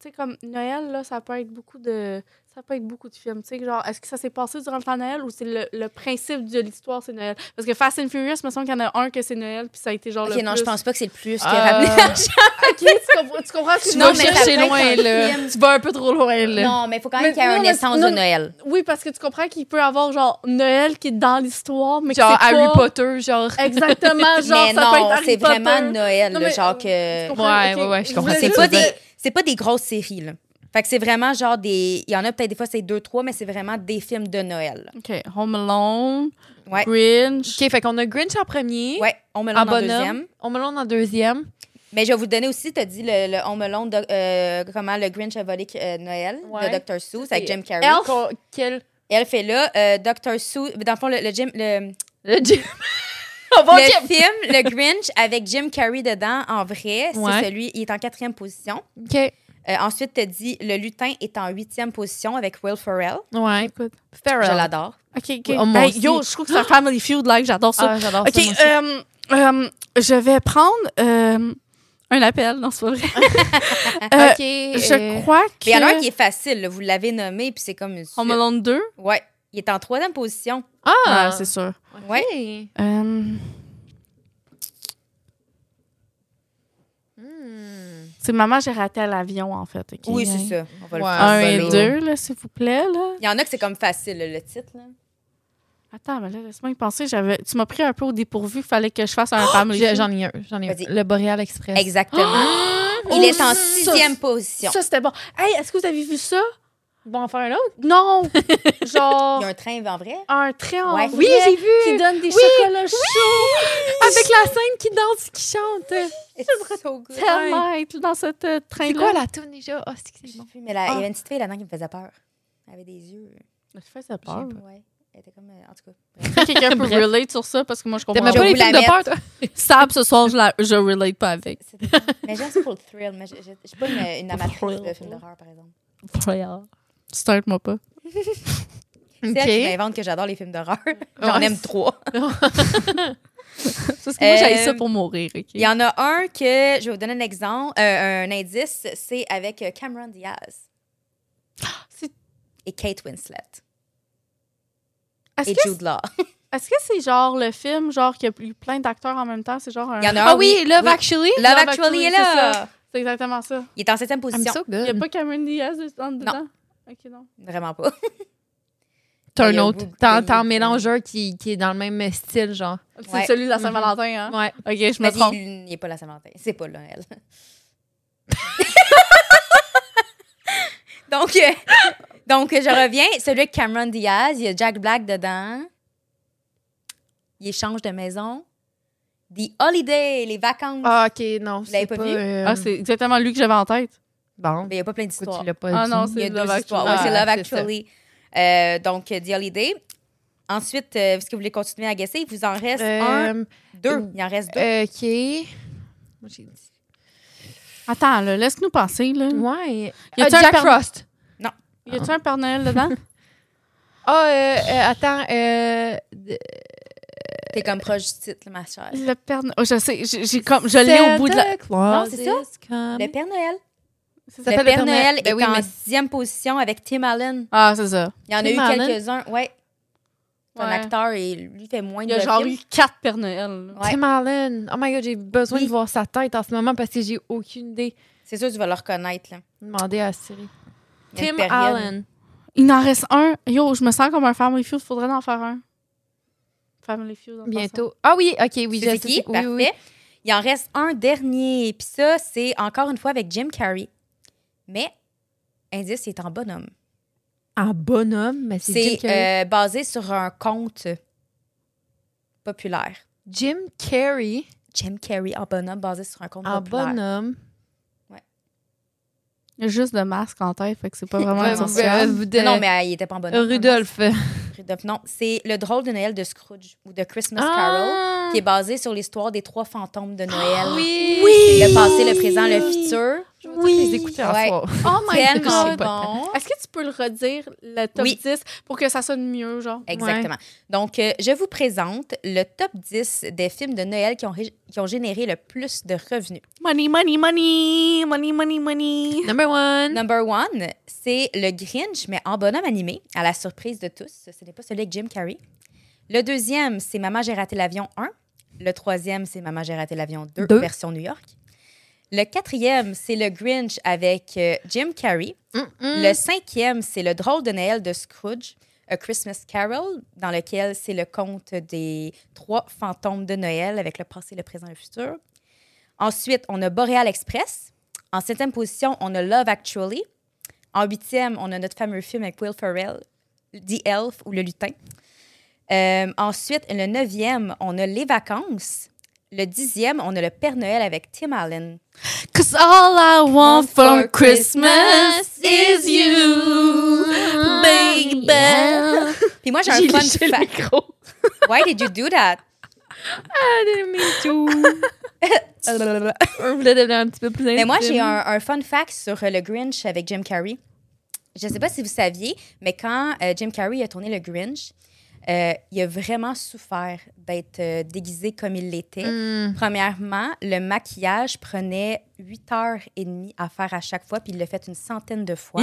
S3: tu sais, comme Noël, là, ça peut être beaucoup de... Ça peut être beaucoup de films. Tu sais, genre, est-ce que ça s'est passé durant le temps de Noël ou c'est le, le principe de l'histoire, c'est Noël? Parce que Fast and Furious, il me semble qu'il y en a un que c'est Noël, puis ça a été genre
S1: Ok,
S3: le
S1: non,
S3: plus.
S1: je pense pas que c'est le plus qui
S2: Euh,
S1: a ramené l'argent.
S3: Ok, tu comprends, tu comprends ce que
S2: Tu
S3: je
S1: Non,
S2: vas
S3: veux
S1: mais ça
S2: chercher
S1: peut être
S2: loin,
S1: un
S2: là.
S1: film.
S2: Tu vas un peu trop loin, là.
S1: Non, mais il faut quand
S3: Mais
S1: même qu'il y ait
S3: non,
S1: une
S3: mais-
S1: essence
S3: non,
S1: de Noël.
S3: Oui, parce que tu comprends qu'il peut avoir genre Noël qui est dans l'histoire, mais que
S2: Genre
S3: c'est
S2: Harry
S3: pas-
S2: Potter, genre.
S3: Exactement, genre
S1: mais
S3: ça peut être
S1: non,
S3: Harry
S1: c'est
S3: Potter.
S1: vraiment Noël,
S3: Non,
S1: là,
S3: mais,
S1: genre
S3: Tu
S1: que.
S3: comprends?
S2: Ouais,
S3: Ok,
S2: ouais, ouais, je comprends
S3: voulais
S2: ce
S1: C'est
S2: que
S3: juste-
S1: pas
S2: tu veux
S1: des,
S2: dire.
S1: c'est pas des grosses séries là. Fait que c'est vraiment genre des, il y en a peut-être des fois c'est deux trois, mais c'est vraiment des films de Noël.
S3: Ok, Home Alone,
S1: Ouais.
S3: Grinch.
S2: OK, fait qu'on a Grinch en premier.
S1: Ouais, on me
S2: En
S1: l'a en
S2: bonhomme.
S1: deuxième.
S2: On me en deuxième.
S1: Mais je vais vous donner aussi, t'as dit le, le On me l'onde, euh, comment le Grinch a volé euh, Noël
S2: Ouais.
S1: de Dr. Seuss avec Jim Carrey.
S2: Elf. Quel...
S1: Elle fait là, euh, Dr. Seuss, dans le fond, le, le Jim, le,
S2: Le Jim. On va au
S1: le
S2: Jim.
S1: film, le Grinch avec Jim Carrey dedans en vrai, c'est
S2: Ouais.
S1: celui, il est en quatrième position.
S2: OK.
S1: Euh, ensuite, t'as dit Le Lutin est en huitième position avec Will Ferrell.
S2: Ouais.
S3: Écoute.
S2: Farrell.
S1: Je l'adore.
S3: Ok, ok.
S2: Ouais, Oh, moi
S3: Hey,
S2: aussi.
S3: yo, je trouve que c'est un family feud like, j'adore ça.
S2: Ah, j'adore
S3: ok,
S2: ça. moi aussi.
S3: euh, euh, je vais prendre euh, un appel, non c'est pas vrai. euh,
S2: OK. euh,
S3: Je crois que
S1: Mais il y en a un qui est facile, là, vous l'avez nommé, puis c'est comme une suite.
S3: Home Alone 2.
S1: Ouais, il est en troisième position.
S2: Ah,
S3: Euh, Ouais, c'est sûr.
S1: Ouais.
S2: OK.
S3: Euh, C'est maman, j'ai raté l'avion, en fait. ok?
S1: Oui, c'est ça. On va le
S3: Ouais.
S1: faire
S3: Un et
S1: solo.
S3: deux, là, s'il vous plaît. Là.
S1: Il y en a que c'est comme facile, là, le titre. Là.
S3: Attends, mais là, laisse-moi y penser. J'avais... Tu m'as pris un peu au dépourvu. Il fallait que je fasse
S1: Oh,
S3: un family.
S2: J'ai- j'en ai un, j'en ai un. Le Boreal Express.
S1: Exactement. Il est en
S3: Ah! Oh, ça,
S1: sixième position.
S3: Ça, c'était bon. Hey, est-ce que vous avez vu ça? Bon, on va faire un autre? Non! Genre.
S1: Il y a un train en vrai?
S3: Un train en
S1: Ouais.
S3: vrai
S1: Oui, j'ai vu.
S3: Qui donne des
S1: Oui,
S3: chocolats chauds!
S2: Avec la scène qui danse, qui chante.
S1: It's so good.
S3: Tellement être dans ce euh, train-là.
S2: C'est quoi la toune déjà? Oh, c'est que c'est bon.
S1: Mais là, il y avait
S2: Ah.
S1: une petite fille là-dedans qui me faisait peur. Elle avait des yeux.
S3: Je faisais peur.
S1: Ouais. Elle était comme. euh, en tout cas.
S3: Quelqu'un peut
S2: Bref.
S3: relate sur ça parce que moi, je comprends
S2: T'aimes pas les
S1: vous la
S2: films de peur,
S1: mettre.
S2: toi?
S3: Sab, ce soir, je, la, je relate pas avec.
S1: Mais j'aime ça pour le thrill. Mais je je- je suis pas une, une amatrice de films d'horreur, par exemple.
S3: Start-moi pas.
S1: C'est elle qui m'invente que j'adore les films d'horreur. J'en
S3: Ouais.
S1: aime trois.
S3: Parce que moi, j'aille ça
S1: Euh,
S3: pour mourir. ok?
S1: Il y en a un que je vais vous donner un exemple, euh, un indice, c'est avec euh, Cameron Diaz. Et Kate Winslet.
S3: Est-ce
S1: Et
S3: que c'est-
S1: Jude Law.
S3: Est-ce que c'est genre le film, genre qu'il y a eu plein d'acteurs en même temps? C'est genre un.
S1: Il y en a un,
S2: Ah oui, Love
S1: oui.
S2: Actually.
S1: Love,
S3: Love
S1: Actually,
S3: Actually,
S1: est
S3: c'est
S1: là.
S3: ça. C'est exactement ça.
S1: Il est en septième
S2: I'm
S1: position.
S2: so
S3: Il n'y a
S2: good.
S3: pas Cameron Diaz en dedans? Ok, non.
S1: Vraiment pas.
S2: T'as
S1: Il
S2: un
S1: y a
S2: autre.
S1: beaucoup-
S2: T'en t'en mélanges un qui, qui est dans le même style, genre. Mhm.
S3: C'est
S1: Ouais.
S3: celui de la
S1: Ah.
S3: Saint-Valentin, hein?
S2: Ouais.
S3: Ok, je me
S1: Mais
S3: trompe.
S1: il n'est pas la Saint-Valentin. C'est pas là, elle. donc, euh, donc, je reviens. Celui avec Cameron Diaz, il y a Jack Black dedans. Il change de maison. The Holiday, les vacances.
S2: Ah, ok, non.
S1: l'avez
S2: c'est
S1: pas
S2: pas,
S1: vu?
S2: euh,
S3: Ah, c'est exactement lui que j'avais en tête.
S2: Bon.
S1: Mais Ben, il n'y a pas plein
S2: Pourquoi
S1: d'histoires.
S2: tu l'as pas
S3: Ah
S2: dit?
S3: non,
S1: Il y a
S3: c'est
S1: deux
S3: Love
S1: histoires.
S3: Actually.
S1: Ouais, c'est
S2: Ah,
S1: Love
S2: c'est ça.
S1: Actually. Euh, donc, The Holiday. Ensuite, euh, est-ce que vous voulez continuer à guesser? Il vous en reste un,
S2: Euh,
S1: deux. Il en reste deux.
S2: Ok. Moi, j'ai dit.
S3: Attends, là, laisse-nous penser, là.
S2: Ouais.
S3: Y a-tu
S2: Ah,
S3: un
S2: Jack
S3: Père-
S2: Frost.
S3: Y a-tu un Père Noël dedans?
S2: Ah, euh, euh, attends. Euh, de- Euh,
S1: T'es comme proche du titre, ma chère.
S3: Le Père Noël. Oh, je sais, j'ai j'ai comme. Je l'ai au bout de la.
S2: Santa Claus
S1: Non, c'est ça.
S2: is coming.
S1: Le Père Noël.
S2: Ça
S1: Le
S2: s'appelle
S1: Père, Noël est
S2: Ben oui,
S1: en
S2: mais-
S1: sixième position avec Tim Allen.
S3: Ah, c'est ça.
S1: Il y en a
S2: Tim
S1: eu
S2: Allen?
S1: quelques-uns. Ouais. C'est un
S3: Ouais.
S1: acteur et lui fait moins
S3: Il
S1: de
S3: y a genre
S1: films.
S3: eu quatre Père Noël. là.
S1: Ouais.
S2: Tim Allen. Oh my god, j'ai besoin
S1: Oui.
S2: de voir sa tête en ce moment parce que j'ai aucune idée.
S1: C'est sûr, tu vas le reconnaître. Là.
S2: Demander à Siri.
S1: Il y a
S2: Tim
S1: une période.
S2: Allen.
S3: Il en reste un. Yo, je me sens comme un Family Feud. Faudrait en faire un. Family Feud. en
S2: Bientôt. Ah oui, ok, oui,
S1: Tu
S2: je
S1: sais
S2: sais.
S1: qui?
S2: c'est- Oui, oui.
S1: Parfait. Il en reste un dernier. Puis ça, c'est encore une fois avec Jim Carrey. Mais, indice, il est en bonhomme.
S2: Un bonhomme, mais c'est Jim
S1: C'est
S2: Carrey.
S1: euh, basé sur un conte populaire.
S2: Jim Carrey
S1: Jim Carrey en bonhomme, basé sur un conte
S2: en
S1: populaire.
S2: bonhomme.
S3: pensant. Il y a juste de masque en tête, fait que c'est pas vraiment
S2: Euh,
S3: essentiel.
S2: euh, de-
S1: Non, non, mais euh, il était pas en bonhomme.
S2: Rudolph.
S1: Rudolph, non. C'est le drôle de Noël de Scrooge ou de Christmas
S2: Ah!
S1: Carol. qui est basé sur l'histoire des trois fantômes de Noël.
S2: Oui.
S1: Le passé, le présent, le futur.
S2: Oui. Les écouter en
S1: Ouais.
S2: soir.
S3: Oh
S1: Tellement
S2: God.
S1: bon.
S3: Est-ce que tu peux le redire, le top
S1: Oui.
S3: 10, pour que ça sonne mieux, genre?
S1: Exactement. Donc, euh, je vous présente le top 10 des films de Noël qui ont, ré- qui ont généré le plus de revenus.
S3: Money, money, money! Money, money, money!
S2: Number one.
S1: Number one, c'est le Grinch, mais en bonhomme animé, à la surprise de tous. Ce n'est pas celui avec Jim Carrey. Le deuxième, c'est Maman, j'ai raté l'avion 1. Le troisième, c'est Maman, j'ai raté l'avion 2,
S2: Deux.
S1: version New York. Le quatrième, c'est le Grinch avec euh, Jim Carrey. Le cinquième, c'est le drôle de Noël de Scrooge, A Christmas Carol, dans lequel c'est le conte des trois fantômes de Noël avec le passé, le présent et le futur. Ensuite, on a Boreal Express. En septième position, on a Love Actually. En huitième, on a notre fameux film avec Will Ferrell, The Elf ou Le Lutin. Euh, ensuite, le neuvième, on a Les Vacances. Le dixième, on a le Père Noël avec Tim Allen.
S3: Cause all I want
S1: for
S3: for Christmas is you, baby.
S1: Puis moi, j'ai un fun fact. Why did you do that?
S2: I didn't mean Ah, to. On voulait devenir un petit peu plus
S1: Mais moi,
S2: intime.
S1: j'ai un, un fun fact sur euh, le Grinch avec Jim Carrey. Je ne sais pas si vous saviez, mais quand euh, Jim Carrey a tourné le Grinch, euh, il a vraiment souffert d'être euh, déguisé comme il l'était.
S2: Mm.
S1: Premièrement, le maquillage prenait 8 heures et demie à faire à chaque fois, puis il l'a fait une centaine de fois.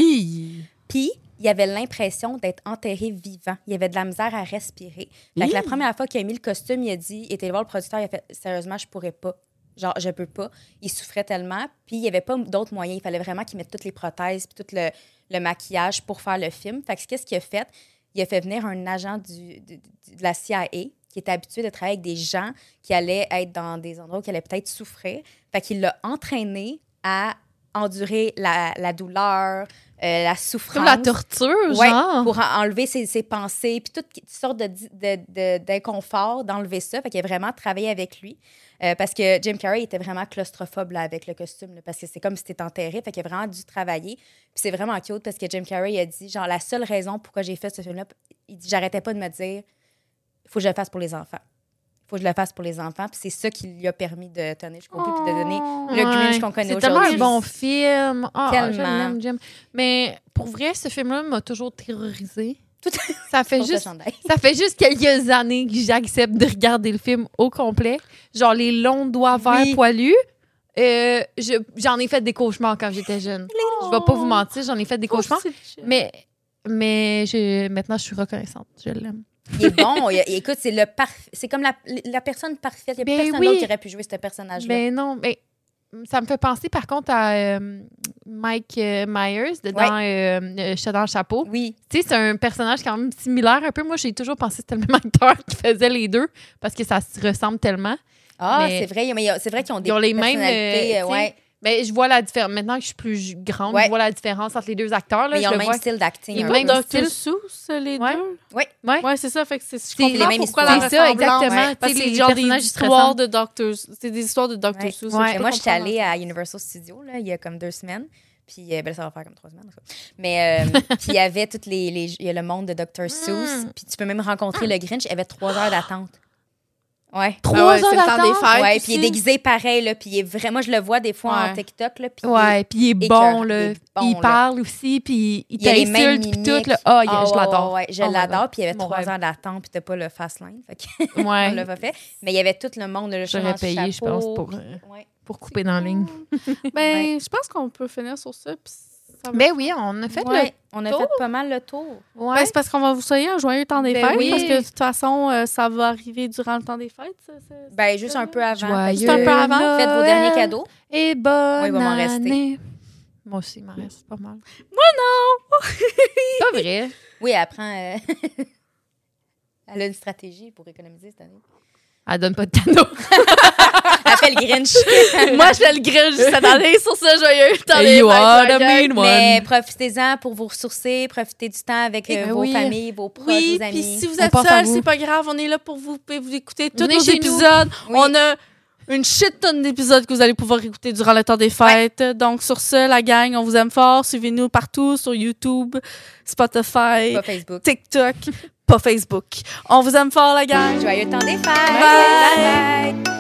S1: Puis, il avait l'impression d'être enterré vivant. Il avait de la misère à respirer. Fait que la première fois qu'il a mis le costume, il a dit, il était voir le producteur, il a fait Sérieusement, je pourrais pas. Genre, je peux pas. Il souffrait tellement, puis il y avait pas d'autres moyens. Il fallait vraiment qu'il mette toutes les prothèses, puis tout le, le maquillage pour faire le film. Fait que qu'est-ce qu'il a fait? Il a fait venir un agent du, du- du- de la CIA qui était habitué de travailler avec des gens qui allaient être dans des endroits qui allaient peut-être souffrir. Fait qu'il l'a entraîné à endurer la, la douleur, euh, la souffrance.
S2: Comme la torture,
S1: Ouais,
S2: genre.
S1: pour en- enlever ses, ses pensées, puis toutes sortes de, di- de- de- d'inconfort, d'enlever ça. Fait qu'il a vraiment travaillé avec lui. Euh, parce que Jim Carrey était vraiment claustrophobe là, avec le costume, là, parce que c'est comme si t'étais enterré. Fait qu'il a vraiment dû travailler. Puis c'est vraiment cute parce que Jim Carrey a dit, genre, la seule raison pourquoi j'ai fait ce film-là, il dit, j'arrêtais pas de me dire, il faut que je le fasse pour les enfants. Il faut que je le fasse pour les enfants. Puis c'est ça qui lui a permis de tenir jusqu'au bout
S2: Oh.
S1: puis de donner le Grinch
S2: Ouais.
S1: qu'on connaît
S2: C'est tellement
S1: aujourd'hui.
S2: un bon film. Ah,
S1: Tellement.
S2: je l'aime, Jim. Mais pour vrai, ce film-là m'a toujours terrorisée. ça fait
S1: Pour ce
S2: juste
S1: chandail.
S2: ça fait juste quelques années que j'accepte de regarder le film au complet. Genre les longs doigts verts
S1: Oui.
S2: poilus. Euh, je- j'en ai fait des cauchemars quand j'étais jeune. Je vais pas vous mentir, j'en ai fait des
S3: Oh,
S2: cauchemars. Mais mais je, maintenant je suis reconnaissante, je l'aime.
S1: Il est bon. Il- écoute, c'est le parfait. C'est comme la, la personne parfaite. Il n'y a
S2: Ben
S1: personne
S2: oui.
S1: d'autre qui aurait pu jouer ce personnage-là.
S2: Mais non, mais ça me fait penser par contre à euh, Mike euh, Myers de dans euh, euh, Chat dans le chapeau.
S1: Oui.
S2: Tu sais, c'est un personnage quand même similaire un peu. Moi, j'ai toujours pensé que c'était le même acteur qui faisait les deux parce que ça se ressemble tellement.
S1: Ah,
S2: Mais
S1: c'est vrai. mais il y a- C'est vrai qu'ils ont des
S2: Ils ont les mêmes.
S1: personnalités,
S2: euh, tu
S1: euh,
S2: sais,
S1: ouais.
S2: Mais je vois la différence. Maintenant que je suis plus ju- grande,
S1: Ouais.
S2: je vois la différence entre les deux acteurs. Là,
S1: Mais ils
S2: je
S1: ont le
S2: le
S1: même
S2: vois.
S1: style d'acting, hein.
S2: Ils
S1: un
S2: ont
S1: peu.
S2: le même
S1: Dr.
S2: style.
S3: Sous, euh, les deux?
S1: Oui.
S2: Ouais.
S3: Ouais, c'est ça. Fait que c'est, je
S2: C'est les
S3: comprends
S2: mêmes
S3: pourquoi
S2: histoires.
S3: la
S2: C'est ça,
S3: ressemblance,
S2: exactement.
S3: ouais. Parce
S2: Tu
S3: que
S2: sais,
S3: c'est
S2: les
S3: genre des
S2: personnages se
S3: histoires
S2: ressemblent.
S3: de Dr. Seuss. C'est des histoires de Dr.
S1: Ouais.
S3: Seuss.
S1: Ouais. Moi, j'étais allée à Universal Studios là, il y a comme deux semaines. Puis, euh, ben, ça va faire comme trois semaines. en tout cas. Mais, euh, puis, il y avait toutes les, les- Il y a le monde de Dr. Seuss. Puis, tu peux même rencontrer le Grinch. Il y avait trois heures d'attente. Ouais.
S2: Trois Ah ouais, heures c'est le temps des d'attente? fêtes
S1: Ouais, puis il est
S2: aussi.
S1: déguisé pareil. Là, puis, il est vraiment. Moi, je le vois des fois en
S2: Ouais.
S1: TikTok. Là, puis
S2: Ouais, puis il est
S1: écœurant,
S2: bon, là.
S1: il
S2: Il,
S1: est bon, là.
S2: parle aussi, puis il,
S1: Il y a les mêmes
S2: t'insulte, puis
S1: mimiques.
S2: tout. Là. Ah, il-
S1: Ah,
S2: je
S1: ouais,
S2: l'adore.
S1: ouais, ouais, je
S2: Oh my
S1: l'adore.
S2: God.
S1: Puis il y avait
S2: Mon
S1: trois
S2: rêve.
S1: heures d'attente, puis t'as pas le fast line. Fait que
S2: Ouais.
S1: on l'a pas fait. Mais il y avait tout le monde. le
S2: J'aurais
S1: chemin du
S2: payé, je pense,
S1: chapeau,
S2: pour,
S1: puis-
S2: euh,
S1: ouais.
S2: pour couper dans la ligne.
S3: Ben, je pense qu'on peut finir sur ça. puis ça va-
S2: Ben oui, on a fait
S3: Ouais.
S2: le.
S1: On a
S3: tour.
S1: fait pas mal le tour.
S2: Ouais.
S3: Ben, c'est parce qu'on va vous souhaiter un joyeux temps des
S2: Ben
S3: fêtes.
S2: oui.
S3: Parce que de toute façon, euh, ça va arriver durant le temps des fêtes. ça, ça-
S1: Ben, juste un peu avant. Fait que
S2: Joyeux
S1: c'est un peu avant.
S2: Noël.
S1: Faites vos derniers cadeaux.
S2: Et bonne
S1: Moi, il va m'en rester.
S2: année. Moi aussi, il m'en reste pas mal.
S3: Moi, non!
S2: Pas vrai.
S1: Oui, elle prend. euh, elle a une stratégie pour économiser cette année.
S2: Elle donne pas de cadeaux.
S1: Elle fait le Grinch.
S7: Moi, je fais le grill cette année sur ce joyeux temps
S2: Hey,
S7: des
S2: you
S7: fêtes,
S2: are the
S7: joyeux.
S2: mean
S1: Mais
S2: one.
S1: profitez-en pour vous ressourcer, profitez du temps avec euh,
S2: Ben
S1: vos
S2: oui.
S1: familles, vos proches,
S3: Oui,
S1: vos amis.
S3: puis si vous
S2: On
S3: êtes
S2: pense à
S3: seul,
S2: vous.
S3: c'est pas grave. On est là pour vous. Vous pouvez vous écouter tous
S2: Venez
S3: nos
S2: chez nous.
S3: épisodes.
S1: Oui.
S3: On a une shit tonne d'épisodes que vous allez pouvoir écouter durant le temps des fêtes. Donc, sur ce, la gang, on vous aime fort. Suivez-nous partout sur YouTube, Spotify,
S1: Pas Facebook.
S3: TikTok, pas Facebook. On vous aime fort, la gang.
S1: Joyeux temps des fêtes.
S3: Bye.
S1: bye. bye.